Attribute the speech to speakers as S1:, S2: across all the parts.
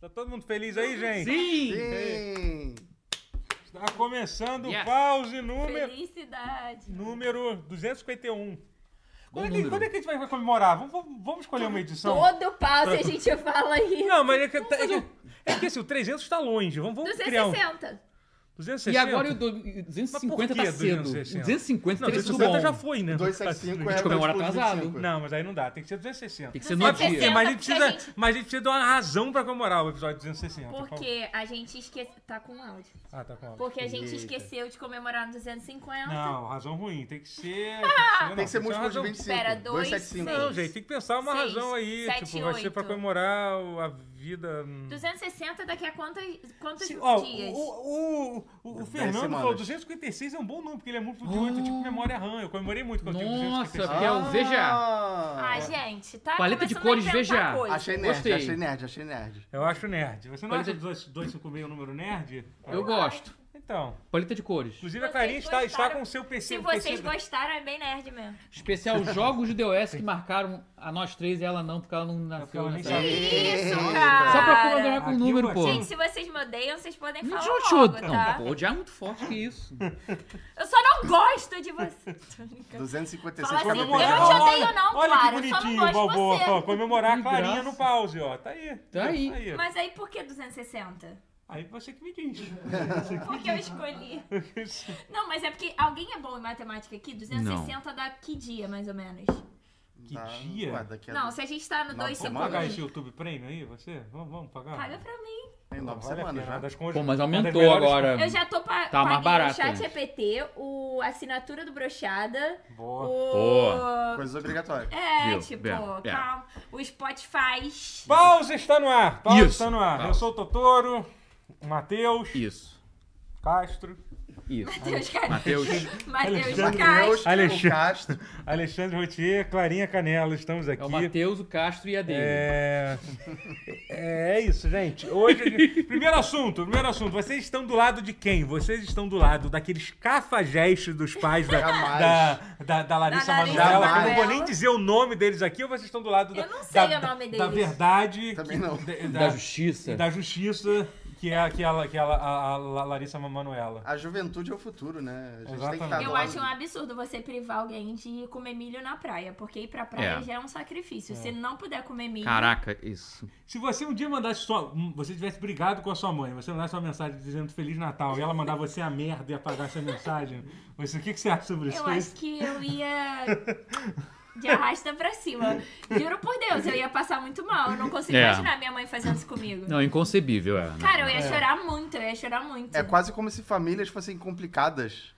S1: Tá todo mundo feliz aí, gente?
S2: Sim!
S3: Sim!
S1: Está começando o
S2: Yes.
S1: pause número,
S4: Felicidade.
S1: número 251.
S2: Bom
S1: Quando é, que,
S2: número.
S1: quando é que a gente vai vai comemorar? Vamos, vamos- vamos escolher uma edição?
S4: Todo pause a gente fala isso.
S1: Não, mas é que, é que, é que, assim, o 300 está longe. Vamos, vamos criar um.
S4: 260.
S1: 260.
S2: E agora o do-
S1: Mas por que
S2: 250 tá cedo.
S1: 260?
S2: 250
S1: Não,
S2: teria sido
S1: 260
S2: bom.
S1: já foi, né?
S2: A
S3: 275 é
S2: gente comemora
S3: tipo
S2: atrasado.
S3: 25.
S1: Não, mas aí não dá. Tem que ser 260.
S2: Tem que ser no
S1: Mas,
S2: dia.
S1: mas, a gente
S4: 260,
S1: precisa, mas a gente precisa dar uma razão pra comemorar o episódio 260. por favor.
S4: Porque a gente esqueceu. Tá com áudio.
S1: Ah, tá com áudio.
S4: Porque a gente
S3: Eita.
S4: esqueceu de comemorar no 250.
S1: Não, razão ruim. Tem que ser.
S3: Tem que ser
S1: não, uma
S3: múltiplo de
S1: razão-
S3: 25.
S4: Pera, dois,
S3: 275.
S1: Não,
S4: Seis,
S1: gente, tem que pensar uma
S4: seis,
S1: razão aí.
S4: sete,
S1: tipo, vai ser pra
S4: oito.
S1: comemorar o- a vida. hum.
S4: 260 daqui a quantos, quantos
S1: Se- ó,
S4: dias?
S1: o, o, o, o
S3: Dez
S1: Fernando
S3: semanas.
S1: falou 256 é um bom número, porque ele é múltiplo de 8,
S2: Oh.
S1: tipo memória RAM. Eu comemorei muito quando eu tive
S2: Nossa,
S1: 256.
S2: que é o
S4: Ah,
S3: VGA.
S4: gente, tá
S2: Paleta de
S4: começando a
S2: cores
S4: inventar
S2: VGA.
S4: coisa.
S3: Achei nerd,
S2: Gostei.
S3: achei nerd, achei nerd.
S1: Eu acho nerd. Você não
S4: é.
S1: acha
S2: Quarenta-
S1: 256 um número nerd?
S2: Eu gosto.
S1: Então,
S2: Paleta de cores.
S1: inclusive a
S4: Vocês
S1: Clarinha está, está
S4: gostaram-
S1: com o seu um PC.
S4: Se vocês
S1: PC
S4: gostaram, é bem nerd mesmo.
S2: Especial jogos de DOS que marcaram a nós três e ela não, porque ela não nasceu
S1: ela nem
S2: nessa
S1: sabe.
S2: época.
S4: Isso,
S3: Eita.
S4: cara.
S2: Só pra colaborar com o
S1: Aqui,
S2: número,
S1: mas-
S2: pô.
S4: Gente, se vocês me odeiam, vocês podem
S2: Não
S4: falar
S2: tinha um
S4: logo,
S2: chute.
S4: tá?
S2: Não, pô, odiar é muito forte que isso.
S4: Eu só não gosto de vocês. Tô brincando.
S3: 256
S4: Fala
S3: pra
S4: assim,
S3: depois.
S4: eu não te odeio,
S1: Olha-
S4: não,
S1: Olha que
S4: Clara, eu só não
S1: bonitinho
S4: gosto de
S1: Balboa.
S4: você.
S1: ó, comemorar a
S2: Que
S1: Clarinha
S2: graça.
S1: no pause, ó. Tá aí.
S2: Tá aí.
S1: aí.
S4: Mas aí por que 260?
S1: Aí você que me diz.
S4: Porque eu escolhi. Não, mas é porque alguém é bom em matemática aqui? 260 dá que dia, mais ou menos?
S1: Que
S3: Tá,
S1: dia?
S3: ué, daqui a
S4: Não, se a gente tá no
S3: Não,
S1: Vamos
S4: 251.
S1: pagar esse YouTube Premium aí, você? Vamos, vamos pagar?
S4: Paga pra mim.
S3: Tem nove
S1: vale a
S3: semanas
S1: pena,
S3: já.
S1: das conjas-
S2: Pô, mas aumentou
S1: uma das melhores
S2: agora.
S4: Eu já tô pa
S2: Tá mais
S4: paguei
S2: barato,
S4: o chat
S2: né?
S4: EPT, o a assinatura do brochada,
S1: conjas- Boa.
S4: o...
S2: Boa.
S3: Coisas obrigatórias.
S4: É,
S2: Viu?
S4: tipo,
S2: Bem, é.
S4: calma. O Spotify.
S1: Pause está no ar. Pause
S2: Isso.
S1: está no ar. Eu
S2: Pause.
S1: sou o Totoro, o Matheus,
S2: Isso.
S1: Castro,
S2: Isso.
S4: Matheus Castro.
S2: Mateus.
S4: Matheus
S1: Alexandre
S4: Castro.
S3: Deus,
S1: Alexandre.
S3: o Castro.
S1: Alexandre Rotier, Clarinha Canela. Estamos aqui.
S2: É o Mateus, o Castro e a dele.
S1: É... é isso, gente. Hoje. Primeiro assunto, primeiro assunto. Vocês estão do lado de quem? Vocês estão do lado daqueles cafajestes dos pais da,
S3: Jamais.
S1: da, da, da Larissa
S4: Da
S1: Manoela.
S4: Larissa
S1: que Eu não
S4: Manoela.
S1: vou nem dizer o nome deles aqui, ou vocês estão do lado da,
S4: Eu não sei
S1: da,
S4: o nome
S1: da
S4: deles.
S1: verdade.
S3: Também não.
S1: que-
S2: Da,
S1: da,
S2: justiça.
S1: da justiça, que é aquela, que é a, a- a Larissa Manoela.
S3: A juventude é o futuro, né? A gente tem que estar
S1: Exatamente.
S4: Eu
S3: do lado.
S4: acho um absurdo você privar alguém de comer milho na praia, porque ir pra praia
S2: É.
S4: já é um sacrifício. Se não puder comer milho,
S2: Caraca, isso.
S1: Se você um dia mandasse sua. Você tivesse brigado com a sua mãe, você mandasse uma mensagem dizendo Feliz Natal e ela mandar você a merda e apagasse a mensagem, você, o que, que você acha sobre isso?
S4: eu acho que eu ia de arrasta pra cima. Juro por Deus, eu ia passar muito mal. Eu não consigo
S2: É.
S4: imaginar minha mãe fazendo isso comigo.
S2: Não, inconcebível, é. né?
S4: Cara, eu ia chorar muito, eu ia chorar muito.
S3: É quase como se famílias fossem complicadas.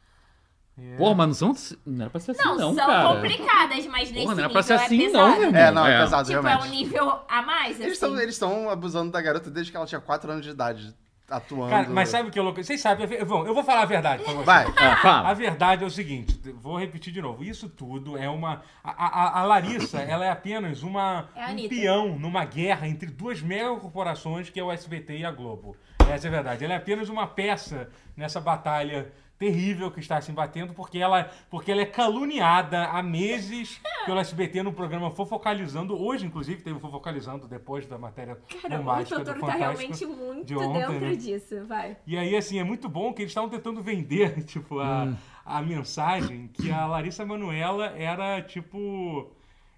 S1: É.
S2: Pô, mas não são. Não era pra ser assim,
S4: Não,
S2: não,
S4: são
S2: cara.
S4: complicadas, mas nesse
S2: Porra, não
S4: nível
S2: era pra ser
S4: é
S2: assim,
S4: pesado.
S2: não, meu
S1: Hum,
S2: irmão.
S3: É, não, é, pesado,
S4: Tipo, é
S3: realmente.
S4: um nível a mais, assim.
S3: Eles estão eles tão abusando da garota desde que ela tinha 4 anos de idade, atuando.
S1: Cara, mas sabe o que é louco? Vocês sabem, bom, eu vou falar a verdade pra vocês.
S3: Vai.
S2: Ah,
S1: A
S2: fala.
S1: verdade é o seguinte, vou repetir de novo. Isso tudo é uma. A, a- a Larissa, ela é apenas uma
S4: É a
S1: um
S4: Anitta.
S1: peão numa guerra entre duas megacorporações que é o SBT e a Globo. Essa é a verdade. Ela é apenas uma peça nessa batalha terrível que está se batendo, porque ela, porque ela é caluniada há meses pelo SBT no programa Fofocalizando. Hoje, inclusive, teve o Fofocalizando depois da matéria
S4: Cara, o
S1: bombástica do
S4: Totoro tá
S1: Fantástico.
S4: realmente muito
S1: de ontem,
S4: dentro
S1: né?
S4: disso, vai.
S1: E aí, assim, é muito bom que eles estavam tentando vender, tipo, a, a mensagem que a Larissa Manuela era, tipo...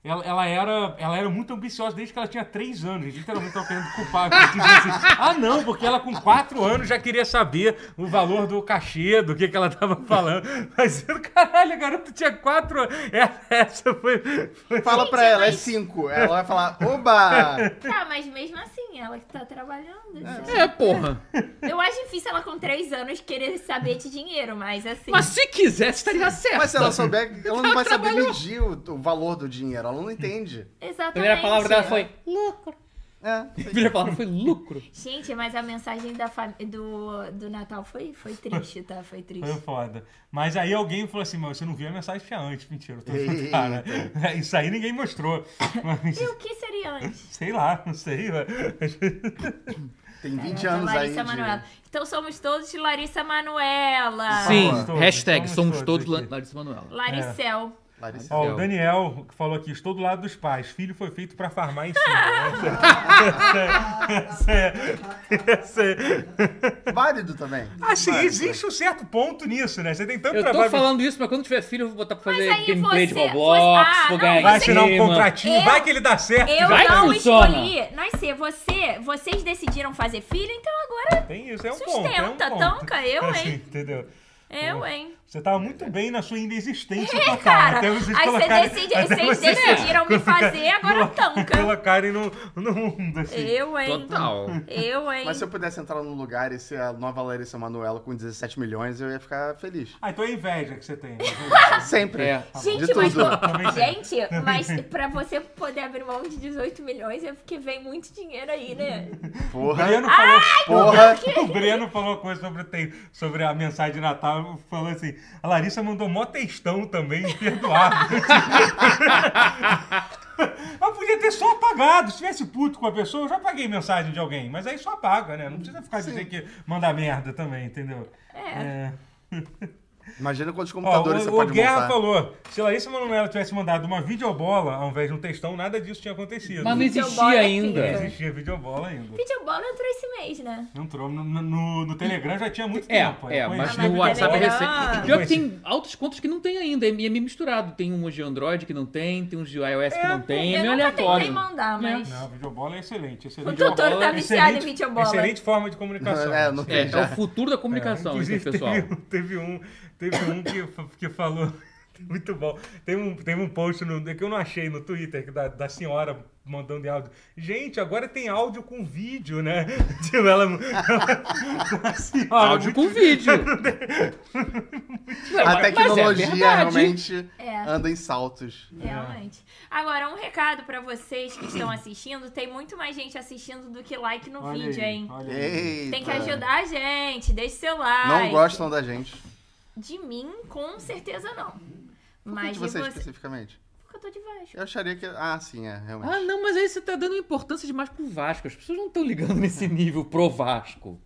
S1: Ela, ela era, ela era muito ambiciosa desde que ela tinha 3 anos. Eles Literalmente estava querendo culpar. porque dizem assim, ah, não, porque ela com 4 anos já queria saber o valor do cachê, do que, que ela tava falando. Mas, caralho, a garota tinha 4 anos. Essa foi... foi-
S3: Fala pra
S4: Gente,
S3: ela, é
S4: mas-
S3: 5. Ela vai falar, oba!
S4: Tá, mas mesmo assim, ela que tá trabalhando. gente.
S2: É, porra.
S4: Eu acho difícil ela com 3 anos querer saber de dinheiro, mas assim.
S2: Mas se tá quisesse, estaria certo.
S3: Mas se ela souber, ela não vai saber
S2: trabalhou.
S3: medir o, o valor do dinheiro. Ela não entende.
S2: A
S4: Exatamente.
S2: primeira palavra dela foi lucro.
S3: É.
S2: A primeira palavra foi lucro.
S4: Gente, mas a mensagem da fam- do, do Natal foi, foi triste, tá?
S1: Foi
S4: Foi triste.
S1: foda. Mas aí alguém falou assim, mas você não viu a mensagem tinha antes, mentira. Eu tô zoando, cara. Isso aí ninguém mostrou. Mas,
S4: E o que seria antes?
S1: sei lá, não sei. mas-
S3: Tem 20
S4: Caraca,
S3: anos aí.
S4: É, Larissa
S3: de-
S4: Manoela. Então somos todos de Larissa Manuela.
S2: Sim,
S1: Somos todos,
S2: hashtag
S1: somos
S2: somos
S1: todos
S2: todos
S1: aqui.
S2: Larissa Manoela.
S4: Laricel.
S3: Larissa
S1: Ó,
S3: Zell.
S1: o Daniel que falou aqui, estou do lado dos pais, filho foi feito pra farmar em cima. Essa é- essa é- essa é-
S3: Válido também.
S1: Assim,
S3: Válido.
S1: existe um certo ponto nisso, né? Você tem tanto
S2: Eu tô
S1: trabalho.
S2: falando isso, mas quando tiver filho, eu vou botar pra fazer
S4: aí
S2: gameplay de
S4: você-
S2: Roblox,
S4: você- ah,
S2: vou
S4: não,
S2: ganhar em
S1: Vai assinar um
S2: cima.
S1: contratinho,
S4: Eu-
S1: vai que ele dá certo.
S4: Eu
S2: Vai que
S4: não
S2: funciona.
S4: escolhi. Nascer, você, vocês decidiram fazer filho, então agora
S1: Tem isso, é um ponto. é um
S4: sustenta,
S1: ponto.
S4: tanca. Eu,
S1: Assim,
S4: hein?
S1: entendeu?
S4: Eu, hein?
S1: Você tava muito bem na sua inexistência
S4: É,
S1: total.
S4: cara.
S1: até vocês
S4: Aí você
S1: colocarem-
S4: decide,
S1: até
S4: vocês
S1: vocês
S4: decidiram me
S1: colocarem-
S4: fazer, agora tanca.
S1: Colocarem no, no mundo, assim.
S4: Eu, hein?
S5: Total.
S4: Eu, hein?
S3: Mas se eu pudesse entrar num lugar e ser a nova Larissa Manuela com 17 milhões, eu ia ficar feliz.
S1: Ah, então é inveja que você tem.
S3: Sempre.
S2: É.
S3: De
S4: Gente,
S3: tudo.
S4: mas,
S1: Também sei.
S4: gente, mas pra você poder abrir mão de 18 milhões é porque vem muito dinheiro aí, né?
S1: O
S3: Porra. é
S1: Breno falou,
S3: Porra.
S1: o Breno falou uma coisa sobre, o tem- sobre a mensagem de Natal, falou assim, a Larissa mandou mó textão também, perdoado. Eu podia ter só apagado, se tivesse puto com a pessoa, eu já apaguei mensagem de alguém, mas aí só apaga, né? Não precisa ficar dizendo que manda merda também, entendeu? É.
S3: Imagina quantos
S1: Ó,
S3: computadores você
S1: o, o
S3: pode
S1: Guerra
S3: montar.
S1: falou, se Larissa Manoela tivesse mandado uma videobola ao invés de um textão, nada disso tinha acontecido.
S2: Mas não
S4: Seu boy
S2: existia
S4: é
S1: Não
S2: ainda.
S4: pica.
S1: existia videobola ainda.
S4: Videobola entrou esse mês, né?
S1: Entrou no, no, no Telegram já tinha muito
S2: É,
S1: tempo.
S2: é,
S1: Foi-
S2: mas
S1: foi
S2: no WhatsApp é
S1: videobola.
S4: Ah.
S2: recente. Pior que tem altas contas que não tem ainda, é meio misturado. Tem uns de Android que não tem, tem uns de iOS que não tem, é meio
S4: eu nunca tentei
S2: aleatório.
S4: mandar, mas.
S1: Não, videobola é excelente. excelente.
S4: O doutor tá
S2: Videobola,
S4: viciado em
S1: excelente,
S4: videobola.
S1: excelente forma de comunicação.
S3: É, não tem
S2: É, é
S3: já.
S2: o futuro da comunicação, isso,
S1: Inclusive,
S2: aí, pessoal.
S1: Teve, um- teve um, teve um que, fa- que falou. "Tá Muito bom. Teve um, teve um post no- que eu não achei no Twitter, que da, da senhora mandando em áudio. Gente, agora tem áudio com vídeo, né? Tipo, ela. ela a senhora,
S2: Áudio
S1: muito-
S2: com vídeo. Não, mas-
S3: A
S2: mas
S3: tecnologia
S2: é verdade.
S3: realmente
S4: É.
S3: anda em saltos.
S4: Realmente. Agora, um recado pra vocês que estão assistindo: tem muito mais gente assistindo do que like no
S1: Olha
S4: vídeo,
S1: aí,
S4: hein?
S1: olha aí. tá
S3: Eita.
S4: Tem que ajudar a gente, deixe seu like.
S3: Não gostam da gente.
S4: De mim, com certeza não.
S3: Mas
S4: Mas
S3: de
S4: de
S3: você
S4: vocês.
S3: especificamente.
S4: Porque eu tô de Vasco.
S3: Eu acharia que. Ah, sim, é, realmente.
S2: Ah, não, mas aí você tá dando importância demais pro Vasco. As pessoas não estão ligando nesse nível pro Vasco.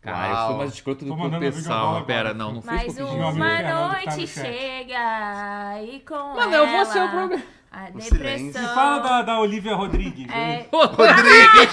S2: Cara, eu
S3: Uau.
S2: fui mais escroto do
S1: Tô
S2: que
S1: mandando
S2: o
S1: vídeo agora,
S2: pessoal. Pera,
S1: agora.
S2: não, não fez o
S4: Mas
S2: que eu quis dizer.
S1: amigo
S4: uma
S1: Fernando que tá
S4: noite
S1: no chat.
S4: chega e com
S2: Mano, eu
S4: ela
S2: vou ser é o programa.
S4: a
S3: silêncio.
S4: depressão.
S1: Me fala da, da Olivia Rodrigues.
S4: É,
S3: Rodrigo!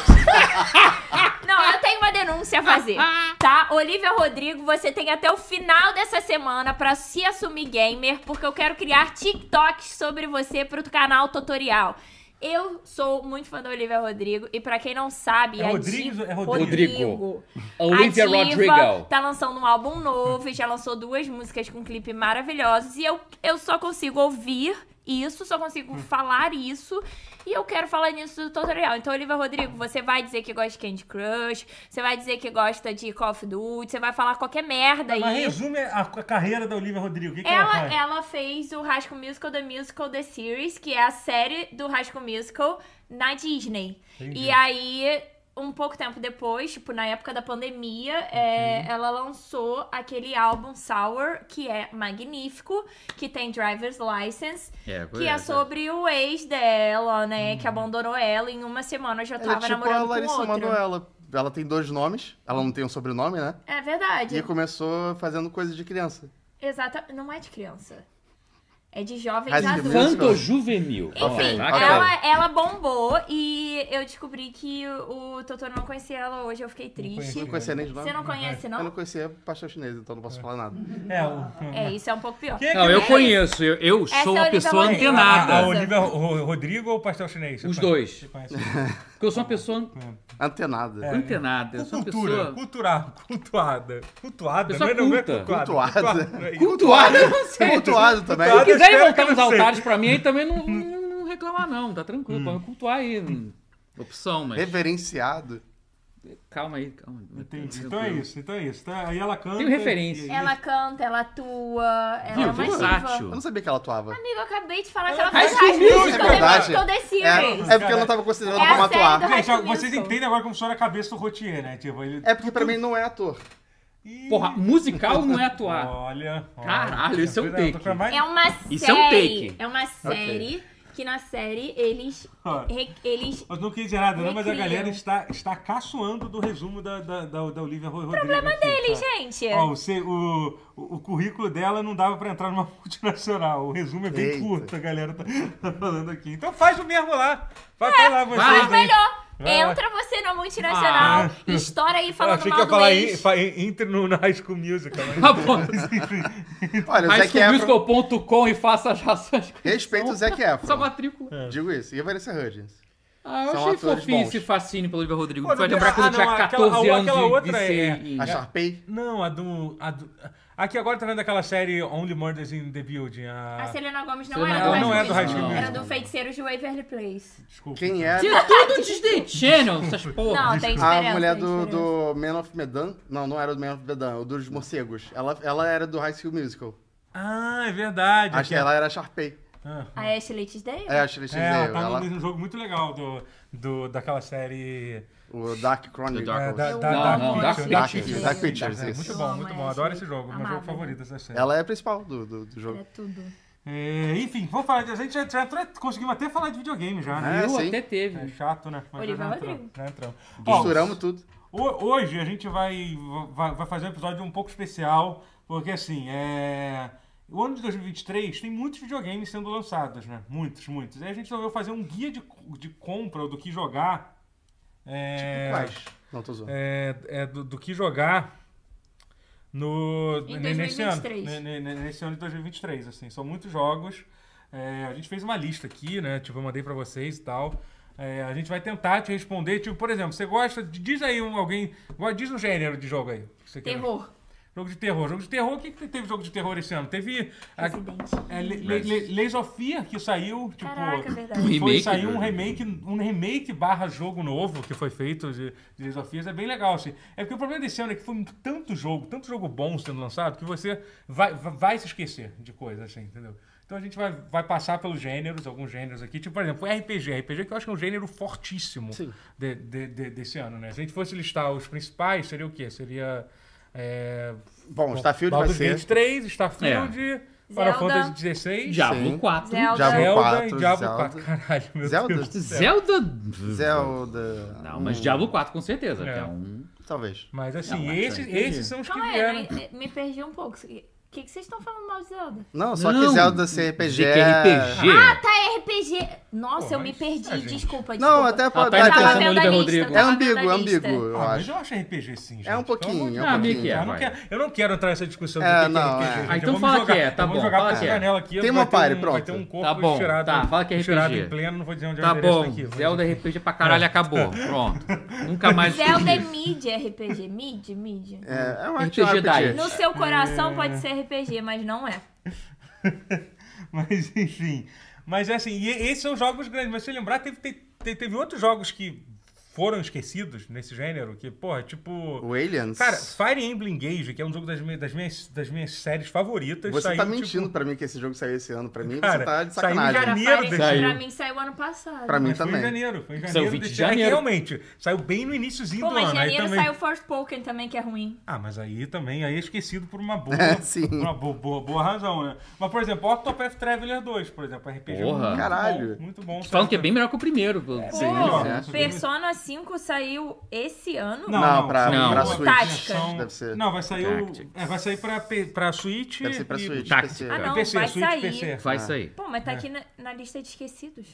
S4: Não, eu tenho uma denúncia a fazer, tá? Olivia Rodrigo, você tem até o final dessa semana pra se assumir gamer, porque eu quero criar TikToks sobre você pro canal tutorial. Eu sou muito fã da Olivia Rodrigo e pra quem não sabe,
S1: É
S4: a
S1: Rodrigues
S4: Di-
S1: ou é Rodrigo?
S4: Rodrigo.
S2: Olivia
S4: a diva
S2: Rodrigo.
S4: tá lançando um álbum novo, e já lançou duas músicas com clipe maravilhosos e eu, eu só consigo ouvir isso, só
S2: Hum.
S4: consigo falar isso e eu quero falar nisso do tutorial. Então, Olivia Rodrigo, você vai dizer que gosta de Candy Crush, você vai dizer que gosta de Call of Duty, você vai falar qualquer merda
S1: Mas
S4: aí.
S1: resume a, a carreira da Olivia Rodrigo. O que, que ela,
S4: Ela, é
S1: faz?
S4: ela fez o High School Musical The Musical The Series, que é a série do High School Musical na Disney.
S1: Entendi.
S4: E aí, um pouco tempo depois, tipo, na época da pandemia, é, ela lançou aquele álbum Sour, que é magnífico, que tem Driver's License,
S5: É,
S4: que é
S2: tá
S4: sobre o ex dela, né?
S3: Uhum.
S4: Que abandonou ela em uma semana, já
S3: Ela é
S4: tava
S3: tipo a
S4: namorando com
S3: Larissa
S4: outro.
S3: Manoela. Ela tem dois nomes, ela não tem um sobrenome, né?
S4: É verdade.
S3: E começou fazendo coisa de criança.
S4: Exata... Não é de criança. É de jovem
S3: High School
S4: adulto.
S2: Santo Juvenil.
S4: Enfim,
S2: Ah, cara.
S4: ela, é ela bombou e eu descobri que o Totoro não conhecia ela hoje, eu fiquei triste.
S1: conhecia.
S3: Não conhecia nem de nome.
S4: Você não conhece,
S3: Eu não
S4: não?
S3: conhecia pastel chinês, então não posso falar nada.
S1: É, o-
S4: É, isso é um pouco pior.
S1: Quem é que
S2: Não, eu
S4: É
S2: conheço. Eu, eu
S4: é a
S2: sou uma
S4: Olivia
S2: pessoa
S4: Rodrigo.
S1: A, a
S2: antenada.
S4: Ah,
S1: Olivia Ro- Rodrigo ou o Pastel Chinês? Você
S2: Os
S1: conhece?
S2: dois.
S1: Você conhece?
S2: Porque eu sou uma pessoa an-
S3: Antenada.
S2: antenada. Eu sou uma
S1: É. Cultura,
S2: pessoa.
S1: cultural, cultuada. Cultuada,
S2: Pessoa
S1: não é, não é
S2: culta.
S1: cultuada.
S3: Cultuada.
S1: não é isso.
S2: Cultuada, eu não sei.
S3: Cultuado é também.
S2: Se
S1: Cultuado.
S2: quiserem
S1: espero
S2: voltar
S1: que
S2: uns
S1: não seja.
S2: altares pra mim, aí também não, não- não reclamar, não. Tá tranquilo, pode me cultuar aí. hum, Opção, mas.
S3: Reverenciado.
S2: Calma aí, calma. aí.
S1: Entendi. Então é isso, então é isso. Tá? Aí ela canta.
S2: Tenho referência.
S1: e-
S4: Ela canta, ela atua, ela é
S2: Viu?
S4: uma diva.
S2: Versátil.
S3: Eu não sabia que ela atuava.
S4: Amigo, eu acabei de falar que ela
S2: High
S4: faz
S2: School
S4: High School
S1: é
S3: Musical.
S4: Musical, The Musical The Series.
S3: É, é porque eu não tava considerando
S4: É a
S3: como
S4: série
S3: atuar.
S4: do-
S1: Gente,
S4: High School
S1: vocês
S4: Musical.
S1: entendem agora como funciona a cabeça do Rotier, né? Tipo, ele...
S3: É porque pra mim não é ator.
S1: Ih,
S2: Porra, musical não é atuar.
S1: Olha, olha.
S2: Caralho, esse é um
S1: Cuidado, tô
S2: take.
S1: com a mais-
S4: É uma
S2: Isso é um
S4: série.
S2: take.
S4: uma série que na série eles.
S1: Ó.
S4: re- eles
S1: Mas não quis dizer nada, não, mas a
S4: Recria.
S1: galera está, está caçoando do resumo da, da, da, da Olivia Ro- Rodrigo. tá? Problema
S4: eles, gente.
S1: Ó, o, C- o, o, o currículo dela não dava pra entrar numa multinacional. O resumo é bem
S3: Eita.
S1: curto, a galera tá, tá falando aqui. Então faz o mesmo lá. Vai pra lá vocês.
S4: Mas
S1: aí.
S4: melhor.
S1: Vai lá.
S4: Entra você na multinacional, estoura aí
S1: Ah,
S4: falando
S1: achei que
S4: mal
S1: ia
S4: do
S1: falar
S4: ex.
S1: in- fa- entre no, no High School Musical. né?
S2: Tá bom.
S3: Olha,
S1: é
S3: o Zac Efron...
S2: Highschoolmusical.com e faça as rações.
S3: Respeita o Zac
S2: Só
S3: Efron.
S2: matrícula.
S3: Digo isso. E a Vanessa Hudgens.
S2: Ah, eu
S3: São
S2: achei
S3: atores
S2: fofinho
S3: bons.
S2: esse fascínio pelo Olivia Rodrigo.
S1: Pô,
S2: Vai
S1: não,
S2: lembrar quando
S1: ah,
S2: tinha
S1: não, aquela-
S2: 14
S1: aquela
S2: anos de,
S1: outra
S2: de
S1: é-
S2: ser-
S1: é-
S2: e-
S3: A Sharpay.
S1: Não, a do, a do. Aqui agora tá vendo aquela série Only Murders in the Building. A...
S4: A Selena Gomes não
S2: Selena
S4: era
S2: Gomez
S4: do
S2: não
S4: High
S2: é do
S4: School
S2: High
S4: Musical,
S2: School
S4: Era
S2: Musical.
S4: do Feiticeiro de Waverly Place.
S1: Desculpa.
S3: Quem é? era
S2: Tinha tudo Disney Channel, essas
S4: Não,
S2: porras.
S4: tem diferença.
S3: a mulher
S4: tem
S3: do,
S4: diferença.
S3: do Man of Medan? Não, não era do Man of Medan. O dos morcegos. Ela, ela era do High School Musical.
S1: Ah, é verdade.
S3: Acho que ela era a Sharpay.
S1: Ah.
S4: A Ashley Tisdale?
S3: É, acho que eles
S1: É, ela
S3: fizeram.
S1: tá
S3: Ela-
S1: num num jogo muito legal do, do, daquela série.
S3: O Dark Chronicle.
S1: é,
S3: Dark
S1: da,
S3: Horse.
S1: da,
S2: Não,
S1: da
S2: não,
S1: Picture,
S2: Dark
S1: da
S3: Dark
S4: Pictures.
S1: Picture.
S3: Pictures, Dark
S4: É,
S3: Pictures,
S1: É, muito
S3: isso.
S1: bom, muito
S4: Eu
S1: bom.
S4: amo
S1: Adoro
S4: essa.
S1: esse jogo. é Meu
S4: Amava,
S1: jogo favorito dessa série.
S3: Ela é a principal do, do, do jogo.
S4: É tudo.
S1: É, enfim, vamos falar de. A gente já, já tra- conseguimos até falar de videogame já, né?
S3: É,
S2: Eu
S3: sim.
S2: até teve.
S1: É chato, né? Mas
S4: Oliver
S1: já entramos.
S4: Rodrigo.
S1: Já entramos. Ó,
S3: Misturamos tudo.
S1: Ho- Hoje a gente vai, vai, vai fazer um episódio um pouco especial, porque assim, é... o ano de 2023 tem muitos videogames sendo lançados, né? Muitos, muitos. E a gente resolveu fazer um guia de, de compra ou do que jogar. É...
S3: Tipo Quais? Não, tô zoando.
S1: É, é do, do que jogar no
S4: Em
S1: ne- nesse ano,
S4: 2023.
S1: ne- ne- ne- nesse ano de 2023, assim, são muitos jogos. É, a gente fez uma lista aqui, né? Tipo, eu mandei pra vocês e tal. É, a gente vai tentar te responder, tipo, por exemplo, você gosta de- diz aí um alguém, agora diz um gênero de jogo aí. que você quer.
S4: Terror.
S1: Jogo de terror. Jogo de terror, o que, que teve jogo de terror esse ano? Teve a,
S4: Resident
S1: é, Le-
S4: Evil.
S1: Le- Le- Lays of Fear que saiu, tipo,
S4: Caraca, é verdade.
S2: Ui.
S1: foi,
S2: Remake?
S1: saiu um remake, um remake barra jogo novo que foi feito de, de Lies of Fears. É bem legal, assim. É porque o problema desse ano é que foi tanto jogo, tanto jogo bom sendo lançado, que você vai, vai, vai se esquecer de coisas, assim, entendeu? Então a gente vai, vai passar pelos gêneros, alguns gêneros aqui. Tipo, por exemplo, RPG. RPG que eu acho que é um gênero fortíssimo
S3: Sim.
S1: de- de- de- desse ano, né? Se a gente fosse listar os principais, seria o quê? Seria... É,
S3: Bom, Starfield vai
S1: Baldur's
S3: ser.
S1: Gate 3, Starfield, Final
S4: Zelda.
S1: Fantasy 16,
S2: Diablo
S3: Sim.
S2: 4.
S4: Zelda.
S3: Diablo
S1: Zelda
S3: 4,
S1: e Diablo
S3: Zelda.
S1: 4. Caralho, meu
S3: Zelda?
S1: Deus. do céu.
S2: Zelda.
S3: Zelda.
S2: Não, mas
S3: Hum,
S2: Diablo 4 com certeza.
S1: É.
S2: que é um-
S3: Talvez.
S1: Mas assim,
S2: Não, mas
S1: esses,
S2: eu
S3: é
S2: entendi.
S1: esses são os que
S4: Calma
S1: vieram.
S4: aí, me, me perdi um pouco. O que, que vocês estão falando mal de Zelda?
S3: Não, só que
S2: Não,
S3: Zelda ser RPG.
S2: dizer que é RPG.
S4: Ah, tá, é RPG. Nossa,
S1: Pô,
S4: eu me
S1: mas-
S4: perdi.
S1: é, gente.
S4: Desculpa, desculpa.
S3: Não, até
S2: Ah,
S3: pode.
S2: tá
S4: Tava
S2: pensando
S4: vendo
S2: no
S4: a
S2: Oliver
S4: lista,
S2: Rodrigo.
S3: É
S4: tava vendo
S3: ambíguo,
S4: a
S3: é
S4: lista.
S3: ambíguo, eu
S1: Ah, mas
S3: acho.
S1: eu acho RPG sim, gente.
S3: É um pouquinho,
S1: Pelo
S3: é um
S1: amor de Deus,
S2: pouquinho.
S1: cara,
S2: Ah,
S1: Eu não,
S2: meio que é,
S1: quero, eu não quero entrar nessa discussão do
S3: É,
S1: que que é
S3: não,
S1: RPG.
S3: é.
S1: gente.
S2: Ah, então
S1: Eu vou me
S2: fala
S1: jogar-
S2: que é, tá
S1: eu vou
S2: bom,
S1: jogar
S2: fala
S1: pra
S2: que é.
S1: janela aqui. eu
S3: Tem
S1: vou
S3: uma
S1: ter um-
S3: pare, pronto.
S1: Vai ter um corpo
S2: Tá bom,
S1: cheirado,
S2: tá, fala que é
S1: cheirado
S2: RPG.
S1: em pleno, não vou dizer onde é
S2: Tá
S1: o endereço
S2: bom.
S1: aqui. É. vou
S2: Zelda
S1: dizer.
S2: RPG pra caralho acabou. Pronto. Nunca mais.
S4: Zelda é mid RPG. Mid, mid.
S3: É, é um
S2: RPG
S3: action RPG.
S2: Dice.
S4: No seu coração pode ser RPG, mas não é.
S1: Mas enfim. Mas assim, e esses são jogos grandes. Mas se lembrar, teve, te- te- teve, outros jogos que foram esquecidos nesse gênero, que, porra, tipo.
S3: O Aliens.
S1: Cara, Fire Emblem Engage, que é um jogo das, mi- das minhas, das minhas séries favoritas,
S3: você
S1: saiu,
S3: tá
S1: tipo,
S3: mentindo pra mim que esse jogo saiu esse ano. Pra mim,
S1: Cara,
S3: você tá de
S1: saiu em
S3: sacanagem.
S1: janeiro.
S4: Pra,
S1: desse-
S4: pra
S2: Saiu.
S4: mim saiu ano passado.
S3: Pra mim
S1: Mas Foi em
S3: também.
S1: janeiro, foi em janeiro.
S2: Saiu 20 de
S1: desse ano. É que
S2: janeiro.
S1: realmente, saiu bem no iníciozinho
S4: Pô,
S1: do
S4: mas
S1: ano. aí
S4: janeiro
S1: também...
S4: saiu Forspoken também, que é ruim.
S1: Ah, mas aí também aí é esquecido por uma boa,
S3: É, sim.
S1: uma boa, boa, boa razão, né? Mas, por exemplo, Octopath Traveler 2, por exemplo, RPG.
S2: Porra.
S1: é Muito
S3: Caralho.
S1: Bom, muito bom.
S2: Falam que é bem melhor que o primeiro.
S4: Pô,
S3: Sim,
S1: sim.
S4: Persona 5 saiu esse ano? Ah,
S1: Não,
S3: Não,
S1: não,
S3: pra,
S1: não.
S3: pra
S4: Não.
S3: Switch.
S4: Tática.
S1: São-
S3: Deve ser.
S1: Não, vai sair,
S2: Tactics.
S1: o... é, vai sair pra, P- pra Switch.
S3: Deve ser pra
S1: e-
S3: Switch.
S2: Tá.
S3: PC.
S4: Ah, não,
S1: PC,
S4: vai
S1: Switch, É.
S4: sair.
S1: PC.
S2: Vai sair.
S4: Pô, mas tá aqui na, na lista de esquecidos.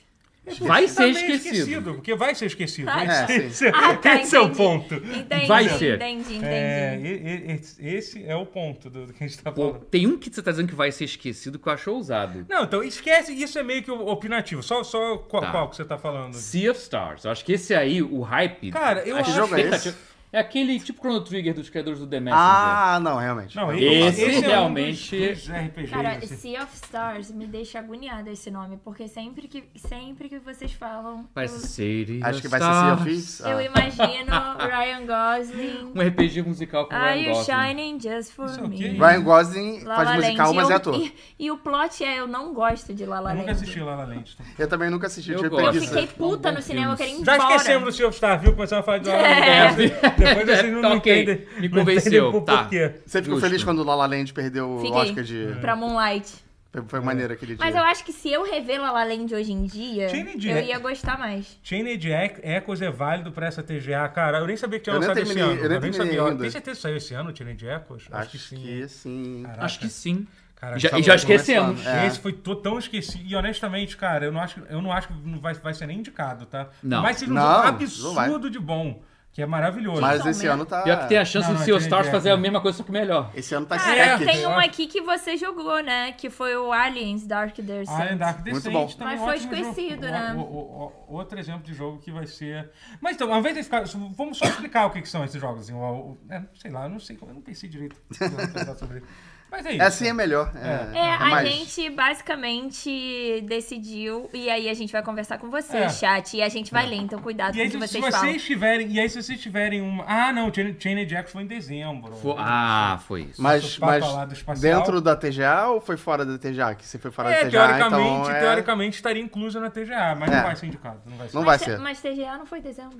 S2: Vai
S1: Isso também
S2: ser
S1: é
S2: esquecido.
S1: Porque vai ser esquecido.
S4: Vai.
S1: Esse-
S3: É, sim.
S1: esse
S4: Ah, tá,
S1: esse é o
S4: entendi.
S1: ponto.
S4: Entendi,
S2: Vai ser.
S4: entendi, entendi.
S1: É, e- e- esse- esse é o ponto do, do que a gente tá
S2: Pô,
S1: falando.
S2: tem um que você tá dizendo que vai ser esquecido que eu acho ousado.
S1: Não, então esquece, isso é meio que opinativo. Só, só qual,
S2: Tá.
S1: qual que você tá falando?
S2: Sea of Stars. Eu acho que esse aí, o hype.
S1: Cara, eu
S2: a
S1: acho-
S3: jogo é esse?
S2: expectativa- é aquele tipo Chrono Trigger dos criadores do The Messenger.
S3: Ah, não, realmente.
S1: Não,
S2: Esse
S1: é um dos-
S2: realmente- é
S1: dos RPGs,
S4: Cara,
S1: assim.
S4: Sea of Stars me deixa agoniada esse nome, porque sempre que, sempre que vocês falam,
S2: Vai
S4: eu-
S2: ser City
S3: Acho
S2: of
S3: que vai ser Sea
S2: Stars.
S3: of Thieves.
S4: eu,
S3: Ah.
S4: imagino Ryan Gosling.
S2: Um RPG musical com
S4: Are
S2: Ryan
S4: you
S2: Gosling.
S4: shining just for
S1: Isso é o quê?
S4: me?
S1: Vai,
S3: Ryan Gosling
S4: La La
S3: faz musical,
S4: Land.
S3: mas
S4: E
S3: é
S4: eu-
S3: ator.
S4: E, e o plot é, eu não gosto de La La
S1: Eu nunca
S4: Land.
S1: assisti La La Land. tá?
S3: Eu também nunca assisti,
S2: Eu
S3: eu tive
S2: gosto.
S4: Eu
S2: Isso.
S3: preguiça.
S4: fiquei puta
S2: São
S4: no
S2: bons
S4: cinema, eu queria ir
S1: Já
S4: embora. É.
S1: esquecemos do Sea of Star, viu? Começamos a falar de La La Land. assim, Depois
S2: É,
S1: vocês não,
S2: tá
S1: não
S2: ok.
S1: entendem.
S2: Me
S1: não entendem
S2: convenceu,
S1: por
S2: tá.
S1: porquê.
S3: Você ficou
S2: Justo.
S3: feliz quando o La La Land perdeu o
S4: Fiquei.
S3: Oscar Tipo, de...
S4: Pra Moonlight.
S3: Foi,
S1: É.
S3: foi maneiro aquele dia.
S4: Uhum. Mas eu acho que se eu rever La La Land hoje em dia,
S1: Jane
S4: eu
S1: Jack.
S4: ia gostar mais.
S1: Chained Ec- Echoes é válido pra essa TGA, cara. Eu nem sabia que tinha
S3: Eu nem
S1: lançado esse
S3: terminei-
S1: ano.
S3: eu nem terminei
S1: sabia.
S3: ainda.
S1: Tem certeza que saiu esse ano o Chained Echoes? Acho, que sim.
S3: sim.
S1: Caraca.
S2: Acho que sim.
S1: Cara, tá
S2: Já-
S1: essa-
S2: e já esquecemos.
S3: É.
S1: Esse foi to- tão esquecido. E honestamente, cara, eu não acho, eu não acho que não vai, vai ser nem indicado, tá?
S2: Não.
S1: Mas seja um
S3: Não,
S1: jogo
S3: não vai.
S1: absurdo de bom, que é maravilhoso.
S3: Mas
S4: Então,
S3: esse
S4: né?
S3: ano tá.
S2: Pior que tem a chance
S1: Não,
S2: do
S1: não,
S2: Sea
S1: Jane
S2: Stars
S1: Jack,
S2: fazer a
S1: né?
S2: mesma coisa, só que melhor.
S3: Esse ano tá
S4: Cara,
S1: Jack.
S3: stack.
S4: tem um aqui que você jogou, né? Que foi o Aliens Dark Descent.
S1: Ah, é Dark Descent
S3: bom.
S1: também.
S4: Mas foi
S1: ótimo jogo.
S4: esquecido,
S1: O-
S4: né?
S1: o- o- o- outro exemplo de jogo que vai ser. Mas então, ao invés de ficar. Vamos só explicar o que, que são esses jogos. Assim, o- o- é, sei lá, eu não sei como. Eu não pensei direito precisando pensar sobre isso. Mas é isso.
S3: É assim é melhor. É,
S4: É, a
S3: mais-
S4: gente basicamente decidiu, e aí a gente vai conversar com você,
S1: É.
S4: chat, e a gente vai ler, então
S1: E
S4: cuidado com o
S1: aí,
S4: que
S1: se
S4: vocês,
S1: vocês,
S4: falam.
S1: tiverem. E aí, se vocês tiverem uma. Ah, não, Chain Chain Jackson foi em dezembro.
S2: Fo- Ah, foi isso.
S3: Mas,
S1: Esse papo lá do
S3: mas
S1: espacial.
S3: dentro da TGA ou foi fora da TGA? Que você foi fora
S1: É,
S3: da TGA,
S1: teoricamente,
S3: então é-
S1: teoricamente estaria incluso na TGA, mas
S3: É.
S1: não vai ser indicado. Não, vai ser.
S3: Não
S1: não,
S3: vai
S4: Mas-
S3: ser.
S4: Mas TGA não foi dezembro.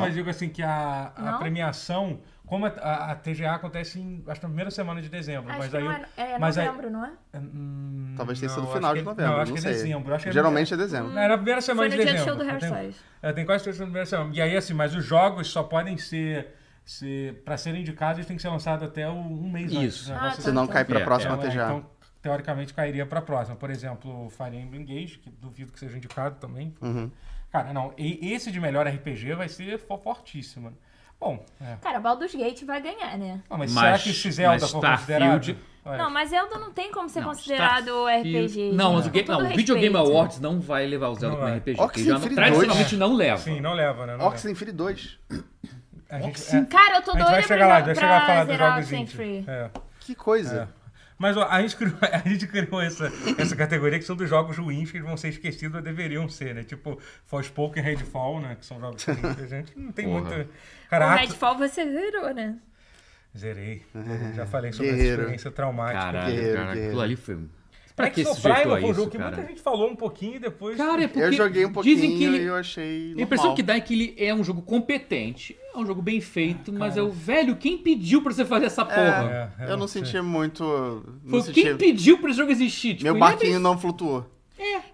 S1: mas digo assim que a, a
S4: Não?
S1: premiação, como a, a- a TGA acontece em, acho que na primeira semana de dezembro,
S4: Acho
S1: mas
S4: que
S1: aí...
S4: não
S1: eu-
S4: é, é
S1: mas aí-
S4: novembro, não é?
S1: Hum,
S3: Talvez tenha
S1: não,
S3: sido
S1: acho
S3: final
S1: que
S3: de
S1: é-
S3: novembro,
S1: Não,
S3: não
S1: acho que é
S3: sei.
S1: dezembro. Acho que é-
S3: Geralmente é dezembro.
S1: Não, Era a primeira semana de
S4: Foi no dia do
S1: dezembro.
S4: show do Harry
S1: Eu tenho-
S4: Styles.
S1: Eu tenho quase certeza que foi na primeira semana. E aí, assim, mas os jogos só podem ser... ser para serem indicados, eles têm que ser lançados até o- um mês antes.
S2: Isso.
S1: né?
S4: Ah,
S1: Nossa,
S4: tá.
S3: Senão cai pra
S2: É,
S3: próxima
S1: é,
S3: TGA.
S1: Então, teoricamente, cairia pra próxima. Por exemplo, o Fire Emblem Engage, que duvido que seja indicado também. Cara, não. e- esse de melhor RPG vai ser fo- fortíssimo. né? Bom, é.
S4: Cara, Baldur's Gate vai ganhar, né?
S1: Não, mas,
S2: Mas-
S1: será que esse Zelda
S2: mas tá
S1: for
S2: Starfield-
S1: considerado? É. Olha,
S4: Não, mas Zelda não tem como ser
S2: Não,
S4: considerado
S2: Starfield- Não,
S4: RPG. gente,
S2: mas o,
S4: né? com
S2: game,
S4: todo
S2: não, o é Video Game
S4: respeito.
S2: Awards não vai levar o Zelda
S1: Não
S2: como
S1: vai.
S2: RPG.
S3: Oxenfree
S2: porque já não-
S3: dois.
S2: tradicionalmente não leva.
S1: Sim, não leva, né? Não leva.
S3: Oxenfree 2.
S1: A gente, é,
S4: Cara, eu tô
S1: a gente vai
S4: doida
S1: chegar lá, a gente vai
S4: pra,
S1: chegar a falar
S4: pra
S1: dos
S4: zerar o
S1: jogos
S4: Saint Free.
S1: indie. É.
S3: Que coisa.
S1: Mas ó, a gente criou, a gente criou essa, essa categoria que são dos jogos ruins que vão ser esquecidos ou deveriam ser, né? Tipo, Forspoken e Redfall, né? Que são jogos ruins que a gente não tem
S2: Porra.
S1: muita...
S4: O
S1: Caraca,
S4: Redfall você zerou, né?
S1: Zerei. Já falei sobre
S3: Guerreiro.
S1: essa experiência traumática.
S2: Caralho,
S3: Guerreiro,
S2: cara, aquilo
S3: guerreiro.
S2: ali
S1: É
S2: foi. Pra que
S1: Exo
S2: esse sujeito
S1: Primal
S2: a
S1: foi um
S2: isso,
S1: jogo que muita
S2: cara?
S1: gente falou um pouquinho e depois...
S2: Cara, é porque
S3: Eu joguei um
S2: dizem
S3: pouquinho
S2: que ele,
S3: e eu achei.
S2: A impressão
S3: normal.
S2: que dá é que ele é um jogo competente, é um jogo bem feito,
S1: Ah,
S2: mas é o velho, quem pediu pra você fazer essa porra?
S1: É,
S3: Eu não senti muito. Não
S2: Foi
S3: senti...
S2: quem pediu pra esse jogo existir? Tipo,
S3: Meu
S2: ele é
S3: barquinho
S2: bem-
S3: não flutuou.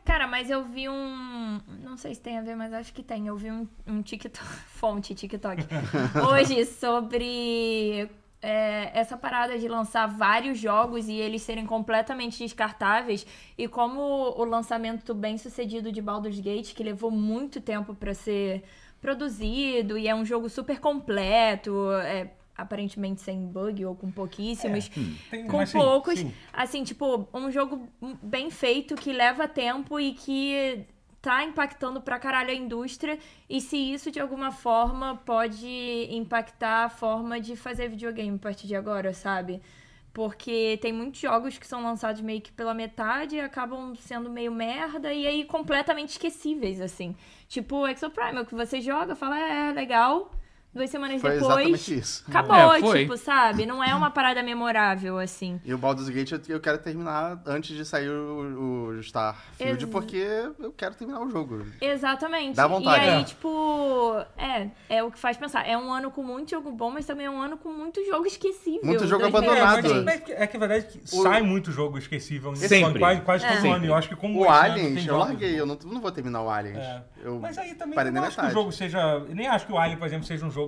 S4: Cara, mas eu vi um. Não sei se tem a ver, mas acho que tem. Eu vi um, um TikTok. Fonte TikTok. Hoje sobre. é, essa parada de lançar vários jogos e eles serem completamente descartáveis e como o lançamento bem sucedido de Baldur's Gate que levou muito tempo pra ser produzido e é um jogo super completo é, aparentemente sem bug ou com pouquíssimos
S1: Tem-
S4: com
S1: mas sim,
S4: poucos.
S1: sim.
S4: Assim, tipo, um jogo bem feito, que leva tempo e que tá impactando pra caralho a indústria. E se isso de alguma forma pode impactar a forma de fazer videogame a partir de agora, sabe? Porque tem muitos jogos que são lançados meio que pela metade e acabam sendo meio merda e aí completamente esquecíveis, assim. Tipo o Exo Primal, que você joga, fala, é legal. Duas semanas
S3: Foi
S4: depois.
S3: exatamente isso.
S4: Acabou,
S2: É, foi.
S4: tipo, sabe? Não é uma parada memorável, assim.
S3: E o Baldur's Gate eu- eu quero terminar antes de sair o, o Starfield,
S4: Ex-
S3: porque eu quero terminar o jogo.
S4: Exatamente.
S3: Dá vontade.
S4: E aí,
S1: É.
S4: tipo, é, é o que faz pensar. É um ano com muito jogo bom, mas também é um ano com muito jogo esquecível.
S3: Muito jogo
S1: É,
S4: 2023.
S1: mas
S3: abandonado.
S1: é que- é que a verdade é que sai muito jogo esquecível. em-
S2: Sempre.
S1: Quase, quase todo
S2: É.
S1: ano. Eu acho que como
S3: O
S1: esse ano
S3: Aliens,
S1: tem
S3: eu
S1: jogos
S3: larguei, eu não, não vou terminar o Aliens.
S1: É.
S3: Eu
S1: Mas aí também
S3: parei
S1: eu não
S3: na
S1: acho que o
S3: metade.
S1: jogo seja. eu Nem acho que o Alien, por exemplo, seja um jogo.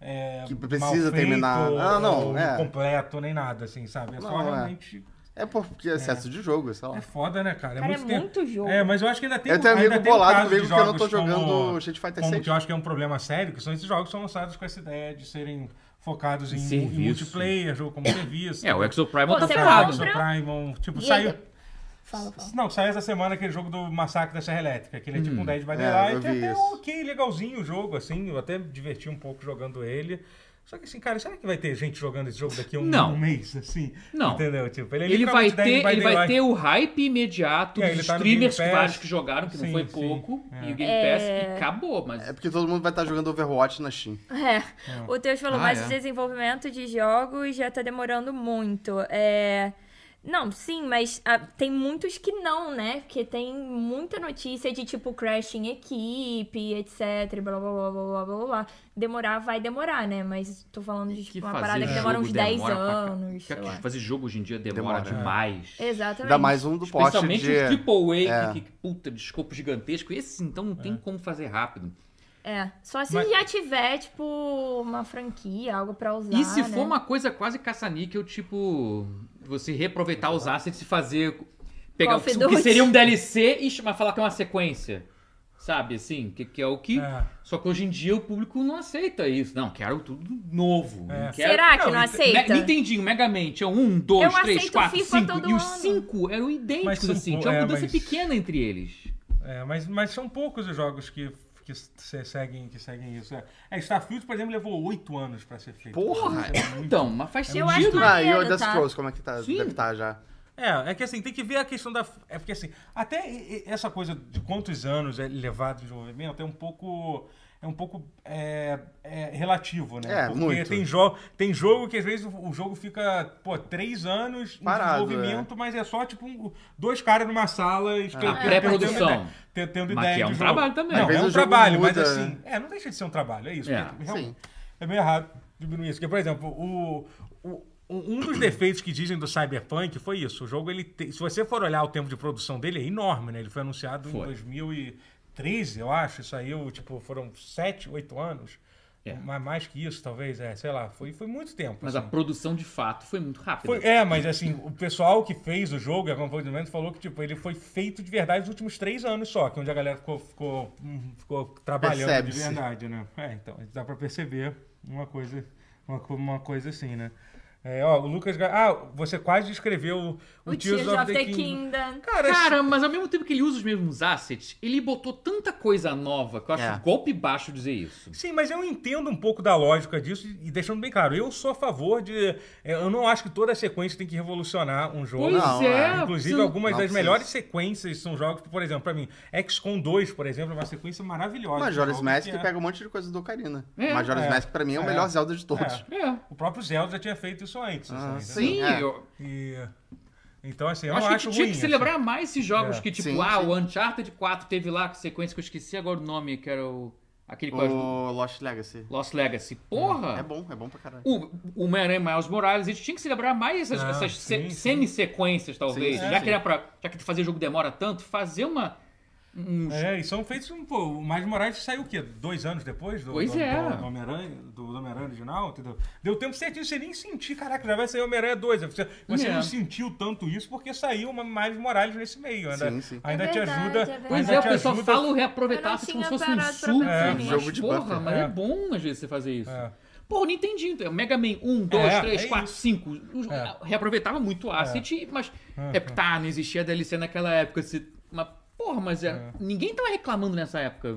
S1: é,
S3: Que precisa
S1: mal feito,
S3: terminar. Ah, não,
S1: ou
S3: é.
S1: completo, nem nada, assim, sabe? É só
S3: Não, é.
S1: realmente.
S3: É porque é excesso de jogo, sei lá.
S1: É foda, né, cara? É
S4: Cara,
S1: muito
S4: é
S1: tempo.
S4: muito jogo.
S1: É, mas eu acho que ainda tem
S3: Eu tenho
S1: ainda
S3: amigo
S1: tem um
S3: bolado
S1: caso de
S3: comigo que eu não tô
S1: jogos
S3: jogando
S1: como-
S3: Street Fighter
S1: como
S3: 6.
S1: que eu acho que é um problema sério, que são esses jogos que são lançados com essa ideia de serem focados em, em
S2: Serviço.
S1: multiplayer, jogo como serviço.
S2: É, o Exo Primal
S4: Pô,
S2: tá
S4: você
S2: ferrado.
S4: compra-
S1: Primal, tipo,
S4: E
S1: saiu...
S4: aí- Fala, fala.
S1: Não, saiu essa semana aquele jogo do Massacre da Serra Elétrica, que ele é tipo
S2: Hum.
S1: um Dead by
S3: eu
S1: Daylight, é,
S3: vi
S1: até
S3: isso.
S1: ok, legalzinho o jogo, assim, eu até me diverti um pouco jogando ele. Só que assim, cara, será que vai ter gente jogando esse jogo daqui a um,
S2: Não.
S1: um mês, assim?
S2: Não.
S1: Entendeu? Tipo, ele é
S2: Ele vai
S1: literalmente Dead
S2: ter,
S1: by
S2: ele vai
S1: Daylight.
S2: ter o hype imediato
S1: É,
S2: dos
S1: ele tá no
S2: streamers
S1: Game Pass.
S2: vários que jogaram, que
S1: Sim,
S2: não foi
S1: sim.
S2: pouco,
S1: É.
S2: e o Game Pass e acabou, mas
S3: É porque todo mundo vai estar jogando Overwatch na Steam.
S4: É, o Teus falou,
S2: Ah,
S4: mas
S2: é.
S4: o desenvolvimento de jogos já tá demorando muito. É, Não, sim, mas ah, tem muitos que não, né? Porque tem muita notícia de tipo crash em equipe, etc. Blá blá blá blá blá blá. blá. Demorar vai demorar, né? Mas tô falando de tipo, uma parada que demora uns 10 anos.
S2: Pra...
S4: sei
S2: ca-
S4: lá.
S2: Fazer jogo hoje em dia demora,
S3: Demora.
S2: demais.
S4: Exatamente.
S3: Ainda mais um do poste
S2: Especialmente
S3: de...
S2: os triple A,
S3: é.
S2: que, que, puta, de escopo gigantesco. Esses, então, não
S1: É.
S2: tem como fazer rápido.
S4: É. Só se
S1: Mas-
S4: já tiver, tipo, uma franquia, algo pra usar.
S2: e se for
S4: né?
S2: uma coisa quase caça-níquel, tipo, você reaproveitar os assets e fazer. Pegar o
S4: Call of
S2: que, o que
S4: Duty.
S2: seria um DLC e chamar, falar que é uma sequência. Sabe, assim? Que, que é o que.
S1: É.
S2: Só que hoje em dia o público não aceita isso. Não, quero tudo novo.
S1: É.
S2: Não quero...
S4: Será que
S1: Não,
S4: não,
S1: e-
S4: aceita?
S2: Me- Nintendinho, Mega Man, tinha um, dois,
S4: Eu
S2: três,
S4: aceito
S2: quatro,
S4: FIFA
S2: cinco.
S4: todo
S2: E os
S4: ano.
S2: cinco eram idênticos,
S1: Mas são
S2: assim.
S1: pou-
S2: Tinha uma
S1: é,
S2: mudança
S1: mas-
S2: pequena entre eles.
S1: É, mas, mas são poucos os jogos que, que se- seguem, que seguem isso. É, É, Starfield, por exemplo, levou oito anos pra ser feito.
S3: Porra!
S1: Isso é muito-
S2: Então, mas faz sentido.
S4: Eu acho que-
S3: Ah, e o
S4: Maneiro,
S3: Elder
S4: tá?
S3: Scrolls, como é que tá?
S2: Sim.
S3: Deve estar já.
S1: É, é que assim, tem que ver a questão da. É porque assim, até e- e- essa coisa de quantos anos é levado de desenvolvimento é um pouco. É um pouco é, é relativo, né?
S3: É,
S1: Porque
S3: muito.
S1: Tem, jo tem jogo que às vezes o, o jogo fica, pô, três anos em
S3: Parado,
S1: desenvolvimento, mas é só tipo um- dois caras numa sala escrevendo.
S2: Ah, pré-produção.
S1: tendo ideia- te- Tendo
S2: Mas
S1: ideia
S2: que é
S1: de
S2: um
S1: jogo.
S2: trabalho também. Às
S1: Não,
S3: vezes
S1: é
S3: o
S1: um
S3: jogo
S1: trabalho, mas
S3: muda.
S1: assim. É, não deixa de ser um trabalho, é isso.
S2: É,
S1: porque realmente-
S3: sim.
S1: é meio errado diminuir isso. Porque, por exemplo, o, o- um dos defeitos que dizem do Cyberpunk foi isso. O jogo, ele te- se você for olhar o tempo de produção dele, é enorme, né? Ele foi anunciado em
S2: Foi.
S1: 2013, eu acho. Isso aí, tipo, foram sete, oito anos.
S2: É.
S1: Ma- Mais que isso, talvez, é, sei lá. Foi, foi muito tempo.
S2: Mas a
S1: assim.
S2: produção, de fato, foi muito rápida.
S1: Foi- é, mas assim, o pessoal que fez o jogo, a Component falou que tipo, ele foi feito de verdade nos últimos três anos só, que é onde a galera ficou, ficou, hum, ficou trabalhando de
S3: Percebe-se.
S1: verdade, né? É, então, dá pra perceber uma coisa, uma, co- uma coisa assim, né? É, ó, o Lucas. Ga- Ah, você quase descreveu o,
S4: O Tears of the Kingdom.
S1: Cara,
S2: Cara, mas ao mesmo tempo que ele usa os mesmos assets, ele botou tanta coisa nova que eu acho
S3: É.
S2: golpe baixo dizer isso.
S1: Sim, mas eu entendo um pouco da lógica disso e e deixando bem claro, eu sou a favor de. é, Eu não acho que toda sequência tem que revolucionar um jogo.
S2: Pois
S3: Não,
S2: é.
S3: é.
S1: Inclusive,
S2: você-
S1: algumas
S3: não
S1: das
S3: precisa.
S1: melhores sequências são jogos, por exemplo, pra mim, XCOM 2, por exemplo, é uma sequência maravilhosa.
S3: Majora's
S1: Jogo
S3: Mask
S1: que é-
S3: pega um monte de coisa do Ocarina.
S2: É.
S3: Majora's
S1: É.
S3: Mask pra mim é o
S1: É.
S3: melhor Zelda de todos.
S1: É.
S2: É.
S1: O próprio Zelda já tinha feito isso antes.
S3: Ah,
S1: assim,
S3: sim.
S1: entendeu?
S2: Sim,
S3: é.
S2: eu,
S1: E- Então, assim, eu
S2: acho
S1: não
S2: que
S1: acho
S2: tinha
S1: ruim,
S2: que
S1: assim.
S2: celebrar mais esses jogos
S1: É.
S2: que, tipo,
S3: Sim,
S2: ah,
S3: sim.
S2: o Uncharted 4 teve lá a sequência que eu esqueci agora o nome, que era o. aquele que eu acho do
S3: O Lost Legacy.
S2: Lost Legacy.
S1: Ah.
S2: Porra!
S3: É bom, é bom pra caralho.
S2: O, o Homem-Aranha e Miles Morales, a gente tinha que celebrar mais essas,
S1: Ah,
S2: essas
S1: sim,
S2: se-
S1: sim.
S2: semi-sequências, talvez.
S3: Sim, sim,
S2: já,
S3: sim.
S2: que era pra, já que fazer jogo demora tanto, fazer uma. Um,
S1: É, e são feitos, um, pô, o Mais Morales saiu o quê? Dois anos depois do,
S2: Pois
S1: do,
S2: é.
S1: do Homem-Aranha do, do Homem-Aranha original, entendeu? Deu tempo certinho, você nem sentir, caraca, já vai sair Homem-Aranha 2. Você, você
S2: É.
S1: não sentiu tanto isso porque saiu uma Mais Morales nesse meio. Ainda,
S3: Sim, sim.
S1: ainda
S4: É
S1: te
S4: verdade,
S1: ajuda.
S4: é
S1: ainda
S4: verdade.
S2: Pois é, o
S1: te
S2: pessoal
S1: ajuda-
S2: fala o
S4: Eu
S2: reaproveitar
S4: não
S2: como se
S4: tinha
S2: fosse um
S4: parado pra
S2: insulto.
S4: pensar
S1: É,
S2: mas,
S3: jogo de
S2: porra,
S3: buffer.
S2: mas é.
S1: É.
S2: bom às vezes você fazer isso.
S1: É.
S2: Pô, Nintendinho, então, é Mega Man 1, 2,
S1: É,
S2: 3,
S1: é
S2: 4,
S1: isso.
S2: 5. os-
S1: É. Uhum.
S2: Reaproveitava muito o asset, mas é porque tá, não existia DLC naquela época. Se, mas, porra, mas é, ninguém tava reclamando nessa época.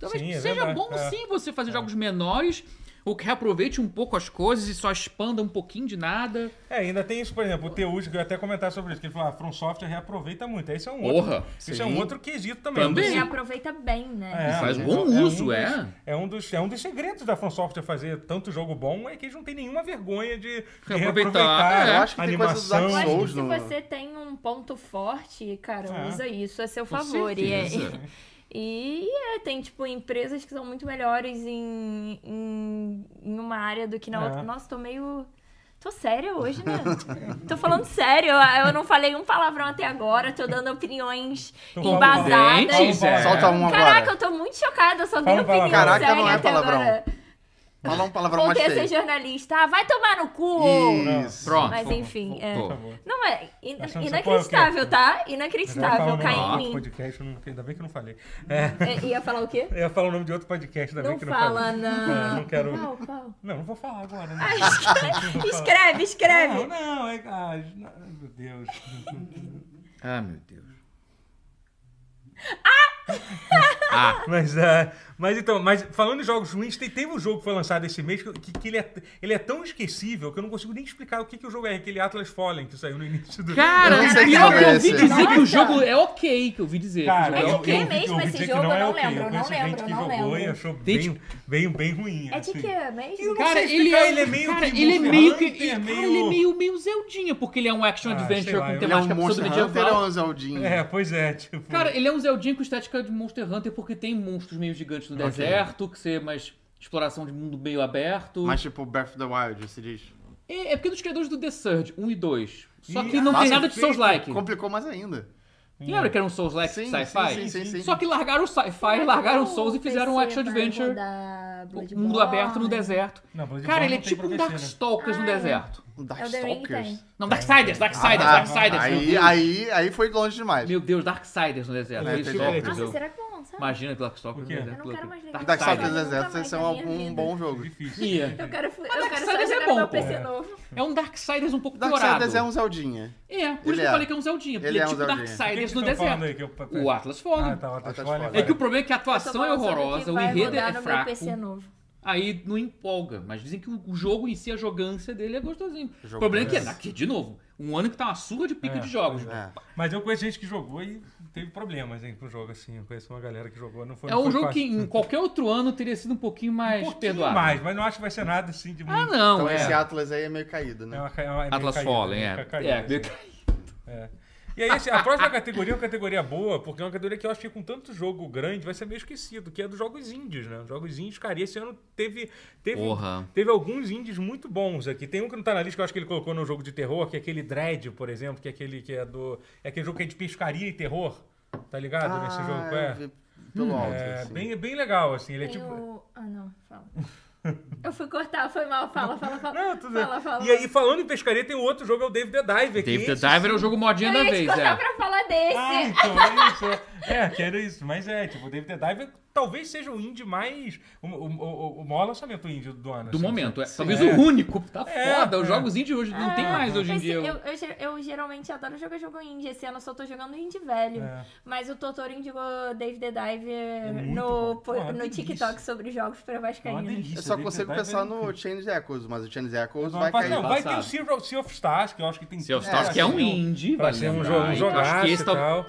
S2: Talvez
S1: Sim, é
S2: seja
S1: verdade,
S2: bom
S1: é.
S2: sim você fazer jogos menores, ou que reaproveite um pouco as coisas e só expanda um pouquinho de nada.
S1: É, ainda tem isso, por exemplo, o Teuji, que eu ia até comentar sobre isso, que ele falou, ah, From Software reaproveita muito. Esse é um
S2: Porra,
S1: outro. Isso é
S3: sim.
S1: um outro quesito também.
S2: Também.
S1: Um
S4: Ele
S1: dos-
S4: aproveita bem,
S1: é,
S4: né?
S2: E faz
S1: um-
S2: bom
S1: um
S2: uso,
S1: dos-
S2: é.
S1: É um, dos, é um dos segredos da From Software fazer tanto jogo bom, é que eles não têm nenhuma vergonha de de
S2: Reaproveitar.
S1: reaproveitar
S2: É, eu
S3: acho que tem coisa do Dark
S1: animação.
S4: Eu acho que
S3: Souls
S4: se
S3: no-
S4: você tem um ponto forte, cara,
S1: É.
S4: usa isso a seu
S2: Com
S4: favor. E é-
S2: certeza.
S4: E é, tem, tipo, empresas que são muito melhores em, em, em uma área do que na
S1: É.
S4: outra. Nossa, tô meio. Tô séria hoje, né? tô falando sério. Eu não falei um palavrão até agora, tô dando opiniões
S1: Tô falando
S4: embasadas.
S2: Dentes, é.
S3: Solta um
S4: Caraca,
S3: agora.
S4: eu tô muito chocada, eu só dei
S1: Fala um
S4: opinião
S1: palavrão.
S4: séria
S3: Caraca, não é
S4: até
S3: palavrão.
S4: agora.
S3: Fala um palavrão mais
S4: Voltei a ser
S3: feio.
S4: jornalista. Ah, vai tomar no cu!
S3: Isso.
S2: Pronto.
S4: Mas
S2: voltou.
S4: enfim, é.
S1: Por
S2: Voltou.
S1: favor.
S4: Não, é in-
S1: Tá Achando que você
S4: inacreditável,
S1: pode- Eu
S4: tá?
S1: já ia falar o
S4: Inacreditável,
S1: nome
S4: cai
S1: de
S4: em
S1: outro
S4: mim.
S1: podcast, eu não- ainda bem que eu não falei. É,
S4: É, Ia falar o quê?
S1: eu ia falar o nome de outro podcast, ainda
S4: Não
S1: bem que eu
S4: fala,
S1: não falei. É,
S4: não.
S1: não quero...
S4: Qual, qual?
S1: Não, não vou falar agora, né?
S4: Ah, escre- Escreve, escreve.
S1: Não, não, é... Ai, não- ai, meu Deus.
S2: Ah, meu Deus. Ah,
S1: Mas, ah, mas então, mas falando em jogos ruins, tem, teve um jogo que foi lançado esse mês que, que- que ele, é, ele é tão esquecível que eu não consigo nem explicar o que, que o jogo é. Aquele Atlas Fallen que saiu no início do.
S2: cara,
S3: Eu não sei que
S2: pior
S3: jogo
S2: que eu
S3: é
S2: ouvi
S3: esse.
S2: dizer que o
S4: Nossa.
S2: jogo é ok, que eu ouvi dizer.
S1: Cara,
S4: É de
S1: eu- eu
S4: quê
S1: ouvi- eu
S4: mesmo
S1: ouvi
S4: esse
S1: dizer que é
S4: jogo? Eu não
S1: ok.
S4: lembro, eu
S1: conheço
S4: não
S1: gente que
S4: lembro, eu não
S1: jogou e
S4: lembro.
S1: achou
S2: Tem
S1: bem, bem, bem ruim.
S4: É de
S1: assim.
S4: que mesmo?
S1: não
S2: Cara,
S1: sei
S2: ele
S1: explicar,
S2: é,
S1: ele é meio
S2: cara,
S1: que
S2: ele é
S1: Monster
S2: meio que,
S1: Hunter,
S2: cara,
S1: meio-
S2: ele é meio, meio Zeldinha, porque ele é um action
S1: Ah, sei
S2: adventure
S1: lá,
S2: com
S1: eu-
S3: Ele é um
S2: temática
S3: monstro Hunter, ele é
S2: medieval.
S3: um Zeldinho.
S1: É, pois é, tipo.
S2: Cara, ele é um Zeldinha com estética de Monster Hunter, porque tem monstros meio gigantes no deserto, que você mais exploração de mundo meio aberto.
S3: Mas tipo Breath of the Wild, se diz.
S2: É, é porque é dos criadores do The Surge, 1 e 2. Só
S1: Ih,
S2: que não tem
S3: nossa,
S2: nada de
S1: feito,
S2: Souls-like.
S3: Complicou mais ainda.
S2: Lembra que era um Souls-like
S3: Sim,
S2: sci-fi?
S3: sim, sim, sim, sim.
S2: Só que largaram o
S4: é
S2: sci-fi, largaram o Souls e fizeram um action adventure. Mundo aberto no deserto.
S1: Não, Bloodborne
S2: Cara, ele é
S1: não tem
S2: tipo um
S1: pra PC, né?
S2: Darkstalkers no
S4: Ah.
S2: deserto.
S4: Elden Ring
S3: Darkstalkers.
S4: tem.
S2: Não, Darksiders, Darksiders,
S3: Um Ah,
S2: Darksiders. meu
S3: aí,
S2: Deus.
S3: aí, aí foi longe demais.
S2: Meu Deus, Darksiders no deserto.
S3: É,
S2: Foi isso,
S3: tem
S2: ó,
S3: jeito.
S2: entendeu?
S4: Nossa, Ah, será que vão lançar?
S2: Imagina que
S1: Por
S2: Darkstalkers
S1: quê?
S2: no
S4: Eu
S2: deserto.
S4: não quero mais ligar.
S3: Darksiders
S4: Darksiders
S3: Deserto
S4: nunca
S3: esse é
S4: mais na
S3: um,
S4: minha
S3: um
S4: vida.
S3: bom jogo.
S1: Difícil.
S2: Ia.
S4: Eu quero, eu quero só
S2: Darksiders é
S4: jogar
S2: bom,
S4: meu
S2: pô.
S4: PC
S2: É.
S4: novo.
S2: É um Darksiders um pouco piorado.
S3: Darksiders é um Zeldinha.
S2: É, por isso
S3: Ele
S2: que eu
S3: é.
S2: falei que é um Zeldinha, porque
S3: Ele
S2: é
S3: é um
S2: tipo
S3: Zeldinha.
S1: O que que
S2: Darksiders no
S1: vocês tão falando
S2: deserto.
S1: aí que eu-
S2: O Atlas
S1: Ah,
S2: Fallen.
S1: tá, o Atlas
S3: Atlas
S1: Fallen.
S3: Fallen.
S2: É que o problema é que a
S4: Eu tô
S2: atuação é
S4: falando sobre
S2: horrorosa,
S4: que
S2: o
S4: vai
S2: enredo
S4: rodar
S2: é
S4: no meu
S2: fraco.
S4: PC novo.
S2: Aí não empolga, mas dizem que o o jogo em si, a jogância dele é gostosinho.
S3: Jogo
S2: O problema é que é
S3: grande.
S2: daqui, de novo, um ano que tá uma surra de pique
S1: É,
S2: de jogos.
S3: É.
S1: Mas eu conheço gente que jogou e teve problemas, hein, com o jogo, assim. Eu conheço uma galera que jogou, não foi
S2: É
S1: não
S2: um
S1: foi
S2: jogo que
S1: fácil.
S2: em qualquer outro ano teria sido um pouquinho mais
S1: pouquinho
S2: perdoado.
S1: mais, mas não acho que vai ser nada assim de
S2: Ah,
S1: muito.
S2: não,
S3: Então
S2: é.
S3: esse Atlas aí é meio caído, né?
S1: É uma ca- é uma- é meio
S2: Ah, Atlas
S1: caída,
S2: Fallen,
S1: meio
S2: é.
S1: caída,
S2: É,
S1: assim.
S2: meio ca-
S1: É. E aí, assim, a próxima categoria é uma categoria boa, porque é uma categoria que eu acho que com tanto jogo grande vai ser meio esquecido, que é dos jogos indies, né? Jogos indies, cara, e esse ano teve, teve,
S2: Porra.
S1: teve alguns indies muito bons aqui. Tem um que não tá na lista, que eu acho que ele colocou no jogo de terror, que é aquele Dread, por exemplo, que é aquele que é do... É aquele jogo que é de pescaria e terror, tá ligado?
S3: Ah,
S1: nesse jogo,
S3: eu
S1: é.
S3: vi Pelo
S2: Hum.
S3: alto,
S1: É
S3: assim.
S1: bem, bem legal, assim, ele é
S4: Tem
S1: tipo...
S4: o... Ah, não, fala. Eu fui cortar, foi mal. Fala, fala, fala.
S1: Não, tudo bem.
S4: fala, fala.
S1: E aí, falando em pescaria, tem o outro jogo, é o David the Diver. que
S2: David the
S1: esse
S2: Diver é o jogo modinha
S4: eu
S2: da
S4: ia te
S2: vez,
S4: cortar
S2: é.
S4: pra falar desse.
S1: Ah, então é isso. É, que era isso. Mas é, tipo, o David the Diver talvez seja o indie mais. O, o, o, o maior lançamento indie do ano.
S2: Do
S1: assim,
S2: momento, é.
S1: sabe?
S2: Talvez
S1: É.
S2: o único. Tá
S1: É,
S2: foda,
S1: é.
S2: os jogos indie hoje não tem mais hoje em
S4: Esse-
S2: dia.
S4: Eu, eu ge- eu geralmente adoro jogar jogo indie. Esse ano eu só tô jogando indie velho.
S1: É.
S4: Mas o Totoro indicou Dave the Dive
S1: muito
S4: no,
S1: bom.
S4: po-
S1: Pô, é uma
S4: no
S1: delícia.
S4: TikTok sobre jogos pra
S1: É uma
S4: Vascaínos.
S1: delícia.
S3: Eu
S1: David
S3: só
S1: the
S3: consigo
S1: Diver é
S3: pensar no
S1: incrível.
S3: Chains Echoes, mas o Chains Echoes
S1: Não,
S3: vai
S1: vai,
S3: cair. Tá,
S1: não, vai ter
S2: Passado.
S1: o Sea of, sea of Stars, que eu acho que tem.
S2: Sea of
S1: tudo
S2: Stars,
S1: pra
S2: que é
S1: ser
S2: um indie,
S1: Pra
S2: vale
S1: ser um,
S2: lembrar,
S1: jogo, um
S2: então acho
S1: jogaço
S2: que
S1: e
S2: esse tá-
S1: tal.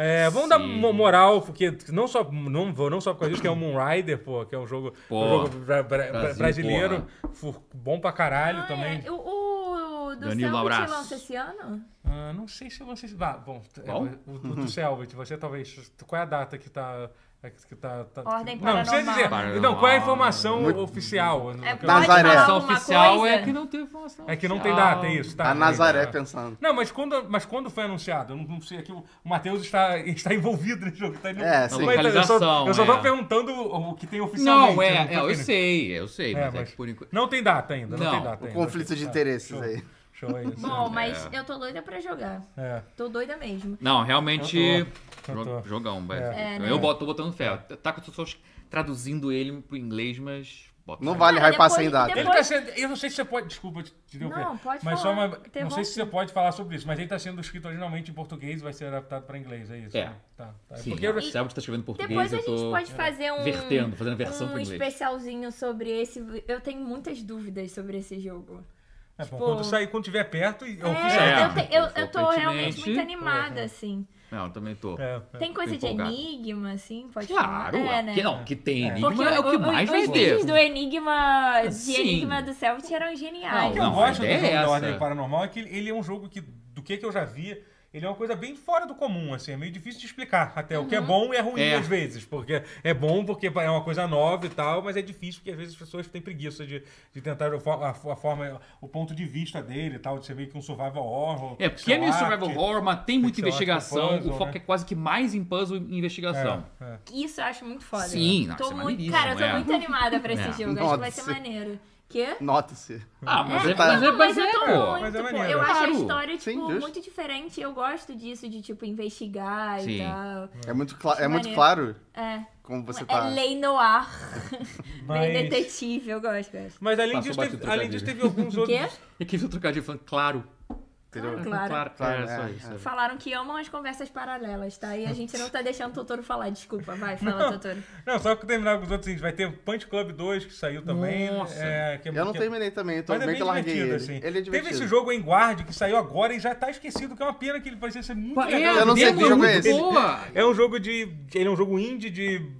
S1: É, vamos dar
S2: Sim.
S1: mo- moral, porque não só, não, vou- não só por causa disso, que é o Moonrider, pô, que é um jogo,
S2: Pô,
S1: um jogo bra- bra-
S2: Brasil,
S1: brasileiro, fu- bom pra caralho
S4: Ah,
S1: também.
S4: é. O, o do
S2: Danilo
S4: Céu
S2: Abraço.
S4: lança esse ano?
S1: Ah, não sei se eu lancei. Ah, bom, t-
S2: Qual?
S1: é, o, o do Selbit, você talvez. Qual é a data que tá. é Que tá, tá-
S4: Ordem
S1: não, não precisa
S4: Paranormal.
S1: dizer. Não, qual é a informação
S3: Muito-
S1: oficial?
S4: É,
S1: Que-
S4: pode
S3: Nazaré.
S4: falar
S2: A
S4: alguma
S2: oficial
S4: coisa?
S2: é que não teve informação.
S1: É que não tem
S2: oficial.
S1: data, é isso. Tá,
S3: A Nazaré
S1: tá.
S3: pensando.
S1: Não, mas quando, mas quando foi anunciado? Eu não, não sei aqui. O o Matheus está, está envolvido no jogo. Tá,
S3: É,
S1: não-
S3: sim.
S1: mas Eu só, eu só tô
S2: Localização, é.
S1: perguntando o, o que tem oficialmente.
S2: Não, é,
S1: tô
S2: é, eu
S1: querendo-
S2: sei, eu sei, mas é
S1: mas
S2: que por enquanto.
S1: Não tem data ainda. Não,
S2: Não,
S1: tem data
S3: O
S1: ainda.
S3: Um conflito de
S1: Tá,
S3: interesses
S1: show,
S3: aí.
S1: Show aí. sim.
S2: É.
S4: Bom, mas eu tô doida pra jogar.
S1: É.
S4: Tô doida mesmo.
S2: Não, realmente.
S1: Eu tô, eu
S2: jo-
S1: tô.
S2: Jogão, velho.
S1: É.
S4: É, né?
S2: Eu boto, tô botando fé. Tá com as pessoas traduzindo ele pro inglês, mas. Bota
S3: Não
S2: fé.
S3: vale
S4: Cara,
S3: hypar
S4: depois-
S3: sem data.
S1: Ele
S4: Depois-
S1: tá sendo. Eu não sei se você pode. Desculpa te te interromper.
S4: Não, pode
S1: mas
S4: falar.
S1: Só uma, não
S4: Interrompe.
S1: sei se você pode falar sobre isso, mas ele tá sendo escrito originalmente em português e vai ser adaptado pra inglês, é isso?
S2: É.
S1: né? Tá, tá. Porque
S2: Sim, Porque
S1: eu-
S2: o Selbit tá escrevendo em português,
S4: Depois a
S2: eu
S4: gente
S2: tô.
S4: pode fazer um.
S2: vertendo, fazendo a versão
S4: um
S2: pro inglês.
S4: especialzinho sobre esse. Eu tenho muitas dúvidas sobre esse jogo.
S1: é bom,
S4: tipo-
S1: quando sair, quando tiver perto, e-
S4: É, eu,
S1: oficialmente.
S4: te- eu, eu tô
S2: Frequentemente.
S4: realmente muito animada, assim.
S2: Não, eu também tô.
S1: É, é.
S4: Tem coisa de
S2: empolgado.
S4: enigma, assim, pode
S2: Claro,
S4: falar.
S2: é, que não, que tem enigma
S4: Porque
S2: é o que
S4: o-
S2: mais
S4: o-
S2: vai
S4: os
S2: ter.
S4: vídeos do Enigma, de
S2: Sim.
S4: Enigma do Celt eram geniais.
S1: O que
S2: Não,
S1: eu
S2: a
S1: gosto do
S2: ideia
S1: jogo
S2: é
S1: da
S2: essa.
S1: Ordem Paranormal é que ele ele é um jogo que, do que, que eu já vi, ele é uma coisa bem fora do comum, assim, é meio difícil de explicar. Até
S4: Uhum.
S1: o que é bom e é ruim
S2: É.
S1: às vezes, porque é bom porque é uma coisa nova e tal, mas é difícil porque às vezes as pessoas têm preguiça de, de tentar a, fo- a fo- a forma, o ponto de vista dele e tal, de ser meio que um survival horror.
S2: É, porque é meio
S1: pixel
S2: survival
S1: art.
S2: horror, mas tem muita
S1: pixel art com
S2: investigação.
S1: é puzzle,
S2: o foco
S1: né?
S2: é quase que mais em puzzle e investigação.
S1: É, é.
S4: Isso eu acho muito foda.
S2: Sim, nossa, é
S4: tô muito,
S2: maneiríssimo,
S4: Cara, eu tô
S2: é.
S4: muito animada pra esse
S2: É.
S4: jogo, acho que vai ser
S3: Nossa.
S4: maneiro. Quê?
S3: Nota-se.
S2: Ah, mas é,
S3: É,
S2: mas é,
S4: Não, mas
S2: mas
S4: eu
S2: é,
S4: tô
S2: pô.
S4: muito,
S1: Mas é
S4: pô.
S1: maneiro.
S4: Eu acho a
S2: Claro.
S4: história, tipo,
S3: Sim, justo.
S4: muito diferente. Eu gosto disso, de, tipo, investigar e
S2: Sim.
S4: tal.
S3: É muito, cla- é muito
S4: Maneiro.
S3: claro
S4: É.
S3: como você
S4: É
S3: tá.
S4: lei no ar.
S1: Mas-
S4: Bem detetive, eu gosto, gosto.
S1: Mas além
S2: Passou
S1: disso, teve,
S2: batido trocadilho.
S1: além disso, teve alguns
S4: Quê? Ah,
S1: outros.
S2: E aqui viu o trocadilho falando, claro.
S3: Entendeu?
S4: Claro.
S2: Claro,
S3: Claro,
S2: é, só
S3: é,
S2: isso.
S4: Falaram que amam as conversas paralelas, tá? E a gente não tá deixando o Totoro falar. Desculpa, vai, fala, Totoro.
S1: Não, só que terminar com os outros, a gente vai ter Punch Club 2 que saiu também.
S2: Nossa.
S1: é, que é-
S3: Eu não
S1: que é-
S3: terminei também, então
S1: Mas é
S3: bem
S1: bem
S3: que eu larguei
S1: divertido, assim.
S3: ele. Ele é divertido.
S1: Teve esse jogo em Guard que saiu agora e já tá esquecido, que é uma pena que ele parecia ser muito
S2: É,
S1: legal.
S3: Eu não sei
S2: demo
S3: que jogo é
S2: muito
S3: esse.
S2: boa.
S1: É um jogo de. Ele é um jogo indie de.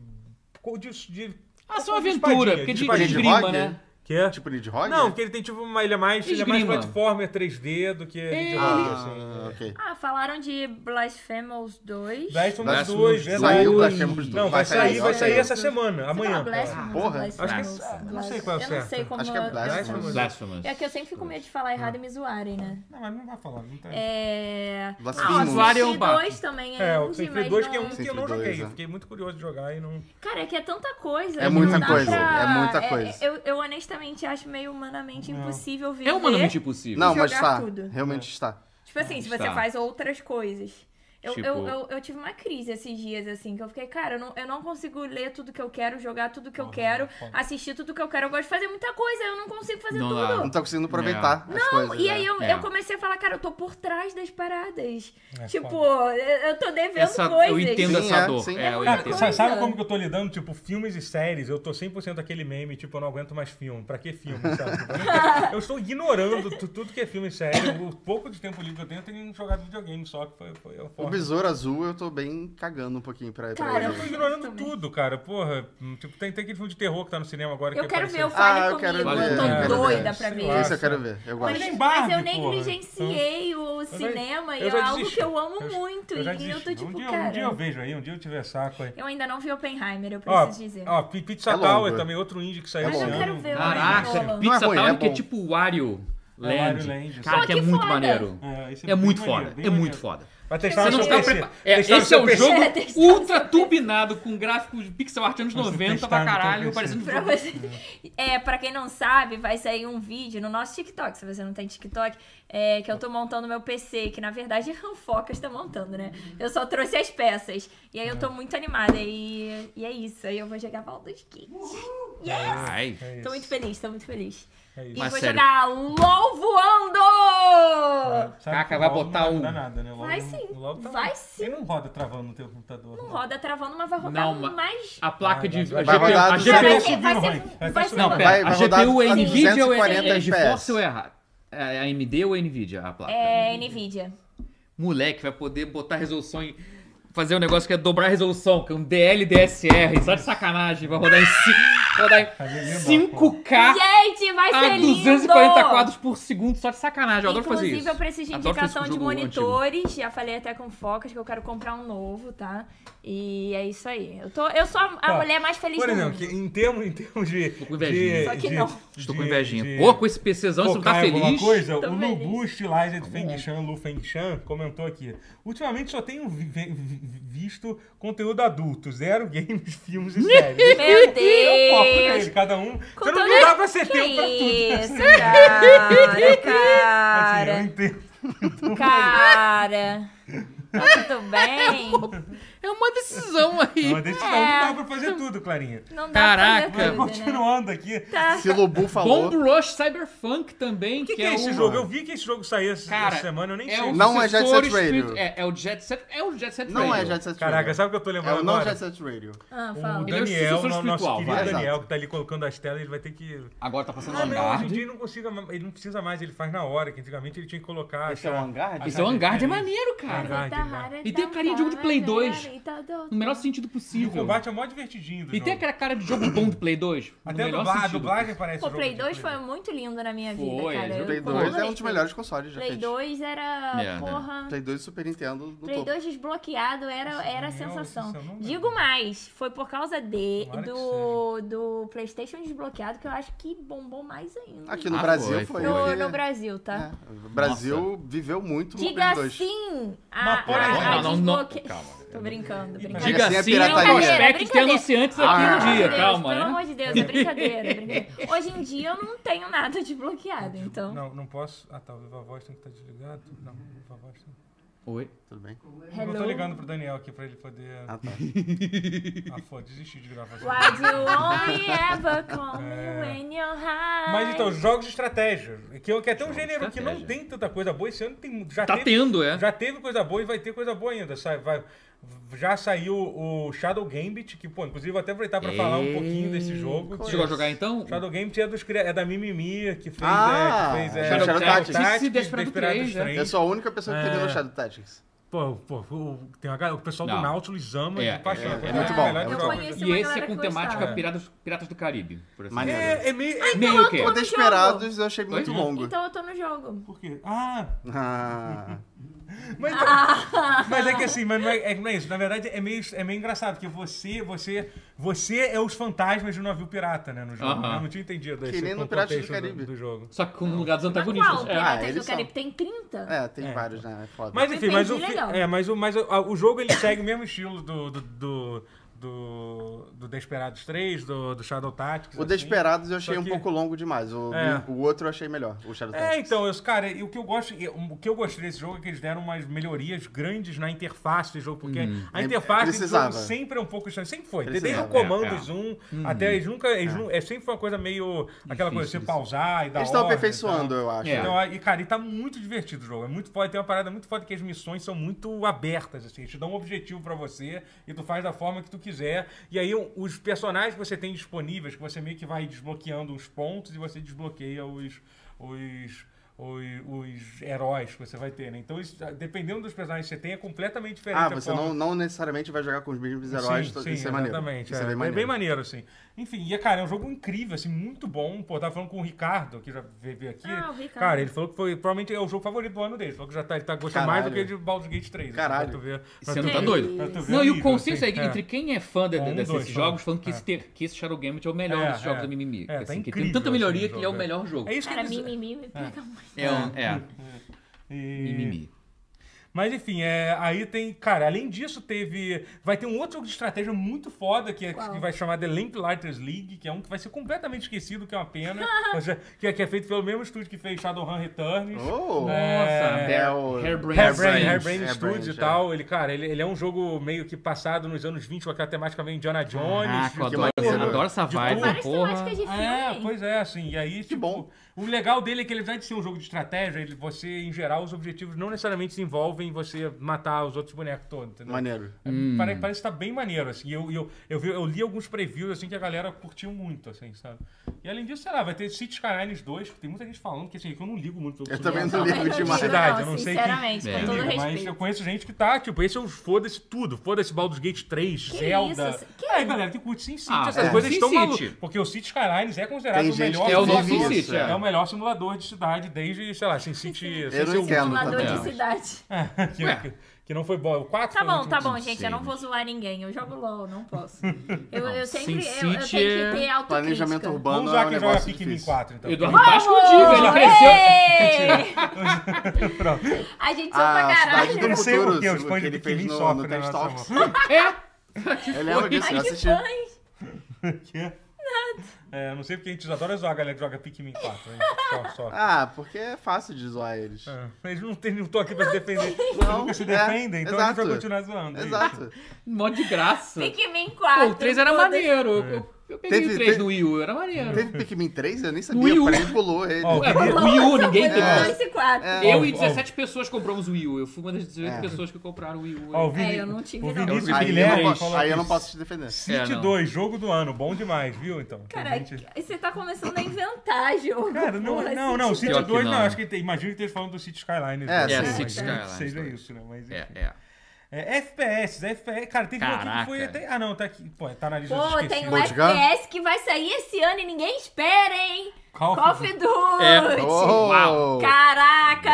S1: de, de
S2: Ação e Ah, aventura, porque de, de
S3: espadinha.
S2: esgrima,
S3: Rock?
S2: né?
S1: Que é?
S3: Tipo Need Rock?
S1: não, porque ele tem tipo uma. Ele é mais, ele é mais
S2: Esgrima.
S1: platformer 3D do que.
S3: É.
S1: de rock, assim.
S3: Ah, ok.
S4: Ah, falaram de Blasphemous 2.
S1: Blasphemous
S3: Blasphemous
S1: 2,
S3: dois.
S1: verdade.
S3: Saiu Blasphemous dois.
S1: Não, vai
S3: Vai
S1: sair,
S3: sair,
S1: vai
S3: ok.
S1: sair essa semana,
S4: Você tá
S1: amanhã.
S4: fala Blasphemous,
S3: Ah, Porra.
S4: Blasphemous,
S1: Acho que é-
S4: Blas-
S1: não sei qual é o
S4: Eu não
S1: certo.
S4: sei como...
S3: Acho que é
S1: Blasphemous.
S3: Blasphemous.
S2: Blasphemous.
S4: É que eu sempre fico com medo de falar errado e me zoarem, né?
S1: Não, mas não vai falar, não tá.
S4: É...
S3: Blasphemous.
S4: Ah,
S2: Usuário é um
S4: o
S2: bato.
S4: 2 também é,
S1: É, o
S4: indie,
S1: Sinfree
S4: mas
S1: 2 que é
S4: não-
S1: um que eu
S3: Sinfree
S1: não joguei.
S3: dois,
S1: Eu
S3: é.
S1: fiquei muito curioso de jogar e não.
S4: Cara, é que é tanta coisa.
S3: É
S4: não
S3: muita
S4: dá
S3: coisa,
S4: pra-
S3: é muita coisa.
S4: eu, eu honestamente acho meio humanamente impossível viver.
S2: É humanamente impossível.
S3: Não,
S4: jogar
S3: mas está.
S4: tudo.
S3: Realmente está.
S4: Tipo assim, se você
S2: Tá.
S4: faz outras coisas. Eu,
S2: Tipo-
S4: eu, eu, eu tive uma crise esses dias, assim, que eu fiquei, cara, eu não, eu não consigo ler tudo que eu quero, jogar tudo que eu quero, assistir tudo que eu quero. Eu gosto de fazer muita coisa, eu não consigo fazer
S2: Não dá.
S4: tudo.
S3: Não tá conseguindo aproveitar as coisas.
S4: E
S3: né?
S4: aí eu,
S2: É.
S4: eu comecei a falar, cara, eu tô por trás das paradas.
S1: É
S4: tipo,
S1: foda.
S4: eu eu tô devendo
S2: Essa,
S4: coisas.
S2: eu entendo
S3: Sim,
S2: essa
S3: é,
S2: dor.
S3: sim.
S2: É, eu
S1: Cara,
S4: Outra
S2: entendo.
S1: sa-
S4: coisa.
S1: sabe como que eu tô lidando? Tipo, filmes e séries, eu tô 100% aquele meme, tipo, eu não aguento mais filme. Pra que filme, sabe? Tipo, eu não quero- eu estou ignorando tu- tudo que é filme e série. O pouco de tempo livre que eu tenho, eu tenho jogado videogame só, que foi, foi a
S3: O
S1: forma.
S3: Besouro Azul eu tô bem cagando um pouquinho pra, pra
S4: Cara,
S1: Eu
S3: ele.
S1: tô
S4: eu-
S1: ignorando
S4: também.
S1: tudo, cara. Porra, hum, tipo, tem, tem aquele filme de terror que tá no cinema agora
S4: Eu
S1: que
S4: quero ver o
S1: apareceu.
S4: Fale
S3: Ah, eu
S4: Comigo,
S3: quero
S4: eu,
S3: ver,
S4: tô
S3: eu quero
S4: doida
S1: ver.
S4: pra
S1: Sei
S4: ver.
S1: lá.
S3: Esse eu quero ver, eu
S4: Mas,
S1: Ele é
S3: gosto.
S1: em
S4: mas
S1: Barbie,
S4: eu nem
S1: porra.
S4: negligenciei o cinema
S1: eu
S4: e
S1: já
S4: é algo
S1: desisti.
S4: que eu amo muito.
S1: já
S4: e eu
S1: desisti.
S4: tô tipo,
S1: um dia,
S4: cara.
S1: Um dia eu vejo aí, um dia eu tiver saco aí.
S4: Eu ainda não vi Oppenheimer, eu
S1: Ó,
S4: preciso dizer.
S1: ó, P- Pizza
S3: É longo,
S1: Tower
S3: é.
S1: também, outro indie que saiu
S3: Mas
S1: esse
S3: eu
S1: ano.
S4: quero ver, eu
S2: Caraca,
S4: Não é
S2: Pizza
S3: ruim,
S2: Town
S3: é
S2: que é
S3: bom.
S2: tipo Wario Land.
S1: Wario Land,
S2: Cara,
S4: só
S2: que é
S4: que
S2: muito
S4: foda.
S2: maneiro.
S1: É, esse
S2: É muito
S1: bem maneiro,
S2: foda.
S1: bem
S2: É muito
S1: maneiro.
S2: foda.
S1: Vai testar
S2: Você
S1: no
S2: não
S1: seu
S2: tá
S1: PC.
S2: preparado. É,
S1: Testar no
S2: esse é
S1: seu
S2: o
S1: PC.
S2: jogo
S4: É, testar no
S2: ultra turbinado, com gráficos de pixel art anos
S1: Nossa,
S2: 90
S1: testar
S2: pra
S1: no teu
S2: caralho,
S1: PC.
S2: parecendo um
S4: Pra
S2: jogo.
S4: você... É, pra quem não sabe, vai sair um vídeo no nosso TikTok, se você não tem TikTok, é, que eu tô montando meu PC, que na verdade o Focas tá montando, né? Eu só trouxe as peças. E aí eu
S1: Uhum.
S4: tô muito animada e, e é isso. Aí eu vou jogar Baldur's Gate. Yes!
S2: Ai.
S1: É isso,
S4: Tô muito feliz, tô muito feliz.
S1: é isso.
S4: E
S2: Mas
S4: vou
S2: sério.
S4: jogar LOL voando!
S1: Sabe
S2: Caca,
S1: que o
S2: vai
S1: LOL
S2: botar
S1: não
S2: um-
S1: dá nada, né? O LOL
S4: Vai
S1: não-
S4: sim,
S1: o LOL tá-
S4: vai sim.
S1: Ele não roda travando no teu computador.
S4: Não roda travando, mas vai rodar um
S2: Não, mas-
S4: mais.
S2: A
S1: Vai,
S2: placa de.
S1: vai,
S2: A
S3: vai
S2: GPU.
S3: rodar
S2: A
S3: do
S4: Vai, vai,
S2: GPU.
S4: ser- vai, ser-
S1: Vai, um
S4: vai,
S1: vai
S4: ser-
S1: Não,
S2: Não,
S4: vai-
S2: pera.
S3: vai
S2: a
S3: rodar
S2: GPU é
S3: a
S2: NVIDIA ou é,
S3: 240
S2: é GeForce
S3: FPS?
S2: ou é a é AMD ou é NVIDIA a placa?
S4: É, Nvidia.
S2: Moleque, vai poder botar resolução em. Fazer um negócio que é dobrar a resolução, que é um DL DSR, só de sacanagem. Vai rodar em, ci... vai rodar em
S1: lindo,
S2: 5K
S4: Gente, vai
S1: Ah,
S2: a
S4: ser lindo!
S2: 240 quadros por segundo, só de sacanagem. Eu adoro fazer isso.
S4: Inclusive, eu preciso de
S2: Adoro fazer isso
S4: indicação
S2: com
S4: de
S2: jogo
S4: monitores. Já falei até com focas que eu quero comprar um novo, tá? E é isso aí. Eu, tô, eu sou a, a
S2: Tá.
S1: Ó,
S4: mulher mais feliz
S1: Por
S4: do
S1: exemplo,
S4: mundo.
S1: que em termos, em termos de...
S2: com invejinha.
S1: de-
S4: Só que
S1: de-
S4: não.
S2: Estou com
S1: de-
S2: invejinha.
S1: de-
S2: Pô, com esse PCzão, você não tá
S1: focar em alguma
S2: feliz? Tá
S1: coisa,
S4: Tô
S1: o Lubu
S4: feliz.
S1: Stilizer de Feng Shan, Lu Feng Shan, comentou aqui. Ultimamente só tenho vi- vi- vi- visto conteúdo adulto, zero games, filmes e séries.
S4: Meu
S1: É o foco
S2: né?
S1: dele,
S4: Deus!
S1: cada um.
S4: Com
S1: Você não,
S4: todo-
S1: não dá pra ser
S4: Que
S1: tempo pra assim, tudo.
S4: isso, cara,
S1: Assim, eu
S4: cara,
S1: entendo.
S4: cara. Tá tudo bem?
S2: É uma decisão aí.
S1: Mas decisão não dá pra fazer tudo, Clarinha.
S4: Não dá pra
S2: Caraca.
S4: fazer tudo, né?
S1: Continuando aqui.
S3: Se Lubu
S2: Bomb
S3: falou,
S2: Rush Cyberpunk também,
S1: O que, que
S2: é,
S1: é esse
S2: um-
S1: jogo? Eu vi que esse jogo saiu essa,
S2: Cara,
S1: essa semana, eu nem
S2: É
S1: sei.
S2: o
S3: Não é Jet
S2: sucessor
S3: Set Radio.
S2: espírito- É, é o Jet Set. É o Jet Set
S3: não é
S2: Radio.
S3: Jet Set Radio.
S1: Caraca, sabe o que eu tô
S3: É
S1: lembrando
S3: o não
S1: agora?
S3: Jet Set Radio.
S4: Ah,
S1: O
S2: Ele
S4: fala.
S2: é o
S1: Daniel,
S2: sucessor
S1: no- nosso
S2: espiritual,
S1: querido
S2: vai,
S1: Daniel,
S3: exato.
S1: que tá ali colocando as telas, ele vai ter que
S2: Agora tá passando
S1: Ah, não, hoje em
S2: Vanguard.
S1: dia ele não consiga, ma- ele não precisa mais, ele faz na hora, que antigamente ele tinha que colocar. assim,
S3: Esse é o
S1: achar-
S3: Vanguard?
S2: Esse é o
S1: achar
S2: Vanguard, é
S1: referência.
S2: maneiro, cara.
S1: Vanguard,
S2: E tem carinha de jogo de Play 2.
S4: Tá
S2: No melhor sentido
S1: O
S2: possível.
S1: combate é mó divertidinho do
S2: E tem
S1: jogo.
S2: aquela cara de jogo bom do Play 2? No
S1: Até a
S2: melhor
S1: dubla- a
S2: sentido.
S1: dublagem parece
S4: Pô,
S1: jogo
S4: Play
S1: de
S4: 2 foi muito lindo na minha vida,
S2: Foi,
S4: cara.
S2: eu
S4: Eu
S3: Play
S4: como
S3: 2 é um dos
S4: Play-
S3: melhores consoles já
S4: Play
S3: feitos.
S4: 2 era.
S2: Merda.
S4: Porra.
S3: Play 2 e Super Nintendo no
S4: Play
S3: topo.
S4: 2 desbloqueado era, era a
S1: Nossa,
S4: sensação.
S1: isso eu não lembro.
S4: Digo mais, foi por causa de,
S1: Tomara que
S4: do, do PlayStation desbloqueado que eu acho que bombou mais ainda.
S3: Aqui no
S2: Ah, foi,
S3: Brasil foi.
S2: foi.
S4: no,
S3: porque-
S4: no Brasil, tá?
S3: É, o Brasil viveu muito no
S4: Diga
S3: Play 2.
S4: sim a,
S1: Mas, porra,
S4: a, a
S2: não, não, não.
S4: desbloque-
S2: Calma.
S4: Tô brincando, brincando.
S2: Diga
S3: Assim é
S2: assim, é um
S3: pirataria.
S2: aspecto que tem
S4: Brincadeira.
S2: anunciantes
S1: um
S4: Pelo
S2: aqui
S4: amor
S2: no
S4: de
S2: dia,
S4: Deus,
S2: calma,
S4: Pelo
S2: né?
S4: amor de Deus, é brincadeira, é brincadeira. Hoje em dia eu não tenho nada desbloqueado, então.
S1: tá Não, não posso. Ah, tá. O Viva Voz tem que estar desligado. Não, o Viva Voz tem.
S2: Oi?
S3: Tudo bem?
S1: Eu tô
S4: Hello?
S1: ligando pro Daniel aqui pra ele poder.
S3: Ah, tá.
S1: Ah, foda, desisti de gravar.
S4: Why do you only ever call me when you're high?
S1: É. Mas então, jogos de estratégia. Que, eu- que é até um gênero que não
S2: estratégia.
S1: tem tanta coisa boa. Esse ano tem, já
S2: Tá
S1: teve,
S2: tendo, é.
S1: Já teve coisa boa e vai ter coisa boa ainda. Sai, vai- já saiu o Shadow Gambit, que, pô, inclusive vou até aproveitar pra falar um pouquinho desse jogo.
S2: Você chegou a jogar então?
S1: Shadow Gambit é, dos, cria- é da Mimimi, que fez,
S3: Ah,
S1: é, que fez é,
S3: Shadow Tactics.
S2: Esse Desperado
S1: Desperados
S2: três, né?
S1: três.
S3: Eu sou a única pessoa que teve
S1: É.
S3: no Shadow Tactics.
S1: Pô, pô, o- tem uma galera- o pessoal do
S2: Não.
S1: Nautilus ama
S2: É,
S1: de paixão.
S2: é,
S1: porque
S3: é muito
S1: um
S3: bom,
S1: melhor
S3: é muito
S1: jogo.
S3: bom.
S4: Conheço
S2: E
S4: uma
S2: esse
S4: galera
S2: é com
S4: que
S2: temática
S4: gostava. Então
S2: Piratas, Piratas do Caribe, por assim
S3: Maneiro.
S2: dizer.
S1: É, é meio... é-
S2: Meio que.
S4: eu
S3: O
S4: Todo tô-
S3: Desperados eu achei muito
S2: Oi?
S3: longo.
S4: Então eu tô no jogo.
S1: Por quê? Ah,
S3: Ah,
S1: Mas, mas é que assim, mas não é, é que não é isso. Na verdade, é meio, é meio engraçado, porque você, você, você é os fantasmas de um navio pirata, né? No jogo.
S2: Aham.
S1: Eu não tinha entendido esse
S3: Que nem no
S1: con-
S3: Piratas do
S1: contexto
S3: Caribe.
S1: Do, jogo.
S2: Só que com um lugar dos
S4: Mas qual?
S2: antagonistas. É.
S3: Ah,
S4: Piratas
S3: eles
S4: do
S3: são.
S4: Caribe tem 30?
S3: é, tem vários, né? É foda.
S1: Mas enfim, mas, o,
S4: entendi,
S1: fi-
S4: legal.
S1: é, mas, o, mas o, a- o jogo ele segue o mesmo estilo do. do, do do, do Desperados 3, do, do Shadow Tactics.
S3: O
S1: assim.
S3: Desperados eu achei
S1: Só
S3: um
S1: que-
S3: pouco longo demais. O,
S1: É.
S3: o outro eu achei melhor, o Shadow
S1: É,
S3: Tactics.
S1: então, eu, cara, e o que eu gosto, e o que eu gostei desse jogo é que eles deram umas melhorias grandes na interface do jogo, porque a
S3: É,
S1: interface do jogo
S3: precisava.
S1: sempre é um pouco estranha, sempre foi, desde
S3: Precisava.
S1: o Commandos
S2: É,
S1: 1 até eles nunca, eles nu- é sempre foi uma coisa meio aquela coisa, você
S2: Difícil.
S1: pausar e dar
S3: Eles estão
S1: então, ordem e
S3: aperfeiçoando,
S1: tal.
S3: eu acho.
S2: É.
S3: né?
S1: Então, e cara, e tá muito divertido o jogo. É muito foda, tem uma parada muito foda que as missões são muito abertas, assim, eles te dão um objetivo pra você e tu faz da forma que tu quiser. E aí o- os personagens que você tem disponíveis, que você meio que vai desbloqueando os pontos e você desbloqueia os os os, os heróis que você vai ter, né? Então, isso, dependendo dos personagens que você tem, é completamente diferente.
S3: Ah,
S1: a
S3: você
S1: forma
S3: não, não necessariamente vai jogar com os mesmos heróis, to- isso é maneiro.
S1: exatamente,
S3: Isso
S1: é,
S3: é bem maneiro.
S1: assim. Enfim, e, cara, é um jogo incrível, assim, muito bom. Pô, eu tava falando com o Ricardo, que já veio aqui.
S4: Ah, o Ricardo.
S1: Cara, ele falou que foi, provavelmente é o jogo favorito do ano dele. Falou que já tá, ele tá gostando mais do que de
S3: Caralho.
S1: Baldur's Gate 3. assim,
S3: Caralho.
S1: pra tu ver, pra
S2: Você
S1: tu
S2: não tá
S1: ver-
S2: doido?
S1: pra tu ver
S2: Não,
S1: o
S2: e o
S1: nível,
S2: consenso
S1: assim,
S2: é, entre quem é fã de-
S1: Um,
S2: desses
S1: dois,
S2: jogos,
S1: só.
S2: falando que,
S1: É.
S2: esse, ter- que esse Shadow Gambit é o melhor
S1: É,
S2: dos jogos
S1: é.
S2: da Mimimi.
S1: É, tá
S2: assim, que tem
S1: incrível,
S2: tanta melhoria
S1: assim, o
S2: que ele é o
S1: jogo, é.
S2: melhor jogo.
S1: É isso que
S4: Cara,
S1: eles-
S4: mimimi me pega muito.
S2: É, um- é.
S1: E-
S2: Mimimi.
S1: Mas enfim, é, aí tem. Cara, além disso, teve. Vai ter um outro jogo de estratégia muito foda que, é-
S4: Qual?
S1: que vai chamar The Lamplighters League, que é um que vai ser completamente esquecido, que é uma pena. Mas é- que, é, que é feito pelo mesmo estúdio que fez Shadowrun Returns.
S3: Oh,
S2: Nossa,
S3: é o-
S2: Hairbrain.
S1: Hairbrain,
S3: Hairbrain,
S1: Hairbrain
S3: Hairbrain,
S1: Studios
S3: é.
S1: e tal. Ele, cara, ele, ele é um jogo meio que passado nos anos 20, com aquela temática meio Indiana Jones.
S2: Caraca, Ah, eu
S3: Que
S2: adoro,
S3: maneiro.
S2: adoro essa
S1: De
S2: vibe,
S1: tudo.
S4: Várias
S2: porra.
S4: temáticas de filme.
S1: É, pois é, assim, e aí, tipo,
S3: bom.
S1: o legal dele é que ele vai ser um jogo de estratégia, ele, você, em geral, os objetivos não necessariamente se envolvem em você matar os outros bonecos todos, entendeu?
S3: Maneiro.
S1: É,
S3: Hum.
S1: Parece, parece que tá bem maneiro, assim, eu, eu, eu, vi- eu li alguns previews, assim, que a galera curtiu muito, assim, sabe? E além disso, sei lá, vai ter City Skylines 2, que tem muita gente falando que, assim, que eu não ligo muito. sobre
S3: Eu também
S1: isso,
S3: não ligo
S4: Mas
S3: demais.
S4: digo
S1: Cidade, eu não sei quem-
S4: Sinceramente,
S2: É.
S4: com todo
S1: Ligo, mas
S4: respeito.
S1: eu conheço gente que tá, tipo, esse é o foda-se tudo. Foda-se Baldur's Gate 3,
S4: Que
S1: Zelda.
S4: isso? Que-
S1: É, galera, que curte Sin City.
S2: Ah,
S1: essas
S2: é.
S1: coisas
S2: Sin
S1: estão
S2: City.
S1: malucas. Porque o City Skylines é considerado
S3: Tem
S1: o
S3: gente
S1: melhor
S3: que
S2: É o novo
S3: vive
S2: Sin
S3: isso,
S2: City,
S1: É o melhor simulador de cidade desde, sei lá, Sin City.
S3: Eu não
S1: City
S3: entendo
S4: Simulador
S3: também.
S4: de cidade.
S1: que, que, que não foi bom. O 4
S4: Tá
S1: foi o
S4: bom,
S1: último
S4: tá
S1: que-
S4: bom, gente. Eu não vou zoar ninguém. Eu jogo LOL, não posso. Eu, eu sempre
S2: Sin
S4: eu, eu
S2: City
S4: tenho
S2: é-
S4: que ter autocrítica.
S3: Planejamento urbano
S1: Vamos
S3: é
S1: usar
S3: um
S1: quem joga
S3: negócio
S1: Pikmin
S3: difícil.
S1: 4, então.
S2: Eduardo Paz contigo, ele cresceu.
S4: A gente zoa pra
S3: A Ah, Cidade
S4: caralho.
S1: Eu
S3: do
S1: sei
S3: Futuro,
S1: o que os fãs
S3: que
S1: de
S3: ele
S1: Pikmin
S3: fez no,
S1: sofrem
S3: no
S1: na
S3: TED
S1: nossa
S3: Talks.
S2: É.
S3: Eu lembro disso, eu
S4: Ai, que
S3: assisti.
S4: fãs.
S1: Que? É, eu não sei porque a gente adora zoar a galera que joga Pikmin 4. Hein? Só, só.
S3: Ah, porque é fácil de zoar eles.
S1: É, eles não, tem, não tô aqui pra se defender. Eles
S3: Não,
S1: nunca se
S3: é,
S1: defendem, então a gente vai
S3: exato.
S1: continuar zoando. é isso.
S3: Exato.
S2: Mó de graça.
S4: Pikmin
S2: Pô,
S4: 4.
S2: o 3 era
S4: foda-se.
S2: maneiro. Eu, eu- eu peguei
S3: Teve-
S2: o 3
S3: teve-
S2: no Wii U, era maneiro.
S3: Teve Pikmin 3? Eu nem
S2: No
S3: sabia,
S2: Wii U.
S3: o Fred pulou ele.
S1: Ó,
S2: É,
S1: Teve-
S2: o Wii U, É. ninguém
S4: Ninguém tem
S2: teve.
S4: 2 e 4.
S3: É.
S1: Ó,
S2: Eu e
S1: ó.
S2: 17 pessoas compramos o Wii U. Eu fui uma das 18 pessoas que compraram o Wii U.
S1: Ó, o Vini-
S4: É, eu não tive,
S1: o
S4: não.
S1: Vinícius
S3: Aí, eu
S1: Guilherme
S3: não, posso-
S1: falou
S3: aí eu
S1: aqui,
S3: não posso te defender.
S1: City
S2: É, não.
S1: 2, jogo do ano, bom demais, viu? Então. tem
S4: Cara,
S1: gente-
S4: você tá começando a inventar jogo.
S1: Cara, não,
S4: Porra,
S1: não, não,
S4: esse
S1: City
S4: tipo-
S2: Pior que
S1: 2 não,
S2: não.
S1: acho que tem, imagino que esteja falando do City Skylines.
S3: É,
S1: dois,
S3: é,
S1: né?
S3: City
S1: Mas
S2: Skylines
S1: Seja
S2: dois.
S1: isso, né? Mas, enfim.
S2: É, é.
S1: É, FPS, FPS, cara, teve um aqui que foi
S2: Caraca.
S1: até... Ah, não, tá aqui, pô, tá na lista dos
S4: Pô, tem um
S1: esquecidos.
S3: Gold Gun?
S4: FPS que vai sair esse ano e ninguém espera, hein?
S1: Call of
S4: Call of Duty!
S2: É.
S3: Oh,
S4: Caraca!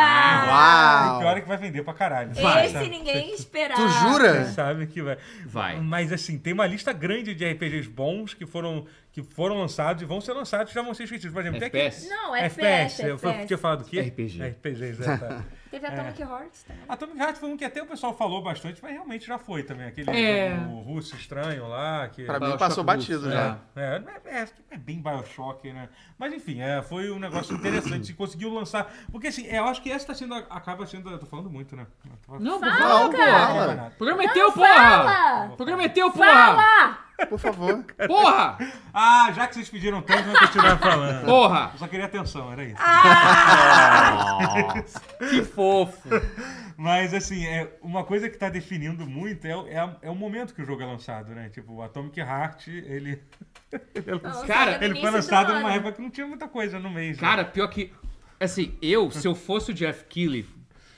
S3: Uau.
S1: Tem pior é que vai vender pra caralho.
S4: Esse ninguém esperava.
S3: tu
S1: Você
S3: jura?
S1: sabe que vai.
S2: Vai.
S1: Mas assim, tem uma lista grande de RPGs bons que foram, que foram lançados e vão ser lançados e já vão ser esquecidos. Por exemplo, tem aqui-
S2: FPS?
S4: Não, é
S1: FPS,
S4: FPS.
S1: eu fui- tinha falado do quê?
S2: RPG.
S1: RPGs, é, tá.
S4: Teve Atomic Hearts também.
S1: Atomic Heart foi um que até o pessoal falou bastante, mas realmente já foi também. Aquele
S2: É.
S1: jogo russo estranho lá. Que...
S3: Pra mim
S2: Bioshock
S3: passou
S2: Russo,
S3: batido
S2: é.
S3: já.
S1: É, é, é, é bem Bioshock, né? Mas enfim, é, foi um negócio interessante. Se conseguiu lançar. Porque assim, é, eu acho que essa tá sendo. a- Acaba sendo. Eu tô falando muito, né? Eu tô falando-
S2: Não, por
S4: Fala,
S2: favor,
S3: Não,
S2: porra.
S1: Não,
S3: fala.
S1: nada.
S2: Programa é teu, porra!
S4: fala!
S2: Programa é teu, porra!
S4: Fala!
S2: é.
S3: Por favor.
S2: Porra!
S1: Ah, já que vocês pediram tanto, vou continuar falando.
S2: Porra!
S1: Eu só queria atenção, era isso.
S4: Ah.
S2: Que fofo!
S1: Mas, assim, é, uma coisa que tá definindo muito é, o- é, a- é o momento que o jogo é lançado, né? Tipo, o Atomic Heart, ele,
S4: Não,
S2: Cara,
S4: saiu no
S1: ele
S4: início
S1: foi
S4: do
S1: lançado
S4: ano.
S1: numa época que não tinha muita coisa no mês. né?
S2: Cara, pior que. Assim, eu, se eu fosse o Jeff Keighley,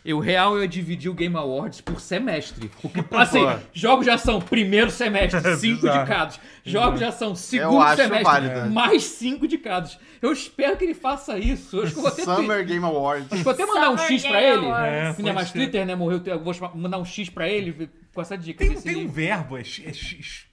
S2: eu real ia dividir o Game Awards por semestre. O que- Assim,
S3: Boa.
S2: jogos já são primeiro semestre,
S1: É
S2: cinco
S1: bizarro. É.
S2: de cada. Jogos já são segundo
S3: Eu acho
S2: semestre,
S3: válido.
S2: mais cinco de cada. Eu espero que ele faça isso. Eu acho que eu vou até,
S3: Summer Game Awards.
S2: twi- vou até mandar um
S4: Summer
S2: X pra
S4: Game
S2: ele.
S4: Awards.
S1: É,
S2: Ainda
S1: pode
S2: mais
S1: ser.
S2: Twitter, né? Morreu. Eu vou chamar- mandar um X pra ele com essa dica.
S1: Tem,
S2: ver se
S1: tem um
S2: ele-
S1: verbo, é. chi- é chi- chi- chi-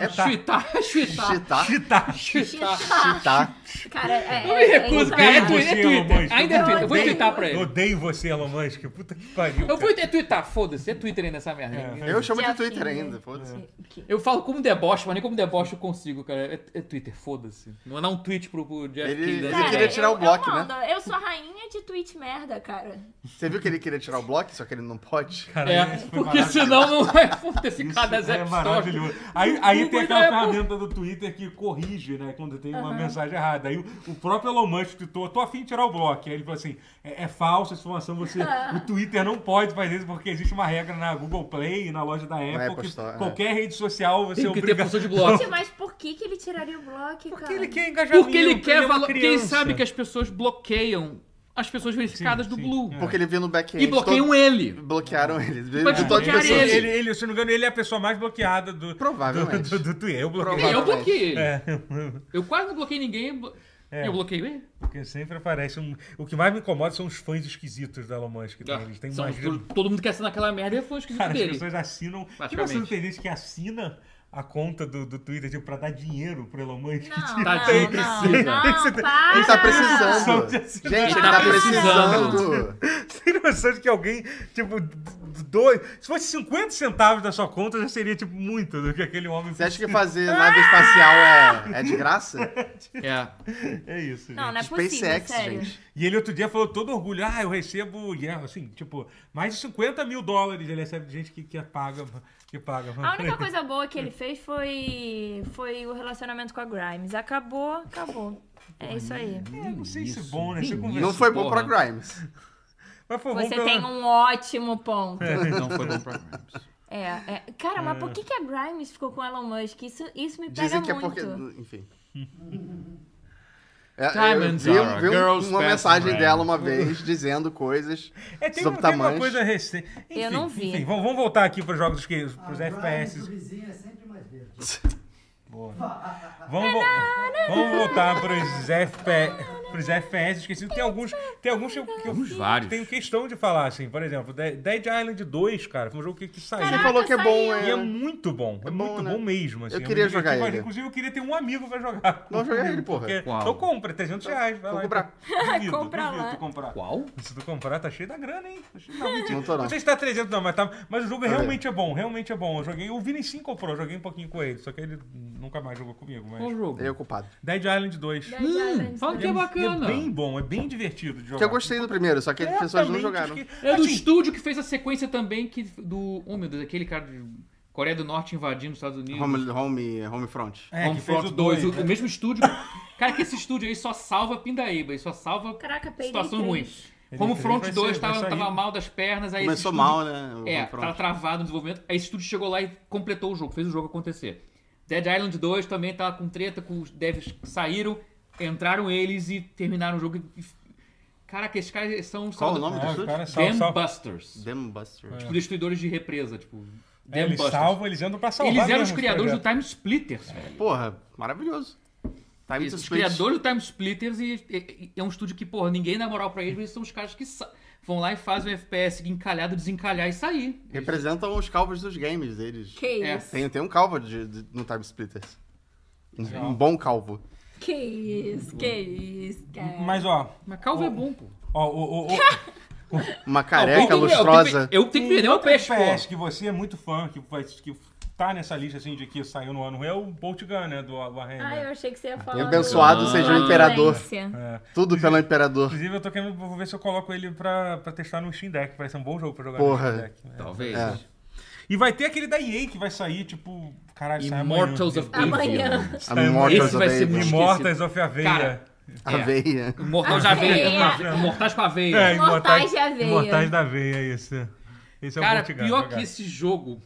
S3: É, tá.
S1: chitar.
S2: Chutar, chutar,
S1: Chitar.
S3: Chitar.
S2: chutar.
S3: Chitar.
S4: Cara, é,
S2: Eu me
S4: é- é
S2: recuso,
S4: isso
S2: cara.
S4: aí.
S2: É Twitter, é Twitter. Ainda é Twitter. Eu vou
S4: Odeio.
S2: twittar pra ele.
S1: Odeio você, Elon Musk. Puta que pariu.
S2: Eu
S1: cara.
S2: vou até twittar, foda-se, é Twitter ainda essa merda.
S1: É.
S3: Eu chamo de
S4: Jeff
S3: Twitter
S4: Keighley.
S3: ainda, foda-se.
S4: Que-
S2: Eu falo como deboche, mas nem como deboche eu consigo, cara. É, é Twitter, foda-se. Mandar um tweet pro, pro Jeff
S3: Ele-
S2: Keighley.
S3: ele
S2: Cara,
S3: queria
S2: é-
S3: tirar o
S4: eu-
S3: bloco,
S4: eu
S3: né?
S4: mando. Eu sou a rainha de tweet merda, cara.
S3: Você viu que ele queria tirar o bloco, só que ele não pode?
S1: Cara,
S2: É,
S1: esse foi
S2: porque
S1: maravilhoso.
S2: senão não vai foda-se
S1: Isso
S2: cada
S1: é
S2: Zé
S1: maravilhoso. Aí, aí tem aquela
S2: Google é-
S1: ferramenta do Twitter que corrige, né? Quando tem uma mensagem errada. Aí o, o próprio Elon Musk tweetou, tô afim de tirar o bloco. Aí ele falou assim, é, é falsa essa informação, você, o Twitter não pode fazer isso porque existe uma regra na Google Play e na loja da Apple,
S3: Apple
S1: que
S3: Store, é.
S1: qualquer rede social você é
S2: Tem que ter
S1: obriga...
S2: função de bloco.
S4: Gente, Mas por que, que ele tiraria o bloco, cara?
S1: Porque ele quer engajamento.
S2: Porque ele é
S1: é
S2: quer valor. Quem sabe que
S1: as
S2: as pessoas bloqueiam as pessoas verificadas
S1: Sim,
S2: do
S1: sim,
S2: Blue.
S1: é.
S3: Porque ele viu no back-end.
S2: E um bloqueiam ele.
S3: todo... Bloquearam ele. De
S2: Mas
S3: de
S1: ele,
S2: bloquearam
S3: todas as pessoas.
S1: Então, tipo assim, ele, ele, se não me engano, ele é a pessoa mais bloqueada do, do,
S3: Provavelmente.
S1: do, do Twitter. Eu bloqueei.
S2: Eu
S3: Provavelmente.
S2: bloqueei ele.
S1: É.
S2: Eu quase não bloqueei ninguém. eu blo- Eu bloqueio ele.
S1: Porque sempre aparece um. O que mais me incomoda são os fãs esquisitos da Elon Musk. Né? Eles têm
S2: Ah, São-
S1: mais. de-
S2: todo mundo que assina aquela merda é fã esquisito
S1: Cara, as
S2: dele.
S1: pessoas assinam. Tipo
S2: Praticamente.
S1: assim, tem gente que assina a conta do, do Twitter tipo, pra dar dinheiro pro Elon Musk.
S4: Não,
S1: Tipo,
S4: não,
S2: Tadinho,
S4: não,
S2: precisa.
S4: não, para.
S3: Tá, Ele tá
S1: São
S3: precisando.
S1: de
S3: Gente,
S1: assinantes.
S3: ele
S2: Tá
S3: tá
S2: precisando.
S3: precisando.
S1: Tipo, Tem noção de que alguém, tipo, d- d- dois. Se fosse 50 centavos da sua conta, já seria, tipo, muito do que aquele homem.
S3: Você acha que fazer nave espacial é, é de graça?
S2: É.
S1: É isso,
S4: Não,
S1: gente.
S4: não é possível,
S3: SpaceX,
S4: sério.
S3: gente.
S1: E ele outro dia falou todo orgulho, ah, eu recebo, e é, assim, tipo, mais de 50 mil dólares ele recebe de gente que, que paga, que paga.
S4: A única coisa boa que ele fez foi, foi o relacionamento com a Grimes. Acabou, acabou. É isso aí.
S1: É, não sei se
S2: Isso,
S1: bom, né? Você
S2: bem
S1: conversa.
S3: Não foi bom
S2: Porra.
S3: pra Grimes.
S1: Mas foi bom
S4: Você
S1: pela-
S4: tem um ótimo ponto.
S2: Não foi bom pra
S4: É, é. Cara, mas por que, que a Grimes ficou com o Elon Musk? Isso, isso me pega
S3: Dizem que é
S4: muito.
S3: porque. Enfim. É, eu
S2: Diamonds
S3: vi,
S2: are a
S3: vi um-
S2: girl's
S3: uma
S2: best
S3: mensagem
S2: friend.
S3: dela uma vez dizendo coisas
S1: É, tem,
S3: sobre
S1: uma- tem uma
S3: tamanhos.
S1: coisa recente.
S4: Eu não vi.
S1: Enfim, vamos, vamos voltar aqui para os jogos que para os
S5: Agora,
S1: FPS.
S5: mas O vizinho é sempre mais verde.
S1: Boa. Vamos, vo- vamos voltar para os FP, pros FPS esquecidos. Tem alguns, tem alguns que eu, que eu
S2: Alguns vários.
S1: tenho questão de falar, assim. Por exemplo, De- Dead Island 2, cara, foi um jogo que, que saiu.
S3: Você
S4: Caraca,
S3: falou que é bom,
S4: saiu.
S1: E é
S3: é.
S1: muito bom. É,
S3: É bom,
S1: muito
S3: né?
S1: bom mesmo. Assim.
S3: Eu
S1: me
S3: queria
S1: diverti
S3: jogar
S1: bastante.
S3: ele.
S1: Inclusive, eu queria ter um amigo pra jogar.
S3: Vamos jogar ele, porra.
S1: Porque-
S2: Uau.
S1: Então compra, 300 reais. Vai
S3: Vou
S1: lá.
S3: comprar.
S1: Duvido,
S4: Compra
S1: duvido
S4: lá.
S1: tu comprar.
S2: Qual?
S1: Se tu comprar, tá cheio da grana, hein? Tá cheio- Não, mentira.
S3: Não tô, não.
S1: sei se tá 300, não, mas, tá... mas o jogo
S3: Tá
S1: realmente é bom, realmente é bom. Eu joguei, o Vini sim comprou, eu joguei um pouquinho com ele, só que ele nunca mais jogou comigo, mas...
S2: Qual jogo?
S3: Ele é ocupado.
S1: Dead Island 2.
S4: Dead
S2: Hum,
S4: Island,
S2: fala
S4: né?
S2: que é
S1: É
S2: bacana.
S1: bem bom, é bem divertido de jogar.
S3: Que eu gostei do primeiro, só que as
S1: É,
S3: pessoas não
S1: também, acho
S3: jogaram.
S1: que-
S2: É do
S1: assim,
S2: estúdio que fez a sequência também que do. Oh meu Deus, aquele cara de Coreia do Norte invadindo os Estados Unidos.
S3: Home, home, home front.
S1: é, que fez
S2: Homefront
S1: o
S2: 2, o,
S1: dois, né?
S2: o mesmo estúdio. Cara, que esse estúdio aí só salva Pindaíba, e só salva
S4: Caraca, peidei
S2: situações
S4: três.
S2: ruins.
S1: Ele três
S2: Homefront
S1: vai
S2: 2
S1: ser- vai
S2: tava,
S1: sair.
S2: tava mal das pernas, aí esse
S3: Começou
S2: estúdio-
S3: mal, né? o
S2: É,
S3: home front.
S2: tava travado no desenvolvimento. Aí esse estúdio chegou lá e completou o jogo, fez o jogo acontecer. Dead Island 2 também tava com treta, com os devs que saíram, entraram eles e terminaram o jogo. e- e- Caraca, esses caras são. são
S3: Qual o nome do
S1: É, o
S3: estúdio?
S1: cara salva,
S2: Dam
S1: salva.
S2: Busters.
S3: Dem Buster.
S2: Tipo, destruidores de represa, tipo.
S1: É,
S2: Dam
S1: eles
S2: Busters.
S1: salvam, eles andam pra salvar
S2: Eles eram
S1: mesmo
S2: os
S1: os
S2: criadores do
S1: projetos.
S2: Time Splitters, velho.
S3: Porra, maravilhoso. Time
S2: Eles- É.
S3: to
S2: Os
S3: Switch.
S2: criadores do Time Splitters e, e- e é um estúdio que, porra, ninguém dá moral pra eles, mas eles são os caras que sa- vão lá e fazem o FPS encalhado, desencalhar e sair.
S3: Representam os calvos dos games deles.
S4: Que
S2: É.
S4: isso?
S3: Tem, tem um calvo de- de- no Time Splitters. Um, um bom calvo.
S4: Que isso? Que isso, cara?
S1: Mas, ó,
S2: Mas calvo é bom, pô.
S1: ó o, o, o,
S3: Uma
S2: eu
S3: careca
S2: tenho que- eu tenho que-
S3: lustrosa.
S2: Eu tenho que vender meu
S1: um outro
S2: peixe, pô.
S1: FPS que você é muito fã, que, vai- que tá nessa lista assim de que saiu no ano ruim, é o Bolt Gun, né? Do Warhammer.
S4: Ah, eu achei que você ia falar.
S3: E abençoado
S4: do-
S2: seja o
S4: da
S3: imperador.
S4: violência.
S1: É.
S3: Tudo pelo imperador.
S1: Inclusive, eu tô querendo vou ver se eu coloco ele pra, pra testar no Steam Deck. Parece um bom jogo pra jogar
S3: Porra.
S1: no Steam Deck. É.
S2: Talvez.
S3: É.
S1: E vai ter aquele da EA que vai sair, tipo, caralho, sai amanhã. assim.
S2: Immortals of Evil.
S4: Amanhã.
S3: A Mortals
S2: Esse vai ser muito-
S3: Aveia.
S1: Immortals of Aveia.
S2: Cara,
S3: A veia.
S2: Mortais da
S4: Aveia.
S2: veia. Mortais com a veia.
S1: É,
S4: Imortais de Aveia.
S1: Imortais da Aveia, esse. Esse é
S2: Cara,
S1: o Bolt Gun,
S2: pior
S1: jogar.
S2: que esse jogo.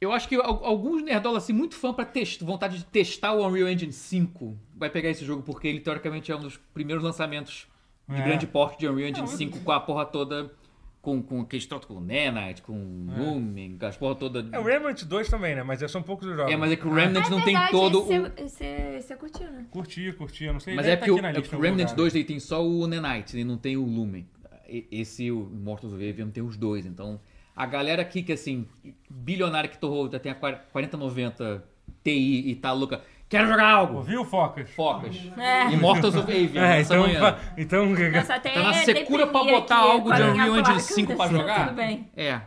S2: Eu acho que al- alguns nerdolas, assim, muito fã pra test, vontade de testar o Unreal Engine 5, vai pegar esse jogo, porque ele teoricamente é um dos primeiros lançamentos de
S1: É.
S2: grande porte de Unreal Engine 5 com a porra toda. Com, com aqueles troços com o Nanite, com o Looming, com as porra toda.
S1: É o Remnant 2 também, né? Mas são poucos os jogos.
S2: É, mas é que o Remnant não tem
S4: Verdade,
S2: todo o.
S4: esse é Você você curtiu, né?
S1: Curti, curti. Eu não sei
S2: Mas
S1: deve
S2: é
S1: tá
S2: porque o,
S1: aqui na
S2: é
S1: lista
S2: porque o
S1: em algum
S2: Remnant
S1: lugar. né?
S2: 2 ele tem só o Nanite, ele não tem o Lumen. E- Esse, o Mortals of Avium, tem os dois. Então, a galera aqui que, assim, bilionária que torrou, já tem a 40- 4090 TI e tá louca, quero jogar algo!
S1: Ouviu, Focas?
S2: Focas.
S4: É.
S2: E Mortals of Avium,
S1: É,
S2: essa
S1: então.
S2: manhã.
S1: fa- então
S4: Nossa, até
S2: Tá na
S4: é
S2: secura pra
S4: deprimir
S2: botar
S4: aqui
S2: algo
S4: com a
S2: de
S4: minha
S2: Unreal Engine
S4: placa.
S2: 5 pra
S4: Tudo
S2: jogar?
S4: bem.
S2: É.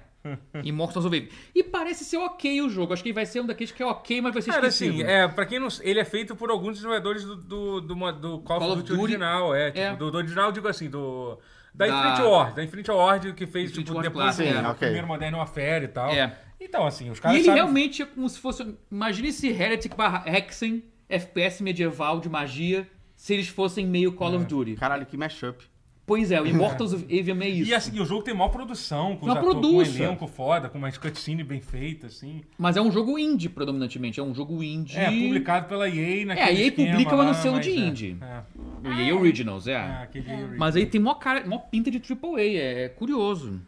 S2: Immortals of Avium. E parece ser ok o jogo. Acho que vai ser um daqueles que é ok, mas vai ser
S1: Cara,
S2: esquecido.
S1: assim, é, pra quem não. Ele é feito por alguns desenvolvedores do, do, do, mo- do Call,
S2: Call
S1: of
S2: of
S1: Duty
S2: Duty.
S1: original, é. Tipo,
S2: É.
S1: Do, do original, eu digo assim, do. Da,
S2: Da-
S1: Infinity Ward, da Infinity Ward que fez,
S2: Infinity
S1: tipo,
S2: Ward
S1: depois
S2: Classic,
S1: do
S3: é. Ok.
S1: primeiro Modern Warfare e tal.
S2: É.
S1: Então, assim, os
S2: E
S1: caras
S2: ele
S1: sabem.
S2: realmente é como se fosse. Imagina esse Heretic barra Hexen FPS medieval de magia se eles fossem meio Call
S1: É.
S2: of Duty.
S3: Caralho, que mashup.
S2: Pois é, o Immortals of Avium é isso.
S1: E assim, o jogo tem maior produção, com, os
S2: Maior
S1: atores, com um
S2: produz,
S1: elenco foda, com uma cutscene bem feita, assim.
S2: Mas é um jogo indie, predominantemente. É um jogo indie.
S1: É, publicado pela EA naquele
S2: É, a EA
S1: esquema
S2: publica, mas no
S1: lá,
S2: selo de
S1: é,
S2: indie.
S1: É,
S2: O EA Originals, é.
S1: é, aquele
S2: Mas aí tem mó, cara, mó pinta de AAA, é, é curioso.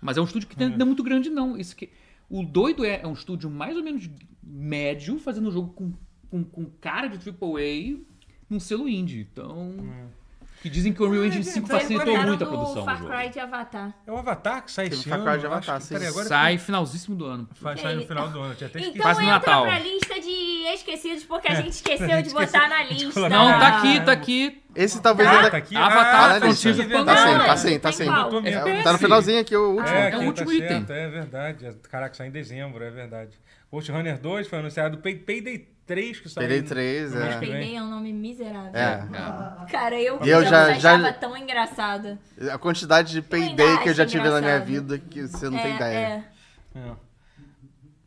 S2: Mas é um estúdio que tem- não é muito grande, não. Isso que, o doido é, é um estúdio mais ou menos médio, fazendo um jogo com, com, com cara de AAA num selo indie. Então. Que dizem que o Unreal Engine 5
S4: Eles
S2: facilitou
S4: Ah, botaram
S2: muito a
S4: do
S2: produção do
S4: Far Cry
S2: jogo.
S4: de Avatar.
S1: É o Avatar que sai
S3: Teve
S1: esse
S3: Far
S1: ano.
S3: Cry de
S1: eu acho
S3: Avatar,
S1: que-
S3: sim.
S1: peraí, agora
S2: Sai finalzíssimo do ano.
S1: Faz, sai no
S4: Ele-
S1: final do ano. eu tinha até
S4: Então
S1: esquecido.
S2: Quase no
S4: entra
S2: Natal.
S4: pra lista de esquecidos, porque a gente esqueceu
S1: A gente
S4: de botar na lista.
S1: colocou.
S2: Não, tá
S1: Ah,
S2: aqui, tá aqui.
S3: Esse talvez
S1: Ah,
S3: ainda.
S1: tá aqui.
S2: Avatar,
S1: ah,
S3: Tá na lista.
S1: sim,
S2: Frontier,
S3: Tá
S1: verdade.
S3: sim,
S4: Não,
S3: tá sim, tá
S4: tem
S3: sim.
S4: qual?
S1: Botou mesmo.
S3: Tá no finalzinho aqui, o último.
S1: É,
S2: é o
S1: aqui,
S2: último
S1: É, tá
S2: item.
S1: certo, é verdade. Caraca, sai em dezembro, é verdade. Ghost Runner 2 foi anunciado. Pay- Payday 3 que saiu.
S3: Payday 3,
S1: no mês
S3: é.
S1: que vem.
S4: Payday é um nome miserável.
S3: É.
S4: Cara, eu,
S3: E eu
S4: eu
S3: já- já-
S4: achava tão engraçado.
S3: A quantidade de payday
S4: ainda
S3: que eu já
S4: acho
S3: tive na minha
S4: engraçado.
S3: vida que você não tem
S4: É,
S3: ideia.
S4: é.
S1: É.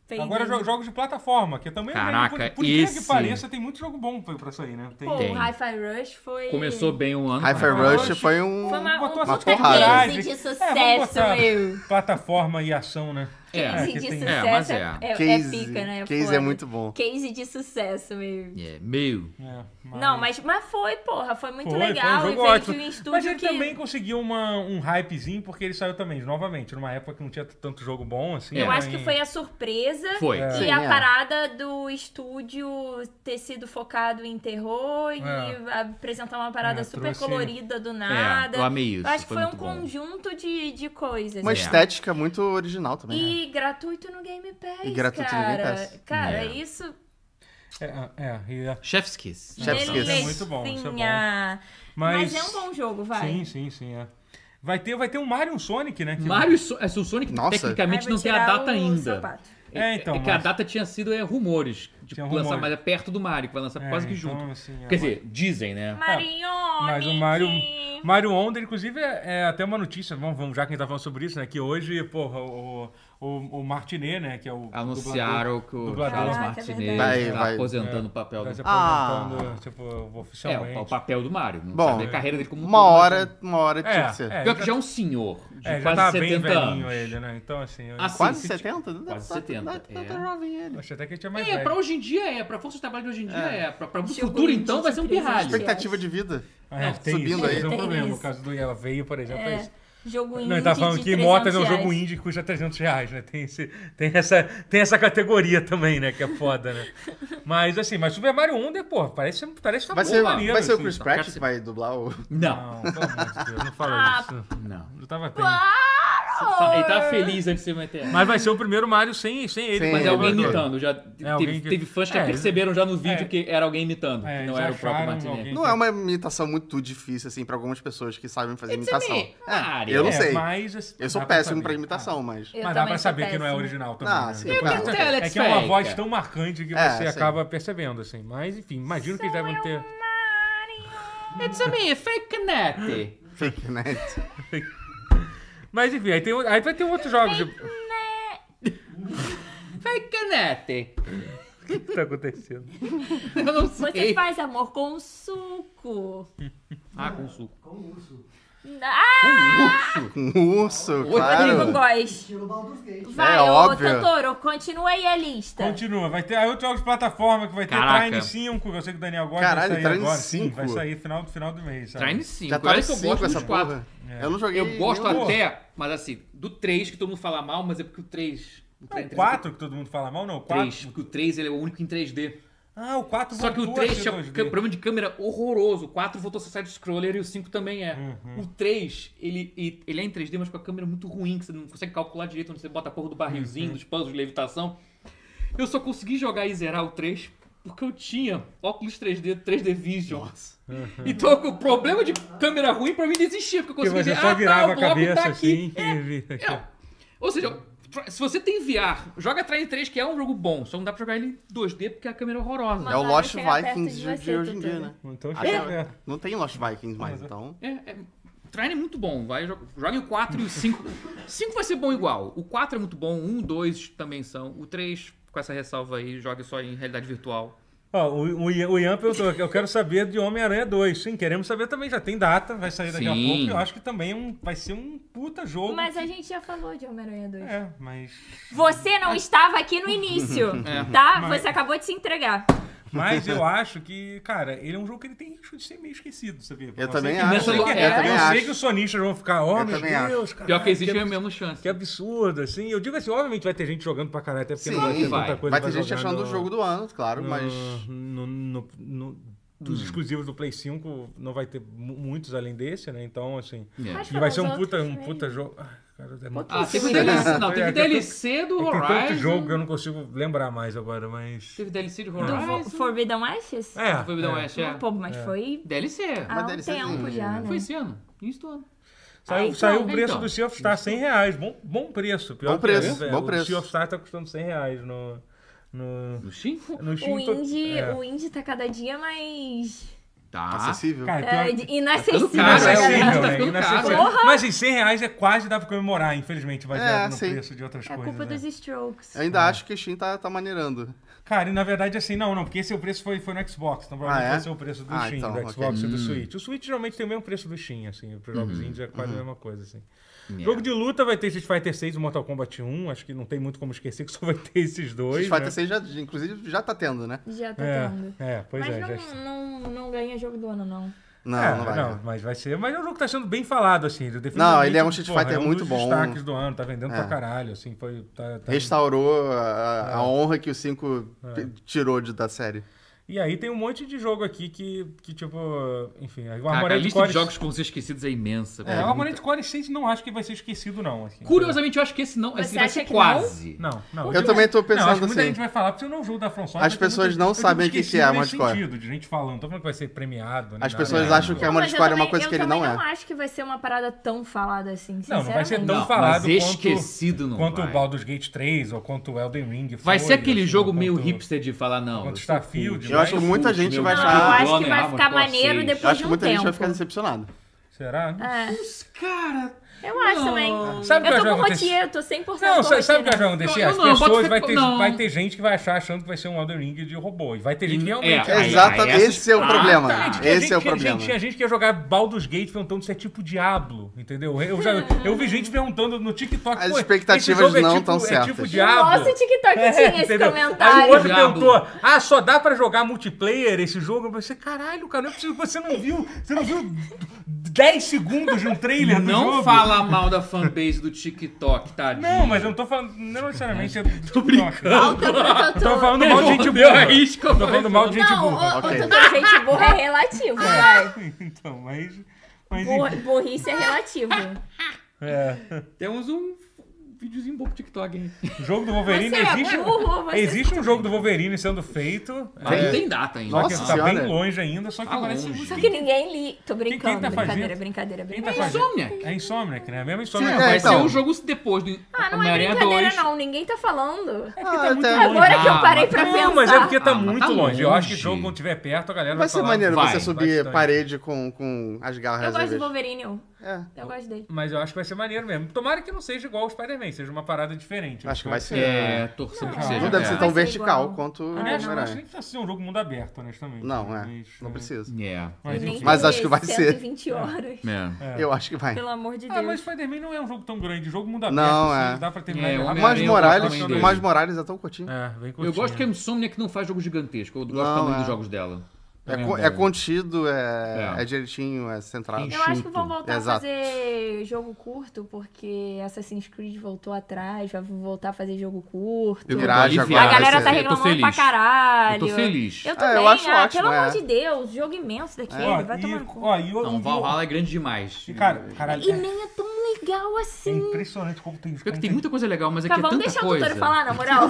S4: Payday.
S1: Agora, jo- jogos de plataforma, que também...
S2: Caraca,
S1: por, por incrível que
S2: esse-
S1: pareça, tem muito jogo bom pra, pra sair, né? Tem...
S4: Pô,
S2: Tem.
S4: o Hi-Fi Rush foi...
S2: Começou bem o ano.
S3: Hyper
S2: cara.
S1: Rush
S3: Rush foi um.
S4: Foi uma,
S1: Botou
S4: uma,
S1: uma
S4: puta
S3: porrada.
S4: case de sucesso,
S1: É, vamos botar
S4: eu.
S1: Plataforma e ação, né?
S2: É,
S4: Case
S1: que
S4: de
S1: tem-
S4: sucesso
S2: é,
S4: é,
S2: mas é.
S4: é- é
S3: Case.
S4: pica, né?
S3: Case é
S4: foda.
S3: muito bom.
S4: Case de sucesso, meu.
S2: É, meio.
S1: É, mas-
S4: Não, mas, mas foi, porra. Foi muito
S1: Foi,
S4: legal.
S1: foi um
S4: e
S1: jogo
S4: veio
S1: ótimo.
S4: de um estúdio
S1: Mas ele
S4: que...
S1: também conseguiu uma, um hypezinho, porque ele saiu também, novamente, numa época que não tinha tanto jogo bom, assim.
S4: Eu
S1: né,
S4: acho que
S1: em-
S4: foi a surpresa.
S2: Foi.
S4: E
S3: Sim,
S4: a
S3: é.
S4: parada do estúdio ter sido focado em terror e
S1: É.
S4: apresentar uma parada
S1: É,
S4: super
S1: trouxe-
S4: colorida do nada.
S2: eu amei isso,
S4: acho que
S2: foi
S4: foi, um
S2: muito bom.
S4: conjunto de, de coisas.
S3: Uma
S2: É.
S3: estética muito original também. né?
S4: E gratuito no Game Pass,
S3: E gratuito no
S4: cara.
S3: Game Pass.
S4: Cara,
S2: É.
S4: isso...
S1: É, é, é, e a-
S2: Chef's Kiss.
S3: Chef's Kiss.
S1: Isso é muito bom, isso é bom.
S4: belezinha.
S1: Mas-
S4: Mas... é um bom jogo, vai.
S1: Sim, sim, sim, é. Vai ter, vai ter um Mario e um Sonic, né? que-
S2: Mario e So- é, o Sonic
S3: Nossa.
S4: Aí
S2: tecnicamente
S4: vou
S2: não tem a
S4: tirar
S2: data
S4: o
S2: ainda.
S4: sapato.
S1: É, então,
S2: que a
S1: mas-
S2: data tinha sido é, rumores. De
S1: Tinha
S2: lançar,
S1: rumores.
S2: mas é perto do Mario, que vai lançar
S1: É,
S2: quase que
S1: então,
S2: junto.
S1: assim, é,
S2: Quer dizer, dizem, né?
S4: Marion!
S1: Mas o Mario, Mario Onda, inclusive, é, é até uma notícia, vamos, vamos já que a gente tá falando sobre isso, né? Que hoje, porra, o, o, o Martinet, né? Que é o.
S2: Anunciaram que o
S1: dublador.
S2: Charles
S4: Caraca, é
S2: Martinez
S3: verdade. Vai,
S2: está
S3: vai.
S2: aposentando o papel
S1: Tá se
S2: do... Ah.
S1: aposentando, tipo,
S2: É,
S1: oficialmente.
S2: o, o papel do Mario. Não
S3: Bom,
S2: sabe a carreira dele como um
S3: Uma
S2: todo,
S3: hora, uma hora tinha
S1: É,
S3: que ser.
S1: é,
S2: Pior
S1: já-
S2: que já é um senhor, de
S1: É, já
S2: quase
S1: tá bem
S2: 70
S1: velhinho
S2: anos.
S1: ele, né? Então, assim. Eu
S2: Assim,
S3: Quase
S2: se-
S3: 70?
S2: quase
S3: Tá-
S2: 70,
S3: tá- tá- tá
S2: é.
S3: jovem ele.
S1: achei até que ele tinha mais
S2: É,
S1: velho.
S2: pra hoje em dia é, pra força de trabalho de hoje em dia é. Pra, pra o
S4: Chegou
S2: futuro
S4: em
S2: então vai ser um
S4: 23
S2: pirralho.
S4: anos.
S3: Expectativa de vida.
S1: Ah,
S2: Tá
S1: é, tem
S3: subindo
S1: isso,
S3: aí.
S1: esse é um
S4: Tem
S1: problema.
S4: isso.
S1: O caso do Ela veio, por exemplo, é, isso.
S4: Jogo um indie
S1: Não, ele tá falando
S4: de
S1: que
S4: 300
S1: Immortals é um
S4: reais.
S1: jogo indie que custa 300 reais, né? Tem, esse, tem, essa, tem essa categoria também, né? Que é foda, né? mas assim, mas Super Mario Wonder, pô, parece, parece tá
S3: Vai
S1: bom,
S3: ser,
S1: maneiro,
S3: vai ser o
S1: assim.
S3: Chris Pratt que vai dublar o.
S2: Não,
S1: Não, pelo amor de Deus, não fala isso.
S2: não.
S1: Eu tava bem.
S4: Ah,
S2: Ele
S1: tá
S2: tava feliz antes de ser
S1: um
S2: uma ETS.
S6: Mas vai ser o primeiro Mario sem, sem ele.
S3: Sem
S2: Mas é
S3: ele,
S2: alguém
S3: Sim,
S2: imitando. Já teve,
S6: alguém que-
S2: teve fãs que
S6: É,
S2: perceberam já no vídeo
S1: é.
S2: que era alguém imitando,
S1: É,
S2: que não
S1: eles
S2: era o próprio
S1: acharam
S2: Martinelli.
S1: alguém.
S3: Não é uma imitação muito difícil, assim, pra algumas pessoas que sabem fazer
S2: It's a
S3: imitação.
S2: me.
S3: É,
S2: Mario.
S3: eu não
S2: É,
S3: sei.
S1: Mas, assim,
S3: Eu sou
S1: dá pra
S3: péssimo
S1: saber.
S3: pra
S2: Ah.
S3: imitação, mas.
S4: Ah, Eu
S1: Mas dá
S4: também
S1: pra
S4: sou
S1: saber que não é
S4: péssima.
S1: original também.
S3: Ah,
S1: né?
S3: sim, Eu claro.
S2: tentei, Alex
S1: É que é uma
S2: Fake.
S1: voz tão marcante que
S3: É,
S1: você
S3: sim.
S1: acaba percebendo, assim. Mas, enfim, imagino que eles devem ter...
S2: It's a me, É fake connect.
S3: Fake net.
S1: Mas, enfim, aí, tem, o- aí vai ter outros jogos. de- O
S2: Fake connect.
S1: que tá acontecendo?
S2: Eu não
S4: Você
S2: sei.
S4: faz amor com suco.
S2: Ah, com suco.
S4: Ah,
S2: Com urso?
S3: Um urso,
S4: Rodrigo
S3: claro.
S4: Góes.
S5: Tiro o Baldur's Gate.
S4: Vai,
S3: É
S4: ô
S3: óbvio.
S4: Totoro, continua aí a lista.
S1: Continua, vai ter aí outros jogos de plataforma que vai ter
S2: Caraca.
S1: Trine 5, eu sei que o Daniel gosta
S3: Caralho,
S1: vai sair
S3: Trine
S1: agora.
S3: 5?
S1: vai sair final, final do mês, sabe?
S2: Trine 5.
S3: Já tá
S2: Olha
S3: no
S2: que eu
S3: 5
S2: gosto
S3: essa
S2: dos quatro.
S3: porra. Eu não joguei.
S2: Eu gosto
S3: nenhum.
S2: até, mas assim, do 3 que todo mundo fala mal, mas é porque o 3... O
S1: O 4 que todo mundo fala mal, não, o 4.
S2: 3, porque o 3 ele é o único em 3D.
S1: Ah, o 4
S2: Só que o
S1: voltou a
S2: 3
S1: ser
S2: tinha
S1: 2D.
S2: problema de câmera horroroso. O 4 voltou a ser side-scroller e o 5 também é.
S1: Uhum.
S2: O 3, ele, e- ele é em 3D, mas com a câmera muito ruim, que você não consegue calcular direito onde você bota a porra do
S1: Uhum.
S2: barrilzinho, dos puzzles de levitação. Eu só consegui jogar e zerar o 3 porque eu tinha óculos 3D, 3D Vision.
S3: É
S2: Então o problema de câmera ruim pra mim desistia, porque eu
S1: Que
S2: conseguia
S1: você
S2: ver,
S1: só
S2: ah,
S1: virava
S2: tá,
S1: a
S2: o bloco
S1: cabeça
S2: tá aqui.
S1: assim e vira.
S2: É. Ou seja, tra- se você tem VR, joga Train 3, que é um jogo bom, só não dá pra jogar ele em 2D porque a câmera é horrorosa.
S4: Mas
S3: É o
S4: vai
S3: Lost
S4: chegar perto
S3: Vikings
S4: de
S3: de,
S4: você,
S3: de hoje em
S4: Totoro.
S3: dia, né?
S1: Então
S3: Até-
S1: chega perto.
S3: Não tem Lost Vikings mais, então.
S2: É, é, Train é muito bom, vai, jo- joguem o 4 e o 5. 5 vai ser bom igual. O 4 é muito bom, 1, 2 também são. O 3, com essa ressalva aí, jogue só em realidade virtual.
S1: Ó, o, o Ian, o Ian perguntou, eu quero saber de Homem-Aranha 2. Sim, queremos saber também, já tem data, vai sair daqui a
S2: Sim.
S1: pouco. Eu acho que também é um- vai ser um puta jogo.
S4: Mas a gente já falou de Homem-Aranha 2.
S1: É, mas...
S4: Você não estava aqui no início,
S2: É.
S4: tá? Você acabou de se entregar.
S1: Mas eu acho que, cara, ele é um jogo que ele tem risco de ser meio esquecido, sabia?
S3: Eu
S1: Não
S3: também
S1: sei que-
S3: acho.
S1: Eu sei que,
S2: Eu também
S1: eu sei
S3: acho.
S1: que os sonistas vão ficar, ó,
S3: Eu
S1: meu
S3: também acho.
S1: Deus, cara.
S2: Pior que existe, é menos chance.
S1: Que absurdo, assim. Eu digo assim, obviamente vai ter gente jogando pra caralho, até porque
S3: Sim,
S1: não vai ter
S2: vai.
S1: tanta coisa
S3: Vai
S1: pra
S3: ter gente
S1: jogar
S3: achando
S1: no-
S3: o jogo do Hum. ano, claro,
S1: no-
S3: mas.
S1: no- no- no- dos exclusivos do Play 5 não vai ter mu- muitos além desse, né? Então, assim.
S2: É.
S4: Pode
S1: E
S4: falar
S1: vai ser
S4: os
S1: um
S4: outros
S1: puta, um
S4: também.
S1: puta jogo. Ah, cara, é muito-
S2: Ah, teve DLC, não, teve DLC do
S1: Tem tanto jogo é que
S2: Horizon.
S1: eu não consigo lembrar mais agora, mas.
S2: Teve DLC do
S4: Do
S2: Horizon.
S4: Fo- Forbidden Ashes?
S1: Ah. É.
S2: Foi Forbidden
S1: é. Ah,
S2: West, é.
S4: Pô, mas foi
S2: DLC.
S3: É
S4: há um
S3: DLC zinho,
S4: tempo já, né?
S2: Foi esse ano, início do ano.
S1: Saiu,
S4: Ah, então,
S1: saiu o preço
S2: então.
S1: do Sea of Stars, 100 reais. Bom, bom preço. Pior
S3: Bom
S1: que é,
S3: preço,
S1: é,
S3: bom
S1: o
S3: preço.
S1: Sea of Stars tá custando 100 reais no. No,
S2: No Steam?
S1: no
S4: O
S1: Steam to-
S4: indie,
S1: é.
S4: o indie tá cada dia mais
S2: Tá.
S3: Acessível.
S1: Cara, pior
S4: é,
S1: que-
S4: de-
S2: Tá
S4: inacessível.
S2: ficando
S4: pra
S2: caro, é, o
S4: galera.
S2: indie
S1: Inacessível,
S2: tá
S1: né?
S2: ficando caro.
S1: Inacessível.
S4: Porra!
S1: Mas assim, 100 reais é quase dá pra comemorar, infelizmente, baseado
S3: É,
S1: no
S3: sim.
S1: preço de outras
S4: É
S1: coisas.
S4: culpa
S1: né?
S4: dos strokes.
S3: Eu ainda acho que o Steam tá, tá maneirando.
S1: Cara, e na verdade assim, não, não, porque esse é o preço foi, foi no Xbox, então provavelmente
S3: Ah, é?
S1: vai ser o preço do
S3: Ah,
S1: Steam,
S3: então,
S1: do
S3: ok.
S1: Xbox e do Switch. O Switch geralmente tem o mesmo preço do Steam, assim, para
S3: Uhum,
S1: jogos indies é quase a mesma coisa, assim. Jogo de luta vai ter Street Fighter 6 e Mortal Kombat 1, acho que não tem muito como esquecer que só vai ter esses
S3: O
S1: dois,
S3: Street Fighter
S1: né?
S3: 6 já, inclusive, já tá tendo, né?
S4: Já tá tendo.
S1: É, é, pois
S4: mas
S1: é.
S4: não,
S1: já está.
S4: não, não ganha jogo do ano, não.
S3: Não,
S1: É,
S3: não vai.
S1: não, mas vai ser. Mas é um jogo que tá sendo bem falado, assim. definitivamente,
S3: Não, ele é um Street
S1: porra,
S3: Fighter muito
S1: dos
S3: bom.
S1: destaques do ano, tá vendendo
S3: É.
S1: pra caralho, assim. Foi, tá- tá-
S3: Restaurou a, a honra que o 5 tirou de, da série.
S1: E aí tem um monte de jogo aqui que, que tipo, enfim, o
S2: Cara, a
S1: Armored
S2: lista
S1: Core.
S2: de jogos com os esquecidos é imensa.
S1: É,
S2: cara.
S1: o Armored Core 6 não acho que vai ser esquecido, não. assim.
S2: Curiosamente, eu acho que esse não. Esse
S4: Você
S2: vai
S4: acha
S2: ser
S4: que
S2: quase.
S1: Não, não.
S3: Eu também tô
S1: não, acho
S3: pensando
S1: que muita
S3: assim.
S1: gente vai falar, porque eu não jogo da From Software,
S3: As
S1: tem
S3: pessoas
S1: muita-
S3: não
S1: eu digo
S3: sabem o que que é
S1: esquecido
S3: Armored
S1: nesse
S3: Core.
S1: sentido, de gente falando, não tô falando que vai ser premiado. nem
S3: As
S1: nada,
S3: pessoas
S1: né?
S3: acham que a Armored
S4: mas eu
S3: Core é uma
S4: também-
S3: coisa que ele
S4: Eu
S3: não
S4: também não
S3: é.
S4: acho que vai ser uma parada tão falada assim,
S1: Não, não vai ser
S4: sinceramente.
S1: tão
S2: Não,
S1: falado
S2: mas
S1: quanto-
S2: esquecido não
S1: Quanto
S2: vai.
S1: o Baldur's Gate 3 ou quanto o Elden Ring.
S2: Vai
S1: foi,
S2: ser aquele
S1: assim,
S2: jogo
S1: quanto-
S2: meio hipster de falar, não.
S1: quanto
S2: eu sou
S1: Starfield, né?
S2: cult,
S1: Eu acho
S2: sou
S1: que
S3: muita
S2: cult,
S3: gente
S2: meu
S3: vai
S2: Deus,
S3: achar-
S2: meu
S3: Eu
S4: acho
S2: dono
S4: que
S2: é
S4: vai
S2: Armored
S4: ficar
S2: Core
S4: maneiro
S2: 6.
S4: depois-
S3: Eu acho
S4: de
S3: que
S4: um
S3: muita gente vai
S4: tempo.
S3: ficar decepcionada.
S1: Será?
S2: É, Cara,
S4: Eu acho também.
S1: Sabe o que
S4: eu
S1: eu
S4: tô com
S1: jogo desse-
S4: rotier, eu tô 100% com
S1: Não, sabe, sabe o que
S4: rotier.
S1: vai acontecer?
S2: Eu
S1: As
S2: não, boto
S1: pessoas
S2: fé-
S1: vai ter,
S2: não.
S1: vai ter gente que vai achar achando que vai ser um Elden Ring de robô. E vai ter gente que realmente.
S2: É, aí-
S3: Exatamente.
S2: aí essas-
S3: Esse é o
S2: Ah,
S3: problema.
S2: tá. Gente,
S1: Tinha
S3: Esse
S1: gente-
S3: é o
S1: tinha
S3: problema.
S1: Gente, tinha gente que ia jogar Baldur's Gate perguntando se é tipo Diablo, entendeu? Eu, já, eu vi gente perguntando no TikTok.
S3: As
S1: "Pô,
S3: expectativas
S1: esse jogo é
S3: não
S1: tipo-
S3: tão
S1: É
S3: certas."
S1: tipo Diablo.
S4: Nossa, o TikTok tinha esse
S1: É, entendeu? Aí o
S4: comentário.
S1: outro
S2: Diablo.
S1: perguntou: Ah, só dá pra jogar multiplayer esse jogo? Eu pensei, caralho, cara, não é possível, você não viu. Você não viu 10 segundos de um trailer do
S2: Não
S1: jogo?
S2: fala mal da fanbase do TikTok, tadinho.
S1: Não, mas eu não tô falando. Não necessariamente é do TikTok.
S4: Volta pro
S1: Eu tô
S4: Totoro.
S1: falando mal de gente
S2: Deu
S1: burra.
S2: a isca,
S1: Tô falando mal de gente
S4: Não,
S1: burra.
S4: o,
S3: Ok.
S4: o Totoro, gente burra é relativo, vai.
S1: Então, mas. Mas
S4: Bur-
S1: enfim.
S4: burrice é relativo.
S1: É.
S2: Temos um videozinho bom pro TikTok, hein?
S1: O jogo do Wolverine
S4: Você é
S1: existe.
S4: burro, você-
S1: existe um jogo do Wolverine sendo feito.
S2: Mas
S1: é,
S2: não tem data ainda.
S1: Só
S3: Nossa
S1: que tá
S3: senhora.
S1: bem longe ainda, só que
S2: Tá
S1: parece.
S2: longe.
S4: Só que ninguém li. Tô
S1: quem
S4: brincando.
S1: tá
S4: brincadeira,
S1: fazendo?
S4: brincadeira,
S1: Quem tá
S4: brincadeira.
S1: fazendo?
S2: Insomniac.
S1: É Insomniac, né? É mesmo
S3: Sim,
S1: Insomniac.
S3: é,
S2: um Vai
S3: então.
S2: ser um jogo depois do
S4: Ah, não é
S2: Homem-Aranha
S4: brincadeira,
S2: 2.
S4: não. Ninguém tá falando.
S1: É porque tá muito
S3: até-
S1: longe.
S4: Agora que eu
S2: Ah,
S4: parei
S2: mas-
S4: pra pensar.
S1: Não, mas é porque tá
S2: Ah, mas
S1: muito
S2: tá
S1: longe. Eu acho que o
S2: longe.
S1: jogo, quando tiver perto, a galera vai,
S3: Vai ser
S1: falar
S3: maneiro
S2: vai,
S3: você subir
S1: bastante.
S3: parede com, com as garras
S4: Eu gosto
S3: às
S4: do
S3: vezes.
S4: Wolverine 1.
S3: É,
S4: Eu gosto dele.
S1: Mas eu acho que vai ser maneiro mesmo. Tomara que não seja igual o Spider-Man, seja uma parada diferente.
S3: acho que vai ser.
S2: É, torcer pra que
S1: Não
S2: seja.
S3: Não deve
S2: é.
S3: ser tão
S4: Vai ser
S3: vertical
S4: igual.
S3: quanto o
S1: Aliás, eu acho que
S3: Homem-Aranha.
S1: nem precisa ser um jogo mundo aberto, honestamente.
S3: Não, é.
S1: Mas, né,
S3: Não precisa.
S2: É.
S1: Mas
S4: E nem
S1: enfim.
S3: Mas acho que vai
S4: ter
S3: ser.
S4: 120 horas.
S2: É.
S1: É.
S3: Eu acho que vai.
S4: Pelo amor de Deus.
S1: Ah, mas Spider-Man não é um jogo tão grande. Jogo mundo aberto,
S3: Não,
S1: assim,
S3: é.
S1: dá pra terminar
S2: É,
S1: ele
S2: o
S1: rápido.
S3: Mas
S2: Homem-Aranha, eu
S3: Morales,
S2: gosto também
S3: mais
S2: dele.
S3: Morales é tão curtinho.
S1: É, bem
S2: Eu gosto que a
S1: curtinho.
S2: Insomniac não faz jogo gigantesco. Eu gosto
S3: Não,
S2: também
S3: é.
S2: dos jogos dela.
S3: É,
S2: Também
S3: co-
S2: bom.
S3: é contido, é,
S2: É.
S3: é direitinho, é centrado.
S4: Eu acho que vão
S2: Enxuto.
S4: voltar
S3: Exato.
S4: a fazer jogo curto, porque Assassin's Creed voltou atrás, vai voltar a fazer jogo curto.
S2: Eu tô
S3: Irá, já
S2: aliviado.
S4: A
S3: agora
S4: galera
S3: vai
S4: tá
S2: Eu tô
S3: ser-
S4: reclamando
S2: feliz.
S4: pra caralho.
S2: Eu tô feliz.
S4: Eu
S2: Ah,
S4: também,
S3: É, eu acho
S4: ah,
S3: ótimo,
S4: pelo amor
S3: é.
S4: de Deus, jogo imenso daquele,
S1: Ó,
S4: vai tomar no
S1: e,
S4: cu.
S1: ó, e, eu-
S2: Não,
S1: e-
S2: Valhalla é grande demais.
S1: e, cara, caralho,
S4: E
S1: é-
S4: nem é tão legal
S1: é
S4: assim.
S1: impressionante como tem...
S2: Pior que tem muita coisa legal, mas aqui
S4: Tá,
S2: é
S4: vamos
S2: tanta
S4: deixar o
S2: coisa.
S4: tutor falar, na moral.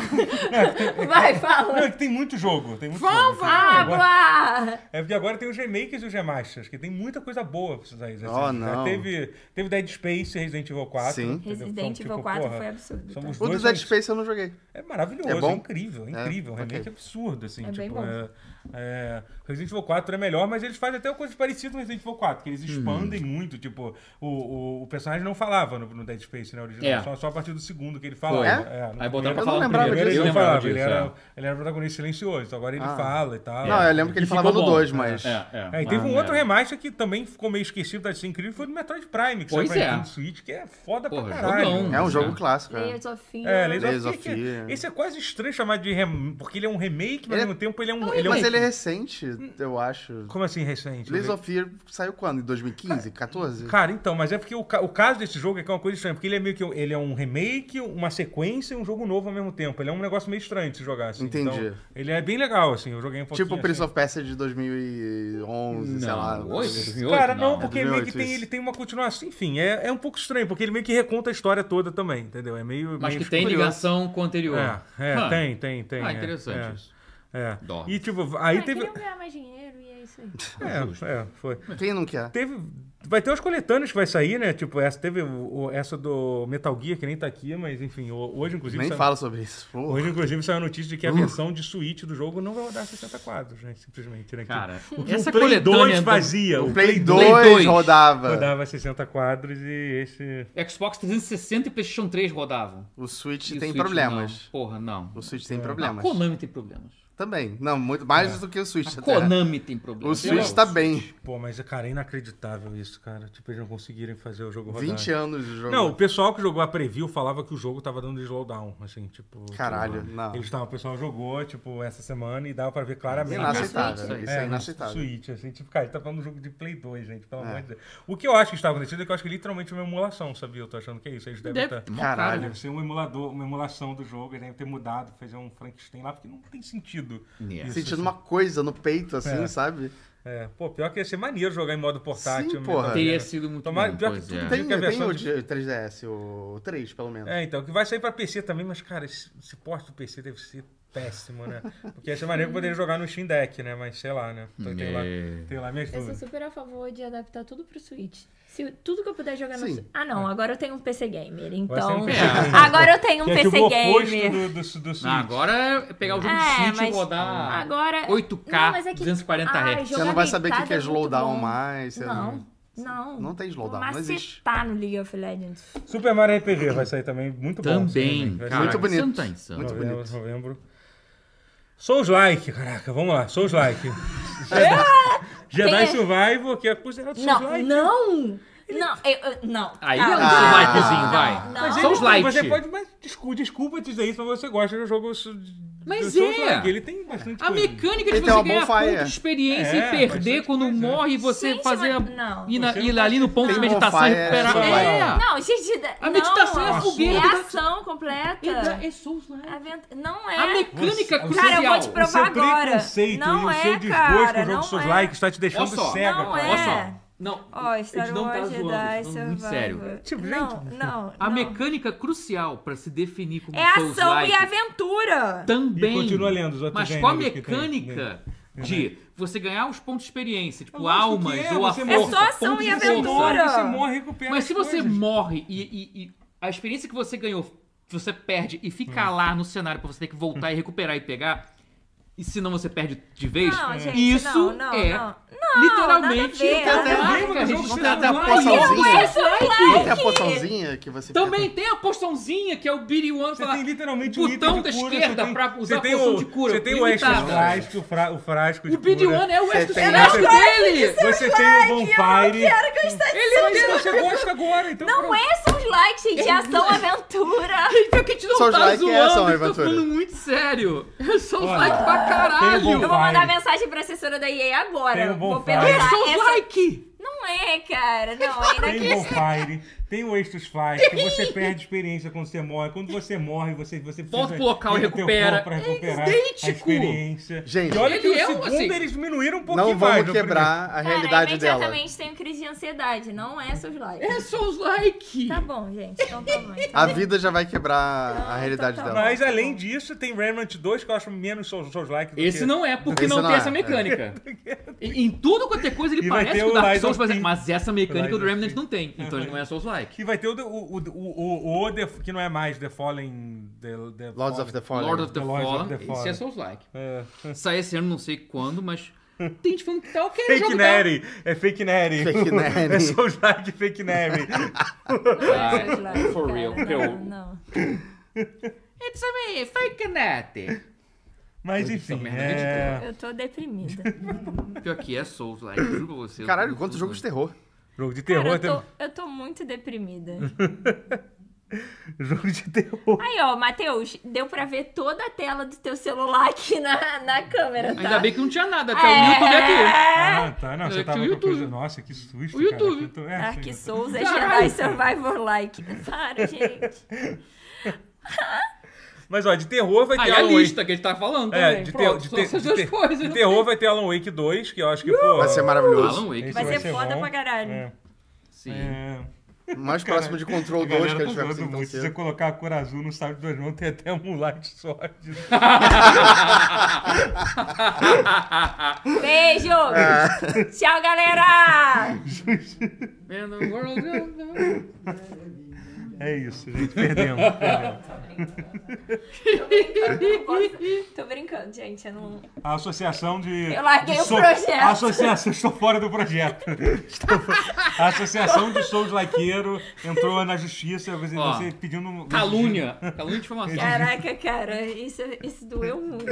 S4: vai,
S1: Não,
S4: fala.
S1: é que tem muito jogo. Tem muito
S4: Vão,
S1: jogo. Agora-
S4: Fábula!
S1: É porque agora tem os remakes e os remasters, que tem muita coisa boa pra vocês aí. assim,
S3: Oh,
S1: já
S3: não.
S1: Teve, teve Dead Space, Resident Evil 4.
S3: Sim.
S1: entendeu? Então,
S4: Resident
S1: tipo,
S4: Evil 4
S1: porra,
S4: foi absurdo.
S1: são
S4: tá?
S1: os
S3: O do
S1: dois
S3: Dead
S1: são-
S3: Space eu não joguei.
S1: É maravilhoso, é,
S3: É bom?
S1: incrível, é
S3: É?
S1: incrível. O
S3: Ok.
S1: remake é absurdo, assim.
S4: É
S1: tipo,
S4: bem bom.
S1: É, é, Resident Evil 4 é melhor, mas eles fazem até coisas parecidas com Resident Evil 4, que eles
S2: Hum.
S1: expandem muito. Tipo, o, o, o personagem não falava no, no Dead Space, né? Original,
S2: É.
S1: só, só a partir do segundo que ele
S2: Foi.
S1: fala. É, no
S2: Aí botaram pra
S1: primeiro-
S3: Eu
S2: falar
S3: não
S2: no
S3: lembrava
S1: primeiro
S2: primeiro. Eu
S3: disso.
S1: ele não
S2: lembrava
S1: falava,
S2: disso.
S1: ele
S2: é.
S1: era, ele era protagonista silencioso, então agora ele
S3: Ah.
S1: fala e tal.
S3: Não, eu lembro que ele
S2: E
S3: falava
S2: ficou
S3: no
S2: bom.
S3: 2, mas.
S2: É, é.
S1: É, e teve um
S2: Ah,
S1: outro
S2: é.
S1: remaster que também ficou meio esquecido, tá assim, incrível, foi do Metroid Prime, que
S2: Pois
S1: saiu pra
S2: é.
S1: Nintendo Switch, que é foda
S2: Porra,
S1: pra caralho.
S2: jogão.
S3: É um jogo
S2: É.
S3: clássico. é.
S4: Layers of Fear.
S1: É, Lies
S3: Lies
S1: of
S3: of
S1: P, que é-
S3: Fear.
S1: Esse é quase estranho chamar de rem... porque ele é um remake, mas ao
S3: Ele-
S1: mesmo tempo ele é um... Ele é um...
S3: Mas ele é recente, eu acho.
S1: Como assim, recente?
S3: Lies of Fear saiu quando? Em 2015, 14?
S1: Cara, então, mas é porque o, ca- o caso desse jogo é que é uma coisa estranha, porque ele é meio que um- ele é um remake, uma sequência e um jogo novo ao mesmo tempo. Ele é um negócio meio estranho de se jogar, assim.
S3: Entendi.
S1: Então, ele é bem legal, assim, eu joguei um pouquinho.
S3: Tipo o Prince
S1: assim.
S3: of Persia de 2011, sei lá.
S2: Não, oito, 2008,
S1: Cara, não, porque
S3: É
S1: meio que
S3: 2008
S1: tem,
S3: isso.
S1: ele tem uma continuação. Enfim, é, é um pouco estranho, porque ele meio que reconta a história toda também, entendeu? É meio.
S2: Mas
S1: meio
S2: que tem
S1: escuro.
S2: ligação com o anterior.
S1: É, é
S2: Ah,
S1: tem, tem, tem.
S2: Ah,
S1: é,
S2: interessante isso.
S1: É, é.
S2: Dó.
S1: E tipo, aí
S4: Ah,
S1: teve.
S4: queriam ganhar mais dinheiro e é isso aí.
S1: É, é, foi.
S3: Quem não quer?
S1: Teve. Vai ter os coletâneos que vai sair, né? Tipo, essa teve o- o- essa do Metal Gear, que nem tá aqui, mas enfim, o- hoje, inclusive.
S3: Nem
S1: saiu-
S3: fala sobre isso. Pô.
S1: Hoje, inclusive, saiu a notícia de que a
S3: Uh.
S1: versão de Switch do jogo não vai rodar 60 quadros, né? Simplesmente, né? Que-
S2: Cara,
S1: o que
S2: essa
S1: o Play
S2: coletânea
S1: 2
S2: do-
S1: fazia.
S3: O Play 2,
S2: é Play dois
S3: rodava.
S1: rodava 60 quadros e esse.
S2: Xbox 360 e PlayStation 3 rodavam.
S3: O Switch
S2: E o
S3: tem
S2: Switch
S3: problemas.
S2: não. Porra, não. É. Ah,
S3: O Switch tem problemas.
S2: Konami tem problemas.
S3: Também. Não, muito mais
S2: É.
S3: do que o Switch.
S2: Ah,
S3: até.
S2: Konami tem problemas.
S3: O Switch tá bem.
S1: Pô, mas cara, é inacreditável isso, cara. Tipo, eles não conseguirem fazer o jogo rodar.
S3: 20 anos de jogo.
S1: Não, o pessoal que jogou a preview falava que o jogo tava dando slowdown, assim, tipo...
S3: Caralho,
S1: tipo,
S3: não. é
S1: Eles tavam, o pessoal jogou, tipo, essa semana e dava pra ver claramente...
S3: Inaceitável. Isso
S1: É,
S3: é
S1: no
S3: inaceitável.
S1: Switch, assim, tipo, cara, ele tá falando de um jogo de Play 2, gente, pelo
S3: É.
S1: amor de Deus. O que eu acho que está acontecendo é que eu acho que é literalmente uma emulação, sabia? Eu tô achando que é isso, eles devem
S2: Deve-
S1: estar...
S2: Mó
S3: Caralho.
S1: Deve ser um emulador, uma emulação do jogo, eles devem ter mudado, fazer um Frankenstein lá, porque não tem sentido.
S2: Yeah.
S1: isso,
S3: Sentindo
S1: assim.
S3: uma coisa no peito, assim,
S1: É.
S3: sabe?
S1: É, pô, pior que ia ser maneiro jogar em modo portátil.
S3: Sim,
S1: né?
S3: porra.
S2: Teria sido muito
S1: Tomara-
S2: bom.
S1: pior
S2: pois
S1: que tudo tem-
S2: é.
S3: Tem,
S1: que a
S3: tem
S1: versão
S3: o
S1: de-
S3: de 3DS, o 3, pelo menos.
S1: É, então, que vai sair pra PC também, mas, cara, esse, esse porte do PC deve ser péssimo, né? Porque essa maneira que eu poderia jogar no Steam Deck, né? Mas sei lá, né? Então, tem, lá,
S2: Hum. É.
S1: tem lá minhas
S4: Eu sou
S1: dúvidas.
S4: super a favor de adaptar tudo pro Switch. Se tudo que eu puder jogar no
S3: Sim.
S4: Switch. Ah,
S2: É.
S4: não, agora eu tenho um PC gamer,
S1: ser
S4: então.
S1: um PC
S2: gamer.
S4: Agora eu tenho um
S1: Que é
S4: PC
S1: tipo o oposto
S4: gamer.
S1: do, do, do, Switch.
S2: Ah, agora é pegar o jogo do
S4: É,
S2: Switch
S4: mas
S2: e rodar
S4: agora-
S2: 8K,
S4: Não, mas é que-
S2: 240
S4: Ai,
S2: Hz.
S3: Você não vai saber o que que é
S4: Jogabilidade é
S3: slowdown
S4: muito bom.
S3: mais. Você
S4: Não, não.
S3: Não tem slowdown, não existe.
S4: Tá no League of Legends.
S2: É
S1: Super Mario RPG vai sair também, muito bom.
S2: Também,
S1: Vai
S2: cara.
S1: sair
S3: Muito bonito.
S2: Você não tá insano.
S3: Muito
S1: novembro,
S3: bonito.
S1: novembro. Souls Like, caraca, vamos lá, Souls Like. Jedi
S4: Tem-
S1: Survivor, que é considerado Souls
S4: Não,
S1: Like.
S4: não! Não, eu, eu- não.
S2: então. Aí é
S4: Não,
S2: um
S4: Ah, não,
S2: likezinho, vai.
S4: não,
S1: Mas
S4: não.
S1: ele-
S2: Só os likes.
S1: Você pode, mas desculpa, desculpa te dizer isso, mas você gosta do jogo. su-
S2: Mas
S1: do Souls
S2: é.
S1: Like. Ele tem bastante
S2: A
S1: coisa.
S2: mecânica de
S3: Ele tem
S2: você
S3: uma
S2: ganhar
S3: bonfire.
S2: ponto de experiência
S1: É,
S2: e perder
S1: bastante
S2: quando
S1: coisa.
S2: morre e você
S4: Gente,
S2: fazer a...
S4: mas- não.
S2: ir, na-
S1: Você
S2: ir
S1: não
S2: ali no ponto de
S3: Tem
S2: meditação e
S3: bonfire,
S2: recuperar...
S1: é,
S2: É.
S4: Não, gente, da-
S2: A meditação
S4: não,
S2: é a fogueira
S4: É
S2: do-
S4: ação completa.
S2: É, é Souls-like.
S4: A vent- Não é.
S2: A
S1: Você-
S2: mecânica crucial.
S4: Cara, eu vou te
S1: O
S4: provar
S1: seu
S4: agora.
S1: preconceito
S4: Não
S1: e o
S4: é,
S1: seu desgosto
S4: cara,
S1: com o jogo
S4: não
S1: Souls
S4: é.
S1: Like está te deixando
S2: Olha só,
S1: cega,
S4: Não
S1: cara.
S4: é.
S2: Olha só, Não,
S7: Ó,
S2: eles
S7: Star
S2: não tá
S7: Wars
S2: zoando,
S7: Jedi
S2: eles tão muito sério.
S7: Survivor.
S1: Tipo,
S7: não, não,
S2: A
S7: não.
S2: mecânica crucial pra se definir como
S7: É ação
S2: Souls-like
S7: e aventura.
S2: também.
S1: E continua lendo os outros
S2: Mas qual a
S1: gêneros que tem, né? Uhum.
S2: mecânica de você ganhar os pontos de experiência,
S1: É
S2: tipo
S1: lógico que
S2: almas
S1: é,
S2: ou a
S1: você
S2: força,
S1: morre.
S7: É só ação
S2: pontos
S7: e
S2: de
S1: Você
S2: força.
S7: aventura.
S1: morre, você morre e recupera
S2: Mas
S1: as
S2: se você
S1: coisas.
S2: morre e, e- e a experiência que você ganhou, você perde e
S3: Hum.
S2: fica lá no cenário pra você ter que voltar e recuperar e pegar, e senão você perde de vez,
S7: Não, gente,
S2: isso
S7: não, não,
S2: é
S7: não.
S2: literalmente
S7: nada a ver,
S2: caraca,
S1: nada a ver,
S2: gente,
S1: mas
S2: não
S1: você
S2: tá
S1: tá
S2: lá.
S3: poçãozinha.
S2: Like.
S3: Não tem é a poçãozinha que você
S2: Também tem a poçãozinha que é o Beauty One
S1: Você
S2: falar,
S1: tem literalmente um
S2: botão
S1: item de
S2: da
S1: cura,
S2: esquerda
S1: você tem,
S2: pra usar
S1: você tem
S2: poção
S1: o,
S2: de cura,
S1: Você tem o extra
S2: ilimitada.
S1: frasco, o, fra- o frasco de
S2: O Beauty
S1: cura.
S2: One é o
S3: Você
S2: extra
S3: tem
S2: frasco
S3: essa-
S2: dele!
S1: Você tem o Bonfire. é
S2: Ele
S1: Mas você gosta agora, então
S4: Não
S1: pronto.
S4: é são os likes, gente, é ação aventura.
S2: Então que a gente não
S3: Souls
S2: tá
S3: like é
S2: zoando,
S3: essa,
S2: eu tô
S3: Aventura.
S2: falando muito sério. É Souls
S1: Olha,
S2: like pra caralho.
S1: tem um
S4: Eu
S1: bom-
S4: vou mandar
S1: Vai.
S4: mensagem pra assessora da EA
S1: Tem um
S4: agora.
S1: o
S4: Vou
S1: Bonfire.
S4: perguntar.
S2: É Souls
S4: Essa-
S2: like.
S4: Não é, cara. Não,
S2: um
S4: ainda
S1: Tem o
S4: que.
S1: Bonfire, tem o Extra Frasco, você perde experiência quando você morre. Quando você morre, você, você precisa
S2: Volta pro local e
S1: ir no teu
S2: recupera.
S1: corpo pra
S2: É
S1: recuperar
S2: idêntico.
S1: a experiência.
S3: Gente,
S1: e olha que no
S2: ele é um,
S1: segundo
S2: assim,
S1: eles diminuíram um pouquinho
S3: Não
S1: mais.
S3: vamos
S1: no
S3: quebrar a
S4: Cara,
S3: realidade dela.
S4: imediatamente tenho um crise de ansiedade. Não é seus likes.
S2: É Souls like.
S7: Tá bom, gente. Então tá bom.
S3: A vida já vai quebrar a realidade
S7: tá
S3: dela.
S1: primeiro. Mas além disso, tem Remnant 2, que eu acho menos Souls Souls like do
S2: Esse
S1: que...
S2: não é, porque
S3: Esse
S2: não
S3: não
S2: tem
S3: é,
S2: essa
S3: é.
S2: mecânica. Em, em tudo quanto é coisa ele
S1: E vai
S2: parece
S1: ter
S2: com
S1: o
S2: Dark
S1: Lies
S2: Souls,
S1: of
S2: por exemplo,
S1: P.
S2: mas essa mecânica
S1: Lies
S2: o
S1: of
S2: Remnant
S1: P.
S2: não tem. Então ele não é Souls like.
S1: Que vai ter o, o, o, o, o, o The, que não é mais The Fallen... The, The
S3: Lords of the Fallen.
S2: Lord of the
S1: The Lords of
S2: Fallen,
S1: the
S2: esse é
S1: Fallen.
S2: Souls like.
S1: É.
S2: Sai esse ano, não sei quando, mas tem gente falando que tá ok. o
S1: Fake
S2: jogo tá-
S1: Nery. É Fake Nery.
S3: Fake Nery.
S1: é Souls like Fake Nery.
S2: Ah,
S4: Não é seus likes.
S2: for
S4: cara.
S2: real.
S4: Não, não.
S2: It's a me, fake net.
S1: Mas
S2: Essa
S1: enfim,
S2: merda é
S1: é...
S4: Eu tô deprimida.
S2: Pior que é Souls like, juro pra você.
S3: Caralho, quantos jogos de terror.
S1: é. Jogo de
S4: Cara,
S1: terror Uhum.
S4: eu
S1: também.
S4: tô, eu tô muito deprimida.
S1: Jogo de terror.
S4: Aí, ó, Matheus, deu pra ver toda a tela do teu celular aqui na, na câmera, tá?
S2: Ainda bem que não tinha nada, até o
S4: É.
S2: YouTube aqui.
S1: Ah, tá. Não,
S2: É,
S1: você tava
S2: tinha o
S1: com a coisa...
S2: YouTube.
S1: Nossa, que susto,
S2: O YouTube. Ah,
S1: Cara. É,
S4: Dark
S1: sim,
S4: Souls é
S2: Caralho.
S4: Jedi Survivor like. Para, gente.
S1: Mas ó, de terror vai ter
S2: Aí a
S1: Alan Wake.
S2: lista que a gente tá falando
S1: É,
S2: também.
S1: de, ter,
S2: Pronto,
S1: de,
S2: só
S1: ter-
S2: essas
S1: de
S2: duas
S1: ter-
S2: coisas. né?
S1: de
S2: não
S1: terror vai ter Alan Wake 2, que eu acho que, pô...
S3: Vai ser
S2: tem.
S3: maravilhoso.
S2: Alan Wake,
S1: esse
S4: Vai ser foda
S1: bom.
S4: pra caralho.
S1: É.
S2: sim.
S1: É.
S3: Mais próximo de Control 2 que a gente vai conseguir tão
S1: tá muito. Se você
S3: cedo.
S1: colocar a cor azul no sábio de duas mãos, tem até um light sword.
S4: Beijo!
S3: É.
S4: Tchau, galera!
S2: Man, the world is-
S1: É isso, gente. Perdemos. perdemos.
S4: Não posso- Tô brincando, gente. Eu não.
S1: A associação de.
S4: Eu larguei
S1: de
S4: o projeto.
S1: A associação. Estou fora do projeto. Estou fo- A associação de Souls Laqueiro entrou na justiça você,
S2: Ó,
S1: você pedindo. um-
S2: Calúnia. Calúnia de informação.
S4: Caraca, cara, isso, isso doeu muito.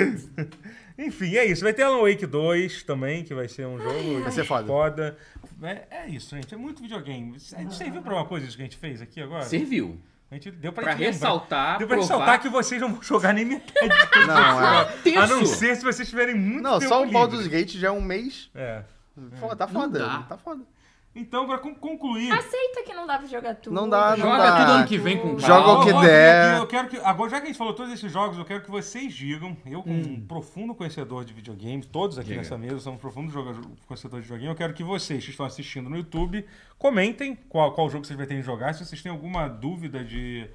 S1: Enfim, é isso. Vai ter Alan Wake 2 também, que vai ser um jogo. Vai
S3: ser foda.
S1: É, é isso, gente. É muito videogame. A gente serviu pra uma coisa isso que a gente fez aqui agora?
S2: Serviu.
S1: A gente deu pra,
S2: Pra
S1: gente lembrar.
S2: ressaltar,
S1: Deu pra
S2: provar.
S1: ressaltar que vocês não vão jogar nem metade do que
S3: Não, é.
S2: Terço.
S1: A não ser se vocês tiverem muito
S3: Não,
S1: tempo
S3: só o Baldur's
S1: livre.
S3: Gate já é um mês.
S1: É.
S3: Foda, tá
S2: dá.
S3: foda. Tá foda.
S1: Então, pra con- concluir...
S4: Aceita que não dá pra jogar tudo.
S3: Não dá, não
S2: Joga
S3: dá.
S2: tudo ano que vem com
S3: Joga
S2: calma.
S3: o que
S1: Ó, ó,
S3: der.
S1: aqui, Eu quero que, agora, já que a gente falou todos esses jogos, eu quero que vocês digam, eu como
S3: Hum.
S1: um profundo conhecedor de videogame, todos aqui nessa mesa são profundos joga- conhecedores de videogame, eu quero que vocês que estão assistindo no YouTube comentem qual, qual jogo vocês pretendem jogar, se vocês têm alguma dúvida de...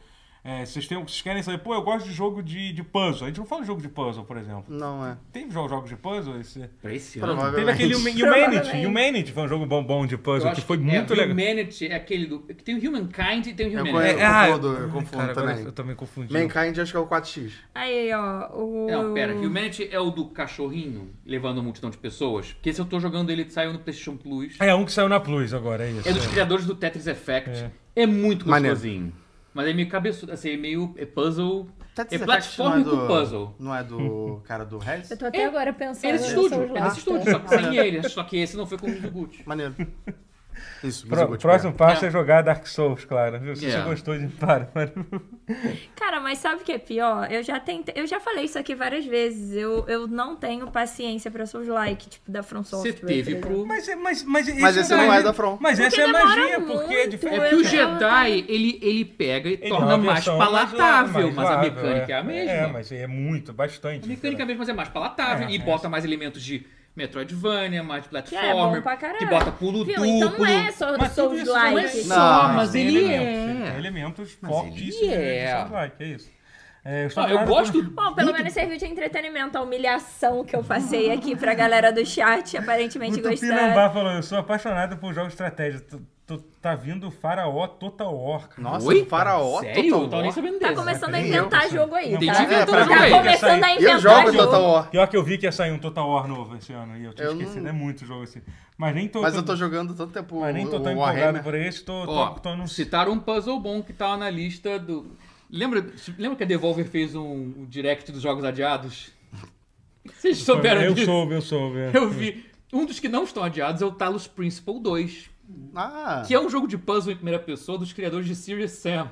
S1: é, se vocês, têm, se vocês querem saber, pô, eu gosto de jogo de, de puzzle. A gente não fala de jogo de puzzle, por exemplo.
S3: Não é.
S1: Teve jo- jogos de puzzle? Esse...
S2: Pra esse ano.
S1: Teve
S3: Provavelmente.
S1: aquele Huma- Humanity. Humanity foi um jogo bombom de
S2: Eu
S1: puzzle
S2: acho
S1: que foi
S2: que
S1: muito
S2: é,
S1: legal.
S2: Humanity é aquele do... que Tem o Humankind e tem o
S3: Eu
S2: Humanity.
S3: conheço,
S1: É, ah,
S3: eu confundo, eu confundo
S1: Cara, agora
S3: também.
S1: eu também confundi.
S3: Mankind acho que é o 4x.
S7: Aí, ó. O...
S2: Não, pera. Humanity é o do cachorrinho levando uma multidão de pessoas. Porque se eu tô jogando ele, saiu no PlayStation Plus.
S1: É um que saiu na Plus agora, é isso.
S2: É dos criadores do Tetris Effect. É, muito
S3: Maneiro.
S2: gostosinho. Mas é meio cabeçudo, assim, é meio é puzzle.
S3: Tetris
S2: é
S3: Effect
S2: platform
S3: não é do-
S2: com puzzle.
S3: Não é do cara do Hess?
S7: Eu tô até agora pensando.
S2: É nesse
S7: no
S2: estúdio, é
S7: Souls-like.
S2: nesse
S4: Ah,
S2: estúdio, só que sem ele. Só que esse não foi com o Gucci.
S3: Maneiro. Isso,
S1: Pro-
S3: Visigoth,
S1: próximo
S3: pera.
S1: passo
S2: É.
S1: é. jogar Dark Souls, claro. viu? Se
S3: É.
S2: Yeah.
S1: você gostou de para, para.
S4: Cara, mas sabe o que é pior? Eu já tentei, eu já falei isso aqui várias vezes. Eu, eu não tenho paciência pra seus likes, tipo, da From
S2: Você
S4: Software.
S2: teve
S7: tá
S4: por
S2: pro.
S1: Mas, é- mas, mas, isso
S3: Mas esse não é
S1: magia.
S3: da From.
S1: Mas essa é a
S4: demora
S1: magia,
S4: muito,
S1: porque é diferente.
S2: É que o
S4: Eu tava-
S2: Jedi, ele, ele pega e
S1: Ele é
S2: torna
S1: uma
S2: mais
S1: versão
S2: palatável,
S1: mais
S2: mas a
S1: leve,
S2: mecânica é a mesma.
S1: É, mas é muito, bastante.
S2: A mecânica é
S1: diferente.
S2: a mesma, mas é mais palatável
S1: É,
S2: e
S1: é.
S2: bota mais elementos de Metroidvania, mais de
S7: é bom
S2: platformer,
S7: pra caralho.
S2: que bota pulo
S7: Viu?
S2: duplo.
S7: Então não é só
S1: Mas tudo isso não é
S7: Souls-like.
S1: só,
S3: Não,
S2: mas
S1: tem
S2: ele
S1: elementos,
S2: é.
S1: ele tem elementos
S2: Mas
S1: fortíssimos
S2: ele
S1: de
S2: é.
S1: Souls-like, é isso. É,
S2: Ó, Ah, eu gosto.
S7: Bom, pelo menos serviu de entretenimento a humilhação que eu passei aqui pra galera do chat, aparentemente
S1: muito
S7: gostaram.
S1: Pinambá falou, eu sou apaixonado por jogos estratégicos. Tô- tô- Tá vindo o Faraó Total War. cara.
S3: Nossa,
S2: Oi?
S3: o faraó
S2: Sério? Eu
S3: total.
S2: não tava nem sabendo
S7: Tá
S2: desse.
S7: começando a
S1: Nem
S7: inventar
S1: eu,
S7: jogo aí,
S1: não.
S7: tá?
S2: Entendi,
S7: Tu
S2: é,
S7: tá
S2: pra mim,
S7: começando a
S3: Eu
S7: inventar
S3: jogo então tá
S7: jogo.
S3: Total War,
S1: Pior que eu vi que ia sair um Total War novo esse ano e eu tinha
S3: Eu não-
S1: esquecido. É muito jogo assim. Mas nem tô,
S3: mas
S1: tô-
S3: eu tô jogando tanto tempo
S1: mas nem tô
S3: o
S1: tão
S3: o
S1: empolgado
S3: Warhammer.
S1: por esse. Tô, tô,
S2: Ó,
S1: tô anunciando.
S2: citaram um puzzle bom que tava na lista do. Lembra, lembra que a Devolver fez um, um direct dos jogos adiados? Vocês souberam
S1: Eu
S2: disso?
S1: soube, eu soube. é.
S2: Eu vi. Um dos que não estão adiados é o Talos Principle 2,
S3: Ah,
S2: que é um jogo de puzzle em primeira pessoa dos criadores de Serious Sam.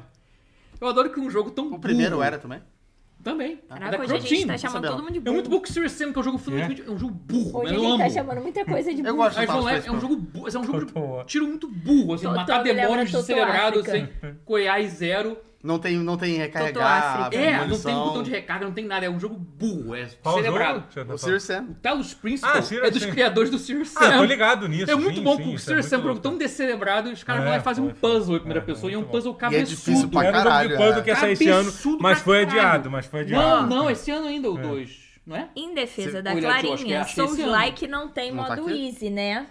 S2: Eu adoro que um jogo tão
S3: o primeiro
S2: burro-
S3: era também.
S1: é.
S2: Também.
S4: Caraca,
S2: da
S4: hoje a
S2: Crow
S4: gente
S2: Team.
S4: tá chamando
S3: Isabela.
S4: todo mundo de
S2: É
S4: burro.
S2: muito bom que o Serious Sam, que é um jogo fundamentalmente. É um jogo burro,
S7: Hoje a
S2: mas eu
S7: gente
S2: amo.
S7: tá chamando muita coisa de
S3: Eu
S7: burro.
S3: gosto.
S2: Aí
S3: Total
S2: falou, é
S3: Space
S2: é um
S3: Pro.
S2: jogo burro,
S1: então.
S2: é um jogo de
S1: Total War.
S2: tiro muito burro, assim,
S7: Total,
S2: matar
S7: me lembra
S2: demônios
S7: Total
S2: desacelerados,
S7: África.
S2: assim, coiar e zero.
S3: Não tem, não tem
S4: Total
S3: recarregar.
S4: África.
S2: É, não
S3: munição.
S2: tem botão de recarga, não tem nada, é um jogo burro, é
S1: Qual o jogo?
S2: celebrado.
S1: Deixa eu
S3: O
S1: anotar.
S3: Serious Sam.
S2: O Talos Principle
S1: Ah, Serious
S2: é dos
S1: Sam.
S2: criadores do Serious Sam.
S1: Tá- Ah, tô ligado nisso.
S2: É muito
S1: sim,
S2: bom
S1: sim,
S2: que o
S1: isso é
S2: Serious Sam é um
S1: muito
S2: jogo
S1: louco.
S2: tão descelebrado, os caras
S1: É,
S2: vão lá e fazem um
S1: foi, foi.
S2: puzzle em primeira
S1: É,
S2: pessoa, e é um
S1: muito bom.
S2: puzzle
S3: E é difícil
S2: cabeçudo.
S3: pra
S1: Era um jogo de
S3: caralho,
S1: puzzle
S3: é.
S1: que ia sair esse ano,
S2: Cabeçudo
S1: mas
S2: pra
S1: foi
S2: caralho.
S1: adiado, mas foi adiado.
S2: Não, não, esse ano ainda, o 2, não é?
S7: Em defesa
S2: Cê-
S7: da
S2: Olha, eu acho que é
S7: Clarinha,
S2: esse ano.
S7: Souls-like não tem
S3: Não tá
S7: modo
S3: aqui?
S7: easy, né?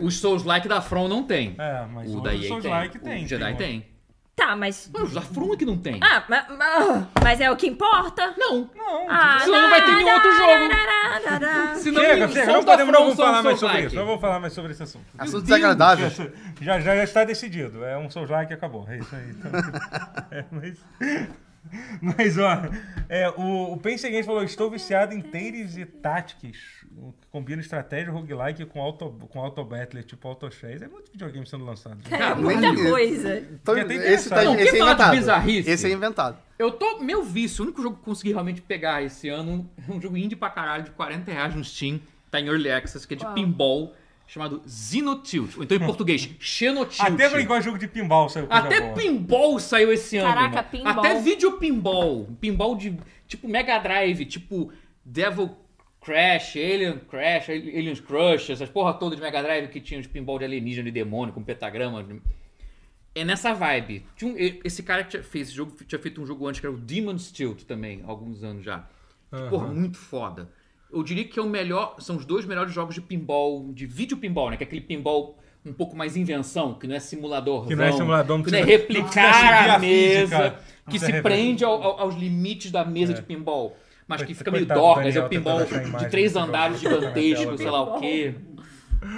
S2: Os Souls-like da From não tem.
S1: É, mas
S2: O
S1: o
S2: da EA
S1: Souls
S2: tem.
S1: Like tem. um
S2: o Jedi tem.
S7: Tá, mas...
S2: Mas os da From é que não tem.
S7: Ah, ma- ma- mas é o que importa?
S2: Não.
S1: Não,
S7: Ah,
S2: Senão não vai ter nenhum outro jogo.
S7: jogo.
S2: Senão,
S1: chega,
S2: só
S1: chega,
S2: os
S1: não
S2: da
S1: podemos,
S2: From
S1: não vou
S2: são
S1: falar mais sobre
S2: Souls-like.
S1: isso. Não vou falar mais sobre esse assunto.
S3: Assuntos desagradáveis.
S1: Já, já, já está decidido. É um Souls Like e acabou. É isso aí. Então, é, mas, mas, ó, é, o, o Pense Games falou: estou viciado em Tales e Tactics. o que Combina estratégia roguelike com auto, com auto battler, tipo auto chess. É muito videogame sendo lançado.
S7: É
S2: Caralho.
S7: muita coisa.
S3: Então,
S1: Fiquei até
S3: esse,
S1: interessado.
S3: tá,
S2: Não,
S3: esse
S2: quem
S3: é
S2: fala de
S3: inventado.
S2: bizarrice?
S3: Esse é inventado.
S2: Eu tô. Meu vício, o único jogo que eu consegui realmente pegar esse ano é um jogo indie pra caralho de 40 reais no Steam, tá em Early Access, que é de pinball, chamado Xenotilt. Ou então em português, Xenotilt.
S1: Até brincou jogo de pinball, saiu coisa
S2: Até
S1: boa.
S2: pinball saiu esse ano.
S4: Caraca,
S2: irmão.
S4: pinball.
S2: Até vídeo pinball. Pinball de tipo Mega Drive, tipo Devil Crash, Alien Crash, Alien Crush, essas porra toda de Mega Drive que tinha de pinball de alienígena, de demônio, com pentagrama. É nessa vibe. Tinha um- e- esse cara que tinha- fez esse jogo, tinha feito um jogo antes que era o Demon's Tilt também, há alguns anos já. Que, Porra, muito foda. Eu diria que é o melhor, são os dois melhores jogos de pinball, de vídeo pinball, né? Que é aquele pinball um pouco mais invenção, que não é simulador.
S1: Que não é simulador, não
S2: que não é
S1: precisa- não precisa
S2: replicar
S1: seguir
S2: a
S1: a física,
S2: mesa,
S1: não
S2: que
S1: precisa
S2: se
S1: replicar. É.
S2: prende ao- ao- aos limites da mesa de pinball. Mas que
S1: Coitado
S2: fica meio
S1: do
S2: dorgas, é
S1: Daniel
S2: o pinball
S1: tentando achar a imagem
S2: de três
S1: desse jogo.
S2: andares gigantesco,
S1: Pinball.
S2: sei lá o quê.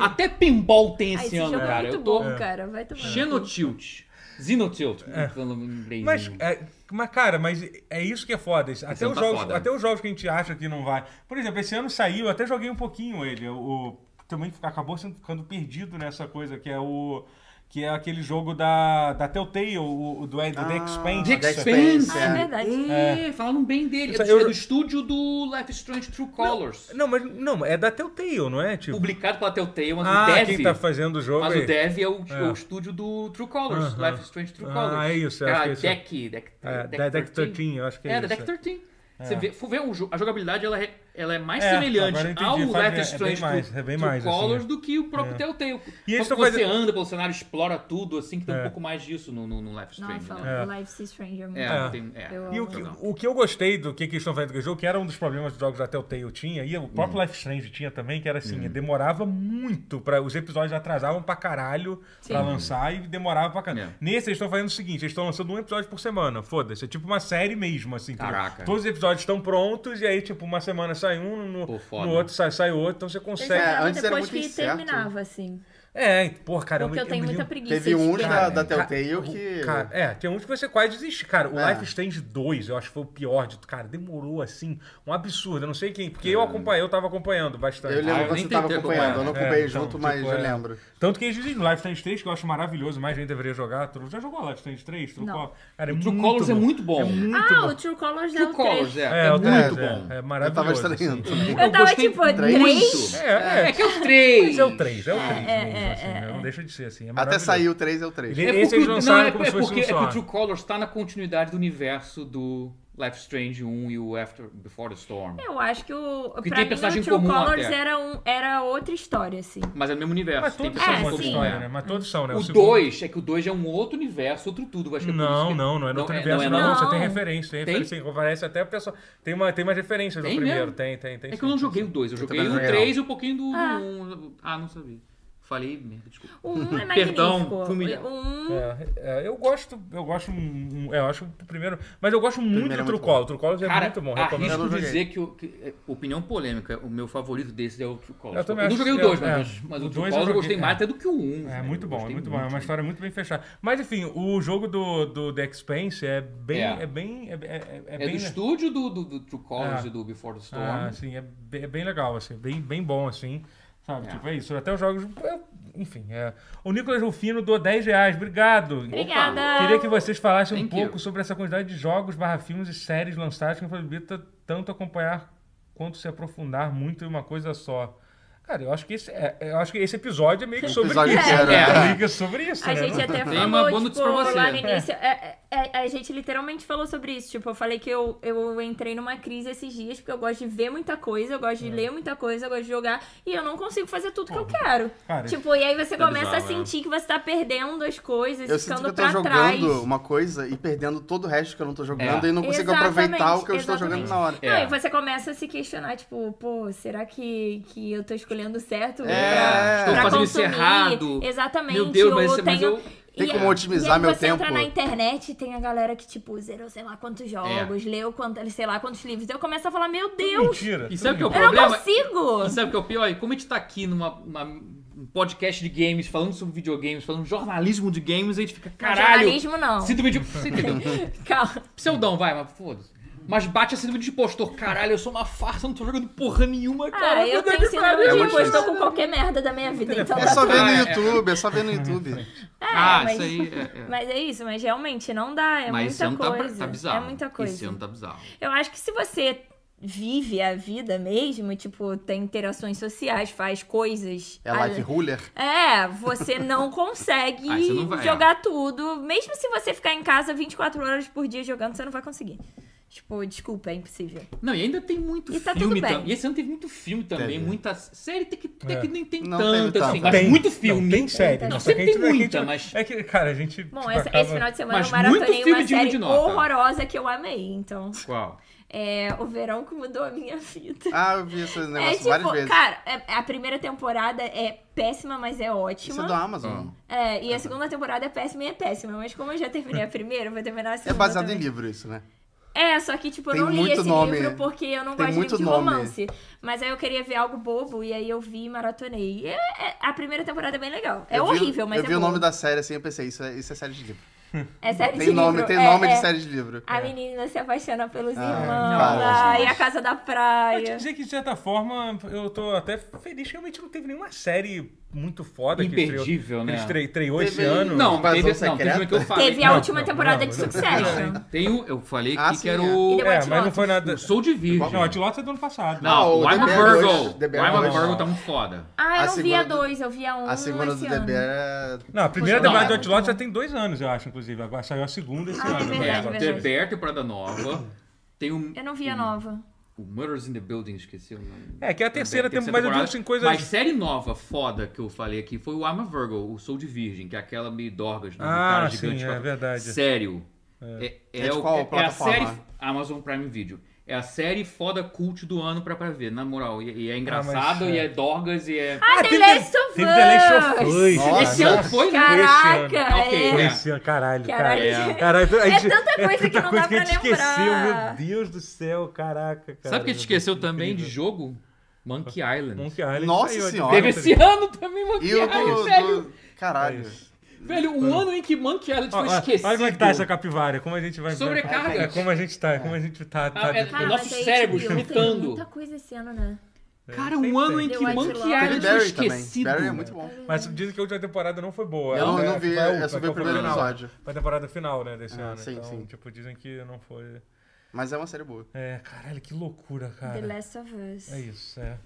S2: Até pinball tem
S7: Ah,
S2: esse,
S7: esse
S2: ano,
S7: jogo é
S2: cara.
S7: muito
S2: Eu tô.
S7: bom, cara. Vai tomar.
S2: Xenotilt. Xenotilt. Falando em
S1: É.
S2: inglês. né?
S1: Mas, é, mas, cara, mas é isso que é foda. Até
S2: Hum. ano
S1: os,
S2: tá
S1: jogos,
S2: foda.
S1: até os jogos que a gente acha que não vai. Por exemplo, esse ano saiu, eu até joguei um pouquinho ele. O, também acabou sendo, ficando perdido nessa coisa, que é o. Que é aquele jogo da, da Telltale, o, o do, do The
S3: Ah,
S1: Expanse.
S2: The
S3: The
S2: Expanse.
S3: Expanse,
S7: Ah, é verdade.
S2: É, falaram bem dele. É do,
S1: Eu-
S2: é do estúdio do Life is Strange True Colors.
S1: Não, mas não, é da Telltale, não é? Tipo,
S2: Publicado pela Telltale, mas
S1: ah,
S2: o Dev.
S1: quem tá fazendo o jogo.
S2: Mas
S1: é-
S2: o Dev é o,
S1: É.
S2: o estúdio do True Colors,
S1: Aham.
S2: Life is Strange True
S1: Ah,
S2: Colors.
S1: é isso, eu
S2: é
S1: acho
S2: a
S1: que é isso.
S2: Deck, Deck,
S1: É,
S2: Deck
S1: da Deck
S2: 13.
S1: 13, eu acho que é,
S2: É, da
S1: isso.
S2: Deck 13. Você vê, for ver o jo- a jogabilidade, ela é, ela é mais
S1: É,
S2: semelhante
S1: agora eu entendi, faz-
S2: ao
S1: é-
S2: Life
S1: é
S2: is Strange
S1: bem mais,
S2: True,
S1: é bem
S2: True
S1: mais, assim,
S2: Colors
S1: é.
S2: do que o próprio Telltale.
S1: E eles
S2: Só
S1: tão
S2: que você
S1: fazendo-
S2: anda pelo cenário, explora tudo, assim, que tem um
S1: É.
S2: pouco mais disso no, no, no Life is Strange.
S7: Nossa,
S2: né?
S1: É.
S7: o Life is Strange é muito
S2: É,
S1: É.
S2: não tem- é.
S7: Eu
S1: E o
S7: amo.
S1: que,
S2: Legal.
S1: o que eu gostei do que, que eles estão fazendo com o jogo, que era um dos problemas dos jogos da Telltale tinha, e o
S2: Hum.
S1: próprio Life is Strange tinha também, que era assim, demorava muito para Os episódios atrasavam pra caralho pra lançar e demorava pra caralho.
S2: É.
S1: Nesse, eles estão fazendo o seguinte, eles estão lançando um episódio por semana, foda-se. É tipo uma série mesmo, assim. entendeu?
S2: Caraca.
S1: Todos os episódios estão prontos e aí, tipo, uma semana sai um, no,
S2: Pô, foda.
S1: no outro sai, sai outro, então você
S7: Eu
S1: consegue...
S7: jogava
S3: antes era
S7: depois
S3: muito
S7: que
S3: incerto.
S7: terminava, assim.
S1: É, porra, cara...
S7: Porque
S1: me-
S7: eu tenho
S1: me
S7: muita
S1: lembro-
S7: preguiça.
S3: Teve um
S7: de
S3: da-
S7: esperar.
S3: da Telltale
S1: Ca- o-
S3: que-
S1: cara, é, tem uns que você quase desiste. Cara, o
S3: É.
S1: Life is Strange 2, eu acho que foi o pior de tudo. Cara, demorou assim, um absurdo. Eu não sei quem, porque eu acompanhei, eu tava acompanhando bastante.
S3: É. Eu lembro
S2: Ah, eu
S3: quando
S2: nem
S3: você tava
S2: tentei
S3: acompanhando. Eu não
S1: acompanhar.
S3: acompanhei
S1: Tá. É, então,
S3: junto, mas
S1: tipo,
S3: eu
S1: é.
S3: lembro.
S1: Tanto que eles dizem no Life is Strange 3, que eu acho maravilhoso, mais gente deveria jogar. Tu já jogou Life is Strange 3? Tu
S7: Não.
S1: qual- Cara, é
S2: O True Colors é muito bom.
S1: É muito
S7: Ah,
S1: bom.
S7: o True Colors é
S2: True
S7: o 3.
S2: Colors, é.
S1: É,
S2: é
S1: o três,
S2: muito bom.
S1: É, é
S3: Eu
S1: maravilhoso.
S3: tava estranhando.
S1: assim.
S7: Eu tava
S2: gostei
S7: tipo,
S2: muito.
S7: três?
S1: É, é.
S2: É que é o 3.
S1: Mas é o 3, é o
S7: é,
S1: 3 mesmo,
S7: é,
S1: assim,
S7: é,
S1: não deixa de ser assim, é
S3: Até
S1: maravilhoso.
S3: saiu o 3 é o 3.
S1: Ele- Esse eles
S2: o-
S1: lançaram como
S2: é
S1: se fosse
S2: porque,
S1: um
S2: é que
S1: só.
S2: o True Colors tá na continuidade do universo do Life is Strange 1 e o After Before the Storm.
S4: Eu acho que o.
S2: Porque
S4: pra
S2: tem
S4: mim,
S2: personagem
S4: o True
S2: comum
S4: Colors
S2: até.
S4: era, um, era outra história, assim.
S2: Mas é no mesmo universo.
S1: Mas
S2: tem
S1: todos
S2: personagens
S1: são
S4: É,
S1: outra
S4: sim.
S1: história, né? Mas todos são, né?
S2: O
S1: segundo-
S2: 2 é que o 2 é um outro universo, outro tudo. Acho que é por isso
S1: Não,
S2: que-
S1: não, não é no outro universo,
S2: é,
S1: não.
S4: não.
S1: Você tem referência, tem,
S2: Tem?
S1: referência. Aparece até o pessoal. Tem, uma, tem umas referências
S2: Tem
S1: no primeiro.
S2: mesmo?
S1: Tem, tem, tem.
S2: É que
S1: sim.
S2: eu não joguei o 2, eu joguei
S3: também
S2: o
S3: não joguei,
S2: 3 e um pouquinho do 1. Ah. ah, não sabia. Falei merda, desculpa.
S4: O 1 é magnífico.
S2: Perdão, fui humilhado.
S4: o 1
S1: É, é, eu gosto, eu gosto, um- um- é, eu acho o primeiro, mas eu gosto muito
S3: primeiro
S1: do
S3: é muito
S1: Trucolo. O Trucolo é
S2: Cara, ah,
S1: muito bom,
S3: Eu
S1: recomendo.
S2: arrisco
S3: não joguei.
S2: dizer que, o- que- é, opinião polêmica, o meu favorito desses é o True Colors.
S1: Eu
S2: Eu,
S1: também
S2: não
S1: acho-
S2: joguei o
S1: é,
S2: 2,
S1: é.
S2: mas, mas o
S1: O
S2: True
S1: dois eu
S2: Colors eu
S1: joguei,
S2: gostei mais
S1: é.
S2: até do que o né? 1.
S1: É muito bom, é muito bom. É uma história muito bem fechada. Mas enfim, o jogo do, do The Expanse é bem.
S2: É.
S1: É, bem. É, é- é
S2: É,
S1: bem
S2: do estúdio né? do, do, do True Colors
S1: É.
S2: e do Before the Storm.
S1: ah, assim, é, be- é bem legal, assim, bem, bem bom, assim. Sabe?
S2: É.
S1: Tipo, é isso. Até os jogos. é, enfim, é. O Nicolas Rufino doou 10 reais. Obrigado.
S8: Obrigada.
S1: Queria que vocês falassem um
S2: Thank you.
S1: pouco sobre essa quantidade de jogos, barra filmes e séries lançadas que nos possibilita tanto acompanhar quanto se aprofundar muito em uma coisa só. Cara, eu acho que esse, é- eu acho que esse episódio é meio que sobre
S3: episódio
S1: isso.
S3: inteiro,
S1: né?
S2: é.
S1: Liga sobre isso,
S4: A
S1: né?
S4: gente até
S2: Tem
S4: falou,
S2: uma boa
S4: tipo,
S2: notícia pra você.
S4: lá no início, é, é, é, a gente literalmente falou sobre isso. Tipo, eu falei que eu, eu entrei numa crise esses dias, porque eu gosto de ver muita coisa, eu gosto de
S3: É.
S4: ler muita coisa, eu gosto de jogar, e eu não consigo fazer tudo que eu quero.
S1: Cara,
S4: Tipo, e aí você começa a
S2: bizarro, né?
S4: sentir que você tá perdendo as
S1: tá
S4: coisas,
S3: Eu sinto que
S4: ficando
S3: eu tô
S4: pra
S3: jogando
S4: trás.
S3: uma coisa e perdendo todo o resto que eu não tô jogando
S2: É.
S3: e não consigo
S4: Exatamente,
S3: aproveitar o que eu estou jogando
S4: exatamente.
S3: na hora.
S2: É.
S4: Não, e você começa a se questionar, tipo, pô, será que, que eu tô escolhendo certo?
S3: É,
S4: pra,
S2: estou
S4: pra
S2: fazendo isso
S4: consumir?
S2: errado.
S4: Exatamente.
S2: Meu Deus, mas,
S4: ou
S2: esse- mas
S4: tenho-
S2: eu.
S3: Tem
S4: E
S3: como
S4: aí-
S3: otimizar
S4: e aí
S3: meu
S4: você entra
S3: tempo?
S4: na internet e tem a galera que, tipo, zerou sei lá
S2: É.
S4: quantos jogos, leu quanto, sei lá quantos livros. Eu começo a falar, meu Deus,
S1: mentira.
S2: E sabe o que é o
S4: eu não
S2: problema? E
S4: consigo!
S2: sabe o que é o pior? E como a gente tá aqui numa, uma- um podcast de games, falando sobre videogames, falando jornalismo de games, a gente fica, caralho,
S4: Jornalismo não.
S2: síndrome de... Você entendeu?
S4: Calma.
S2: Pseudão, vai, mas foda-se. Mas bate a síndrome de impostor, caralho, eu sou uma farsa, não tô jogando porra nenhuma, cara.
S4: Ah, eu
S2: Puta
S4: tenho
S2: que pariu.
S4: síndrome de
S3: muito
S4: impostor com qualquer merda da minha vida, então
S3: É só ver no
S2: É.
S3: YouTube, é só ver no YouTube.
S2: Ah,
S4: mas-
S2: isso aí... É, é.
S4: Mas é isso, mas realmente não dá, é
S2: mas esse ano
S4: muita
S2: tá,
S4: coisa.
S2: tá bizarro.
S4: É muita coisa.
S2: Esse ano tá bizarro.
S4: Eu acho que se você vive a vida mesmo, tipo, tem interações sociais, faz coisas.
S3: É Life Ruler.
S4: É, você não consegue
S2: Ah, você não vai,
S4: jogar tudo. Mesmo se você ficar em casa 24 horas por dia jogando, você não vai conseguir. Tipo, desculpa, é impossível.
S2: Não, e ainda tem muito
S4: E tá tudo
S2: filme
S4: bem.
S2: também. E esse ano teve muito filme também,
S3: Teve.
S2: muita série tem que, tem
S1: É.
S2: que nem tem
S3: Não teve
S2: tanta,
S3: tanto.
S2: assim, mas muito filme.
S1: Não, tem série.
S2: Não,
S1: só que
S2: sempre
S1: a gente
S2: tem
S1: não- a gente
S2: muita,
S1: não-
S2: mas...
S1: É que, cara, a gente.
S4: Bom,
S1: tipo,
S4: essa-
S1: acaba-
S4: esse final de semana
S2: Mas
S4: eu maratonei
S2: muito filme
S4: uma
S2: digno
S4: série
S2: de nota.
S4: horrorosa que eu amei, então.
S2: Qual?
S4: É O Verão que mudou a minha vida.
S3: Ah, eu vi esse negócio
S4: é
S3: várias
S4: tipo,
S3: vezes.
S4: cara, é- a primeira temporada é péssima, mas é
S3: Isso
S4: ótima.
S3: é da Amazon.
S1: Ah.
S4: É, e a segunda temporada é péssima e é péssima, mas como eu já terminei a primeira, eu vou terminar a
S3: É
S4: segunda.
S3: baseado
S4: também.
S3: em livro isso, né?
S4: É, só que, tipo, eu
S3: Tem
S4: não li
S3: muito
S4: esse
S3: nome.
S4: livro porque eu não
S3: Tem
S4: gosto de livro
S3: muito
S4: de
S3: nome.
S4: romance. Mas aí eu queria ver algo bobo e aí eu vi e maratonei. E é- é- a primeira temporada é bem legal. É
S3: Eu vi-
S4: horrível, mas
S3: Eu
S4: é
S3: vi o
S4: boa.
S3: nome da série assim e pensei, isso é, isso é série de livro.
S4: É série de
S3: Tem nome,
S4: livro.
S3: tem
S4: é-
S3: nome
S4: é.
S3: de série de livro.
S4: A menina se apaixona pelos
S3: Ah,
S4: irmãos.
S3: cara,
S4: ai, a casa da
S1: Eu te
S4: praia.
S1: dizer que, de certa forma, eu tô até feliz que realmente não teve nenhuma série muito foda que
S2: Imperdível,
S1: estreou,
S2: né?
S1: que estre- estreou
S3: Teve-
S1: esse ano.
S2: Não,
S3: Invasão
S2: teve, não, teve
S3: secreta?
S2: uma que eu falei.
S4: Teve a
S1: Não,
S4: última
S1: não,
S4: temporada
S1: não,
S4: de
S1: não.
S4: Succession.
S2: Tem o- eu falei
S3: Ah,
S2: aqui
S3: sim,
S2: que era
S3: é.
S2: o.
S4: E The
S1: É,
S4: White
S1: mas não foi
S4: Lotus.
S1: nada.
S2: o Soul de Virgem.
S1: Não, a Tilota é do ano passado.
S3: Ah,
S2: Não,
S3: o
S2: o I'm a
S3: The Bear
S2: Virgo.
S3: dois, The Bear
S2: O I'm a
S3: dois.
S2: Virgo tá muito foda.
S4: Ah, eu
S3: A
S4: não vi a
S3: segunda-
S4: dois, eu vi a um.
S3: A segunda do
S4: esse
S3: The
S4: ano.
S3: Bear é...
S1: Não, a primeira
S4: Não,
S1: temporada
S4: é
S1: do
S4: muito
S1: Outlaw já
S4: bom.
S1: tem dois anos, eu acho, inclusive. Agora saiu a segunda esse
S4: Ah, é
S1: ano.
S4: verdade,
S2: É,
S4: verdade. É.
S2: The Bear, temporada nova. Tem o.
S3: é-
S4: Eu não vi a
S2: o-
S4: nova.
S2: O Murders in the Building, esqueci o nome.
S1: É, que é a terceira
S2: Também,
S1: temporada, mas eu digo assim, coisas...
S2: Mas série nova foda que eu falei aqui foi o I'm a Virgo, o Soul de Virgem, que é aquela meio dorgas, né? do
S1: Ah,
S2: cara
S1: sim,
S2: gigante. com
S1: é
S2: a-
S1: verdade.
S2: Sério. É, é
S3: É de
S2: o-
S3: qual
S2: é- é a
S3: plataforma?
S2: série Amazon Prime Video. É a série foda cult do ano pra, pra ver, na moral. E, e é engraçado,
S1: mas,
S2: e
S1: é.
S2: é dorgas, e é...
S4: Ah, The Last of
S1: Teve The Last
S4: Us!
S1: of Us.
S3: Nossa.
S2: Esse ano foi, né?
S4: Caraca,
S2: Ok.
S4: é.
S2: É.
S1: Esse ano, caralho,
S4: Caralho.
S1: cara. Caralho, a
S4: É
S1: gente-
S4: tanta coisa que
S1: tanta
S4: não dá
S1: coisa que
S4: pra
S1: a gente esqueceu,
S4: lembrar.
S1: meu Deus do céu, caraca, cara.
S2: Sabe o que a gente esqueceu também de jogo? Monkey Island.
S1: Ah, Monkey Island.
S3: Nossa
S1: saiu,
S3: senhora.
S2: Teve
S1: olha,
S2: esse ano também Monkey
S3: E o
S2: Island,
S3: do...
S2: É velho.
S3: do- Caralho.
S1: É isso.
S2: Velho, o ano em que Monkey Island
S1: Ó,
S2: foi
S1: ó,
S2: esquecido.
S1: Olha como é que tá essa capivara, como a gente vai...
S2: Sobrecarga.
S1: É, como a gente tá, como a gente tá... tá-
S2: Ah, é-
S4: Cara,
S2: nossos
S4: mas aí,
S2: cérebros
S4: tipo, teve
S2: fritando.
S4: Muita coisa esse ano, né?
S2: Cara,
S1: Sempre
S2: um ano em
S4: tem.
S2: que
S4: The White
S2: Monkey
S4: Lotus.
S3: Teve
S2: Island foi
S3: Barry também.
S2: esquecido.
S3: Barry é muito bom.
S1: Mas dizem que a última temporada não foi boa.
S3: Eu não, eu
S1: né?
S3: não vi,
S1: Foi a última,
S3: eu só vi
S1: foi
S3: o
S1: a
S3: primeiro
S1: final.
S3: episódio.
S1: Foi a temporada final, né, desse
S3: Ah,
S1: ano.
S3: sim,
S1: então,
S3: sim.
S1: tipo, dizem que não foi...
S3: Mas é uma série boa.
S1: É, caralho, que loucura,
S4: The
S1: cara.
S4: Last of Us.
S1: É isso, é.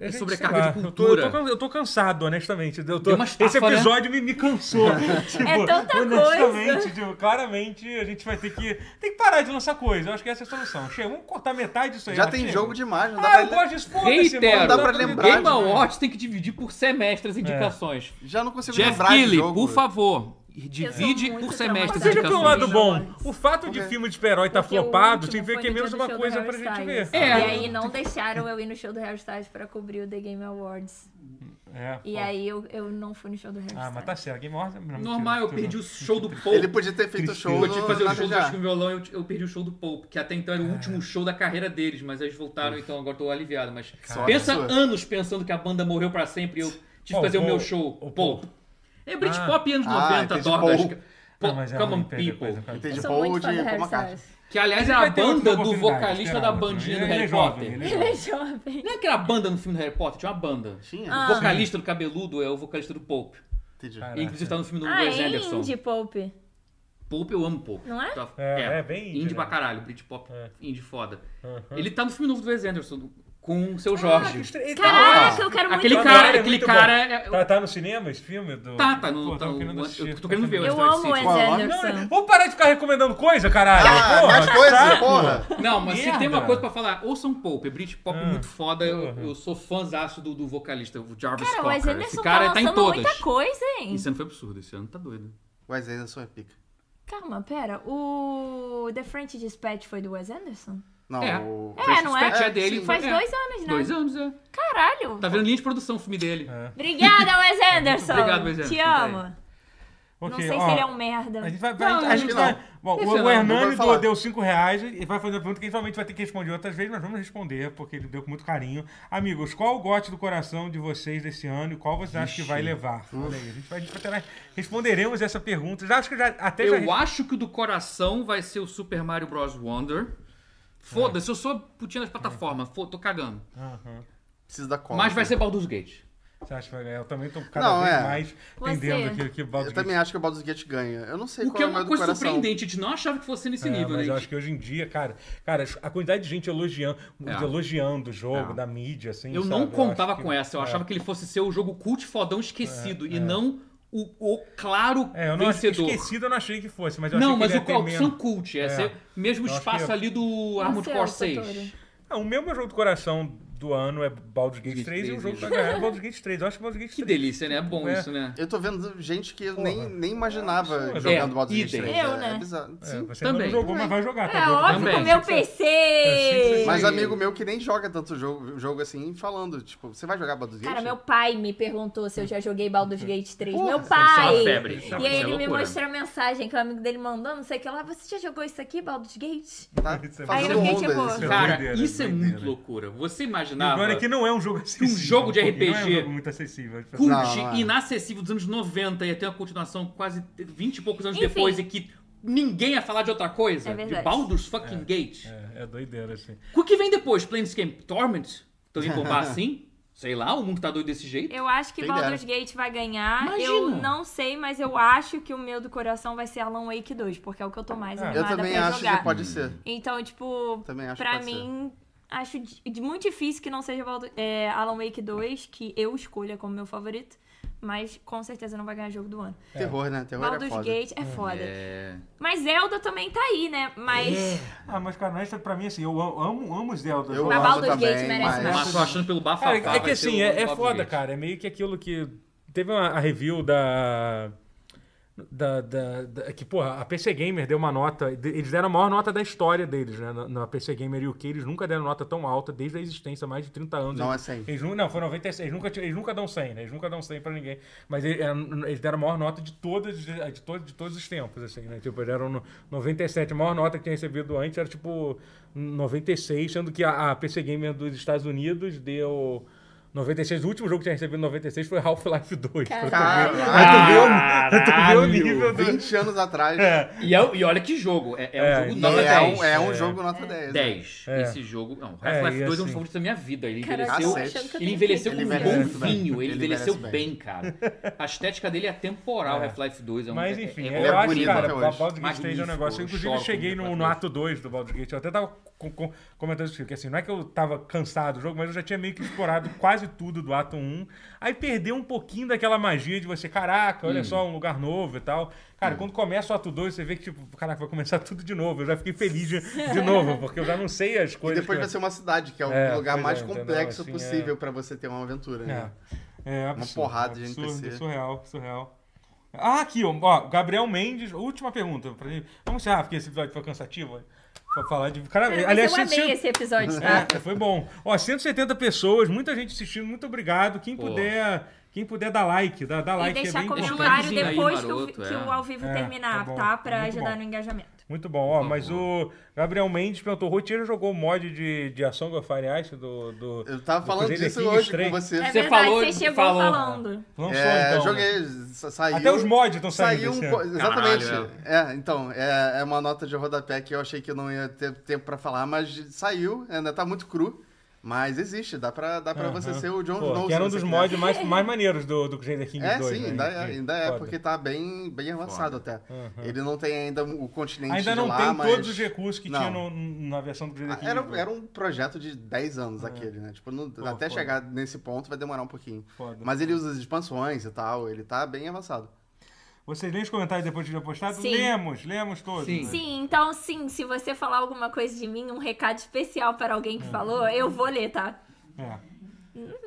S1: A gente,
S2: sobrecarga
S1: sei
S2: de
S1: lá,
S2: cultura.
S1: Eu tô, eu tô- eu tô cansado, honestamente. Eu tô-
S2: Deu uma
S1: esse
S2: estafa, né?
S1: episódio me, me cansou. tipo,
S4: É tanta coisa.
S9: Honestamente, tipo, claramente a gente vai ter que. Tem que parar de lançar coisa. Eu acho que essa é a solução. Chega, vamos cortar metade disso aí.
S3: Já
S9: mas
S3: tem
S9: chega.
S3: jogo demais, não dá
S9: Ah, eu
S3: pra...
S9: gosto disso, foda-se, mano.
S2: Reitero,
S3: Não dá pra
S9: me-
S3: lembrar.
S2: Game
S3: né?
S2: Awards tem que dividir por semestre as
S1: É.
S2: indicações.
S3: Já não consigo
S2: Jeff
S3: lembrar de
S2: Keighley,
S3: jogo.
S2: por favor, divide
S4: muito
S2: por semestre
S1: Mas
S2: as
S4: traumatizada.
S1: veja pelo
S2: indicações.
S1: um lado bom. O fato de
S3: Porque-
S1: filme de super-herói tá
S4: Porque o
S1: flopado
S4: último
S1: significa
S4: foi
S1: que é
S4: no
S1: menos
S4: dia do
S1: uma
S4: show do
S1: coisa pra
S4: Harry
S1: gente ver.
S4: Styles.
S2: É.
S4: E aí não deixaram eu ir no show do Harry Styles pra cobrir o The Game Awards.
S1: É,
S4: E
S1: pô.
S4: aí eu, eu não fui no show do Harry Styles.
S9: Ah, mas tá certo. Game Awards é não,
S2: Normal, eu
S9: mentira,
S2: perdi o show do Paul.
S3: Ele podia ter feito o
S9: Tristeza.
S3: show
S2: Eu tive que fazer
S3: na
S2: o show do
S3: VGA.
S2: Jazz com violão eu, eu perdi o show do Paul, que até então era o último show da carreira deles, mas eles voltaram, então agora tô aliviado. Mas
S3: Cara,
S2: pensa
S3: isso é-
S2: anos pensando que a banda morreu pra sempre e eu tive
S1: Qual
S2: que fazer o
S1: Paul?
S2: meu show.
S1: O
S2: Paul. É Britpop anos
S3: Ah,
S2: 90,
S3: entendi,
S2: adoro das.
S3: Paul.
S2: Paul,
S1: Não, mas é
S2: Come on
S1: ruim, perdeu
S2: People.
S1: coisa, cara.
S3: Entendi,
S4: Eu sou
S3: Paul
S4: muito
S3: de
S4: fã do Harry
S3: Paul McCartney.
S4: Styles.
S2: Que aliás é
S9: Vai
S2: a
S9: ter outra
S2: banda do
S9: oportunidade,
S2: vocalista
S9: espera,
S2: da
S9: mano.
S2: bandinha
S9: Ele
S2: do
S9: é
S2: Harry
S9: jovem,
S2: Potter.
S9: ele é
S4: Ele
S9: jovem.
S4: é jovem.
S2: Não é aquela banda no filme do Harry Potter? Tinha uma banda.
S3: Tinha?
S4: Ah.
S2: O vocalista do cabeludo é o vocalista do Pope.
S3: Entendi.
S1: Cara,
S2: E, inclusive tá no filme do
S4: Ah,
S2: Wes
S4: é
S2: Anderson.
S4: indie Pope.
S2: Pope eu amo Pope.
S4: Não é?
S2: Tá-
S1: É, é bem indie,
S2: indie pra
S1: né? Uhum.
S2: caralho, Britpop
S1: É.
S2: indie foda.
S1: Aham.
S2: Ele tá no filme novo do Wes Anderson com o seu Jorge.
S4: Ah. Caraca, eu quero muito
S2: aquele
S1: bom.
S2: cara,
S1: Ele é
S2: aquele
S1: muito
S2: cara é-
S1: Tá, tá no cinema esse filme? Do...
S2: Tá, tá no-
S1: Pô,
S2: tá
S1: tava
S2: no-
S1: querendo
S2: eu
S1: assistir.
S2: tô querendo ver o
S1: Não,
S4: Eu
S2: Western
S4: amo o Wes
S2: City.
S3: Qual é o nome?
S4: Anderson.
S1: Vamos parar de ficar recomendando coisa, caralho!
S3: Ah,
S1: Porra,
S3: mais coisa,
S1: saco.
S3: porra!
S2: Não, mas
S1: Merda.
S2: se tem uma coisa pra falar, ouçam Pope, Britpop
S1: Ah,
S2: muito foda, eu,
S1: porra.
S2: eu sou fãzaço do, do vocalista, o Jarvis
S4: Cara, o Wes
S2: Cocker. Esse
S4: Anderson
S2: cara
S4: tá
S2: tá em
S4: lançando
S2: todas.
S4: muita coisa, hein?
S2: Esse ano foi absurdo, esse ano tá doido.
S3: Wes Anderson é pica.
S4: Calma, pera. O The French Dispatch foi do Wes Anderson?
S3: Não,
S2: É.
S3: o...
S4: É, não é?
S2: Dispatch
S3: É,
S2: dele.
S3: sim.
S4: Faz
S2: é.
S4: dois anos, né?
S2: Dois anos, é.
S4: Caralho.
S2: Tá vendo linha de produção o filme dele.
S1: É.
S4: Obrigada, Wes Anderson.
S2: obrigado, Wes Anderson,
S4: Te
S2: tá aí.
S4: amo.
S1: Ok,
S4: não sei
S1: ó,
S4: se ele é um merda.
S1: A gente vai. vai-
S2: Não,
S1: a
S2: acho
S1: gente
S3: que
S1: vai
S3: não.
S1: bom,
S2: Esse
S1: o,
S2: não,
S1: o
S2: não
S1: Hernani
S3: vai falar.
S1: deu 5 reais e vai fazer uma pergunta que a gente realmente vai ter que responder outras vezes, mas vamos responder, porque ele deu com muito carinho. Amigos, qual o gote do coração de vocês desse ano e qual vocês acham que vai levar? Olha aí, a gente vai, a gente vai ter- responderemos essa pergunta. Já acho que já, até já.
S2: Eu acho que o do coração vai ser o Super Mario Bros. Wonder. Foda-se, eu sou putinha das plataformas, fo- tô cagando.
S1: Aham.
S3: Precisa da cola.
S2: Mas vai ser Baldur's Gate.
S1: Você acha que vai ganhar? Eu também tô cada
S3: Não,
S1: vez
S3: é.
S1: mais
S4: Você.
S1: entendendo que, que
S3: Eu
S1: Baldur's
S3: também
S1: Gate-
S3: acho que o Baldur's Gate ganha. Eu não sei
S2: O
S3: qual
S2: que é
S3: o meu
S2: uma
S3: do
S2: coisa
S3: coração.
S2: surpreendente, a gente não achava que fosse nesse
S1: É,
S2: nível,
S1: mas
S2: né?
S1: eu acho que hoje em dia, cara, cara, a quantidade de gente elogiando,
S2: É.
S1: elogiando o jogo,
S2: É.
S1: da mídia, assim.
S2: Eu
S1: sabe?
S2: não
S1: acho
S2: contava
S1: que-
S2: com essa, eu
S1: é.
S2: achava que ele fosse ser o jogo cult fodão esquecido e não o, o claro
S1: É, eu não achei
S2: vencedor.
S1: esquecido, eu não achei que fosse, mas eu
S2: não,
S1: achei
S2: mas
S1: que
S2: o
S1: ele ia ter menos.
S2: opção cult, é,
S1: É.
S2: ser mesmo
S1: Eu acho
S2: espaço
S1: que-
S2: ali do Armored
S4: sei,
S2: Core
S4: Satoru.
S2: 6.
S1: Ah, o meu jogo do coração do ano é Baldur's Gate 3 e o jogo pra ganhar é Baldur's Gate 3. Eu acho que Baldur's Gate
S2: Que
S1: 3.
S2: delícia, né? É bom
S1: É.
S2: isso, né?
S3: Eu tô vendo gente que eu
S1: Porra.
S3: nem, nem imaginava
S1: É,
S3: jogando Baldur's Gate
S2: idem.
S3: 3.
S4: Eu,
S3: é,
S4: né?
S3: é bizarro.
S1: É, você
S2: também.
S1: não jogou, mas vai jogar.
S4: É
S1: tá doido?
S4: óbvio
S2: Também.
S4: com o meu
S1: Achei que você-
S4: PC.
S3: Mas
S2: Sim.
S3: amigo meu que nem joga tanto jogo, jogo assim, falando, tipo, você vai jogar Baldur's Gate?
S4: Cara, meu pai me perguntou se eu já joguei Baldur's Gate 3.
S3: Porra,
S4: meu
S3: isso
S2: Isso é uma
S4: pai!
S2: febre.
S1: E
S4: E
S2: isso
S4: aí
S2: é
S4: ele me
S2: loucura.
S4: mostrou a mensagem que o amigo dele mandou, não sei o que lá. Você já jogou isso aqui, Baldur's Gate?
S3: Tá
S1: Isso é
S4: Aí
S3: fazendo
S4: eu fiquei,
S3: onda.
S4: tipo,
S3: esse jogo.
S2: Cara,
S1: Doideira,
S2: isso é
S1: doideira.
S2: muito loucura. Você
S1: E O pior
S2: imaginava
S1: é que não é um jogo acessível.
S2: jogo de
S1: porque Não é um
S2: RPG
S1: jogo muito acessível. Tipo,
S2: cult
S3: Não, não é.
S2: inacessível dos anos 90 e até uma continuação quase 20 e poucos anos
S4: Enfim.
S2: depois e que ninguém ia falar de outra coisa?
S4: É
S2: de
S4: verdade.
S2: Baldur's fucking Gate.
S1: É, é doideira, assim.
S2: O que vem depois? Planescape Torment? Também bombar assim? Sei lá, o mundo tá doido desse jeito?
S4: Eu acho que
S3: Quem
S4: Baldur's Gate vai ganhar.
S2: Imagina.
S4: Eu não sei, mas eu acho que o meu do coração vai ser Alan Wake 2, porque é o que eu tô mais
S1: É. Eu
S3: Eu
S4: animada
S3: também
S4: pra
S3: acho
S4: jogar.
S3: que pode ser.
S4: Então, tipo,
S3: Também acho que
S4: pra
S3: pode
S4: mim, acho di- de- muito difícil que não seja Baldur- é, Alan Wake 2, que eu escolha como meu favorito, mas com certeza não vai ganhar jogo do ano.
S3: ser. Terror, né? Terror é
S4: Baldur's
S3: foda.
S4: Gate é foda.
S2: É.
S4: Mas Zelda também tá aí, né? Mas
S9: Ah, mas cara, não é isso pra mim assim. Eu amo, amo Zelda.
S3: Eu
S9: Eu
S4: Mas
S3: amo
S4: Baldur's
S3: também,
S4: Gate merece
S3: mas-
S4: mais.
S2: Mas tô achando pelo bafafá.
S1: Cara, é que
S2: vai ser
S1: assim,
S2: o
S1: é, é
S2: Baldur's
S1: foda,
S2: Gate.
S1: cara. É meio que aquilo que. Teve uma a review da. Da, da- da- que, porra, a PC Gamer deu uma nota. de- Eles deram a maior nota da história deles, né? Na, na PC Gamer e o que eles nunca deram nota tão alta desde a existência, há mais de 30 anos. né?
S3: Não é
S1: Eles-
S3: 100.
S1: Eles, nu- não, foi 96. Eles nunca, ti- eles nunca dão 100, né? Eles nunca dão 100 pra ninguém. Mas ele- é, n- eles deram a maior nota de, todas, de, de todos, de todos os tempos, assim, né? Tipo, eles deram no- 97. A maior nota que tinha recebido antes era, tipo, 96, sendo que a, a PC Gamer dos Estados Unidos deu... 96, o último jogo que tinha recebido em 96 foi Half-Life 2. pra tu ver- pra tu ver o- pra tu ver o nível do,
S3: 20 anos atrás.
S2: E, é- e olha que jogo. É, é um
S1: É,
S2: jogo
S1: e
S3: E
S2: nota
S3: é,
S2: 10.
S3: um, é um jogo nota 10. né?
S2: 10.
S1: É.
S2: Esse jogo. Não,
S1: É,
S2: Half-Life
S1: e
S2: 2 é
S1: assim-
S2: um dos favoritos da minha vida. Ele
S4: Caraca,
S2: envelheceu.
S3: cacete.
S4: achando que eu
S2: Ele
S4: tenho
S2: envelheceu com
S4: que
S2: um
S3: Ele
S2: bom
S3: envelhece bem.
S2: vinho. Ele
S3: Ele
S2: envelheceu
S3: envelhece
S2: bem, cara. A estética dele é temporal, Half-Life 2. É um,
S1: Mas
S2: é-
S1: enfim,
S2: é,
S1: eu
S3: é
S1: acho,
S3: bonito
S1: cara,
S3: até
S1: o
S3: hoje.
S1: Baldur's Gate 3 é um
S2: Magnífico,
S1: negócio. Eu, inclusive,
S2: choque,
S1: cheguei no,
S2: Baldur's
S1: no
S2: Gate.
S1: ato 2 do Baldur's Gate. Eu até tava com- com- comentando isso, que assim, não é que eu tava cansado do jogo, mas eu já tinha meio que explorado quase tudo do Atom 1. Aí perdeu um pouquinho daquela magia de você, caraca,
S2: Hum.
S1: olha só, um lugar novo e tal. Cara, quando começa o Ato 2, você vê que, tipo, caraca, vai começar tudo de novo. Eu já fiquei feliz de, de novo, porque eu já não sei as
S3: E
S1: coisas.
S3: depois
S1: que-
S3: vai ser uma cidade, que é o
S1: É,
S3: lugar
S1: pois
S3: mais
S1: é, entendeu?
S3: complexo
S1: Assim, é.
S3: possível pra você ter uma aventura,
S1: É.
S3: né?
S1: É, absurdo,
S3: porrada de
S1: absurdo,
S3: NPC.
S1: Surreal, surreal. Ah, aqui, ó, ó, Gabriel Mendes, última pergunta pra gente. Vamos encerrar, porque esse episódio foi cansativo. Pra falar de. Cara,
S4: Cara, mas
S1: aliás,
S4: eu amei
S1: 170
S4: esse episódio, tá?
S1: é, foi bom. Ó, 170 pessoas, muita gente assistindo, muito obrigado. Quem
S2: Pô.
S1: puder, quem puder dar like, dá, dá
S4: E
S1: like é
S4: deixar
S1: bem
S2: Deixa o
S4: comentário
S2: likezinho aí,
S4: depois
S2: maroto,
S4: que, o, que
S2: é.
S4: o ao vivo
S1: É,
S4: terminar,
S1: tá bom.
S4: tá? Pra
S1: Muito
S4: ajudar
S1: bom.
S4: no engajamento.
S1: Muito bom, ó.
S2: Por
S1: Mas o Gabriel Mendes perguntou: Rotiero jogou o mod de, de A Song of Fire and Ice do. do
S3: Eu tava
S1: do
S3: falando
S1: Crusader
S3: disso
S1: Kings
S3: hoje
S1: 3?
S3: com você.
S4: É
S2: Você
S4: verdade,
S2: falou-
S4: você chegou
S2: falou.
S4: falando.
S1: Lançou,
S3: É,
S1: então, né?
S3: joguei, sa- saiu.
S1: Até os mods estão saindo.
S3: Saiu um.
S1: desse
S3: po-
S1: ano.
S3: Exatamente.
S2: Caralho,
S3: é. então, é, é uma nota de rodapé que eu achei que eu não ia ter tempo pra falar, mas saiu, ainda tá muito cru. Mas existe, dá pra, dá pra você
S1: Aham.
S3: ser o John
S1: Pô,
S3: Snow.
S1: Que
S3: se
S1: era um
S3: você
S1: dos
S3: quiser.
S1: mods mais, mais maneiros do, do Crusader Kings
S3: É,
S1: 2.
S3: sim,
S1: né?
S3: ainda é, ainda é
S1: Foda.
S3: porque tá bem, bem avançado até.
S1: Aham.
S3: Ele não tem ainda o continente
S1: Ainda
S3: de
S1: não
S3: lá,
S1: tem
S3: mas...
S1: todos os tipo. recursos que
S3: Não.
S1: tinha no- na versão do Crusader Kings.
S3: Era,
S1: 2.
S3: era um projeto de 10 anos aquele, né? Tipo, não- até
S1: É. foda. Uhum.
S3: chegar nesse ponto vai demorar um pouquinho.
S1: Foda.
S3: Mas ele usa as expansõões e tal, ele tá bem avançado.
S1: Vocês leem os comentários depois de eu postado?
S10: Sim.
S1: Lemos, lemos todos.
S2: Sim.
S1: né?
S4: Sim, então sim, se você falar alguma coisa de mim, um recado especial para alguém que
S2: Hum.
S4: falou, eu vou ler, tá?
S1: É.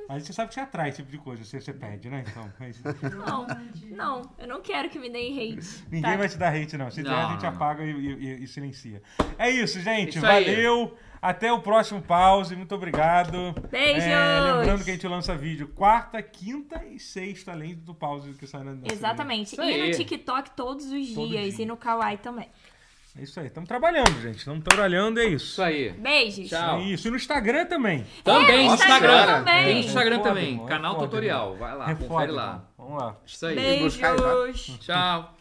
S1: Mas você sabe que você atrai esse tipo de coisa, você, você pede, né? Então, mas
S4: Não, não, eu não quero que me deem hate.
S2: Tá.
S1: ninguém vai te dar hate, não. Se der,
S2: Não,
S1: a gente
S2: não, não.
S1: apaga e, e- e silencia. É isso, gente.
S2: Isso aí.
S1: Valeu. Até o próximo pause. Muito obrigado.
S4: Beijos!
S1: É, lembrando que a gente lança vídeo quarta, quinta e sexta, além do pause que sai na na-
S4: Exatamente.
S2: Isso
S4: E
S2: aí.
S4: no TikTok todos os
S1: Todo
S4: dias
S1: dia.
S4: e no Kawaii também.
S1: É isso aí. Estamos trabalhando, gente. Estamos trabalhando, é
S2: Isso
S1: isso.
S2: aí.
S4: Beijos!
S2: Tchau.
S1: É isso. E no Instagram também.
S2: Também no
S3: Nossa,
S2: Instagram.
S3: cara.
S2: Tem no Instagram
S1: É foda,
S2: também.
S1: irmão, é
S2: Canal
S1: foda,
S2: tutorial. Vai lá,
S1: É
S2: confere
S1: foda,
S2: lá.
S1: irmão. Vamos lá.
S2: Isso aí.
S3: buscar,
S4: Beijos!
S2: Tchau.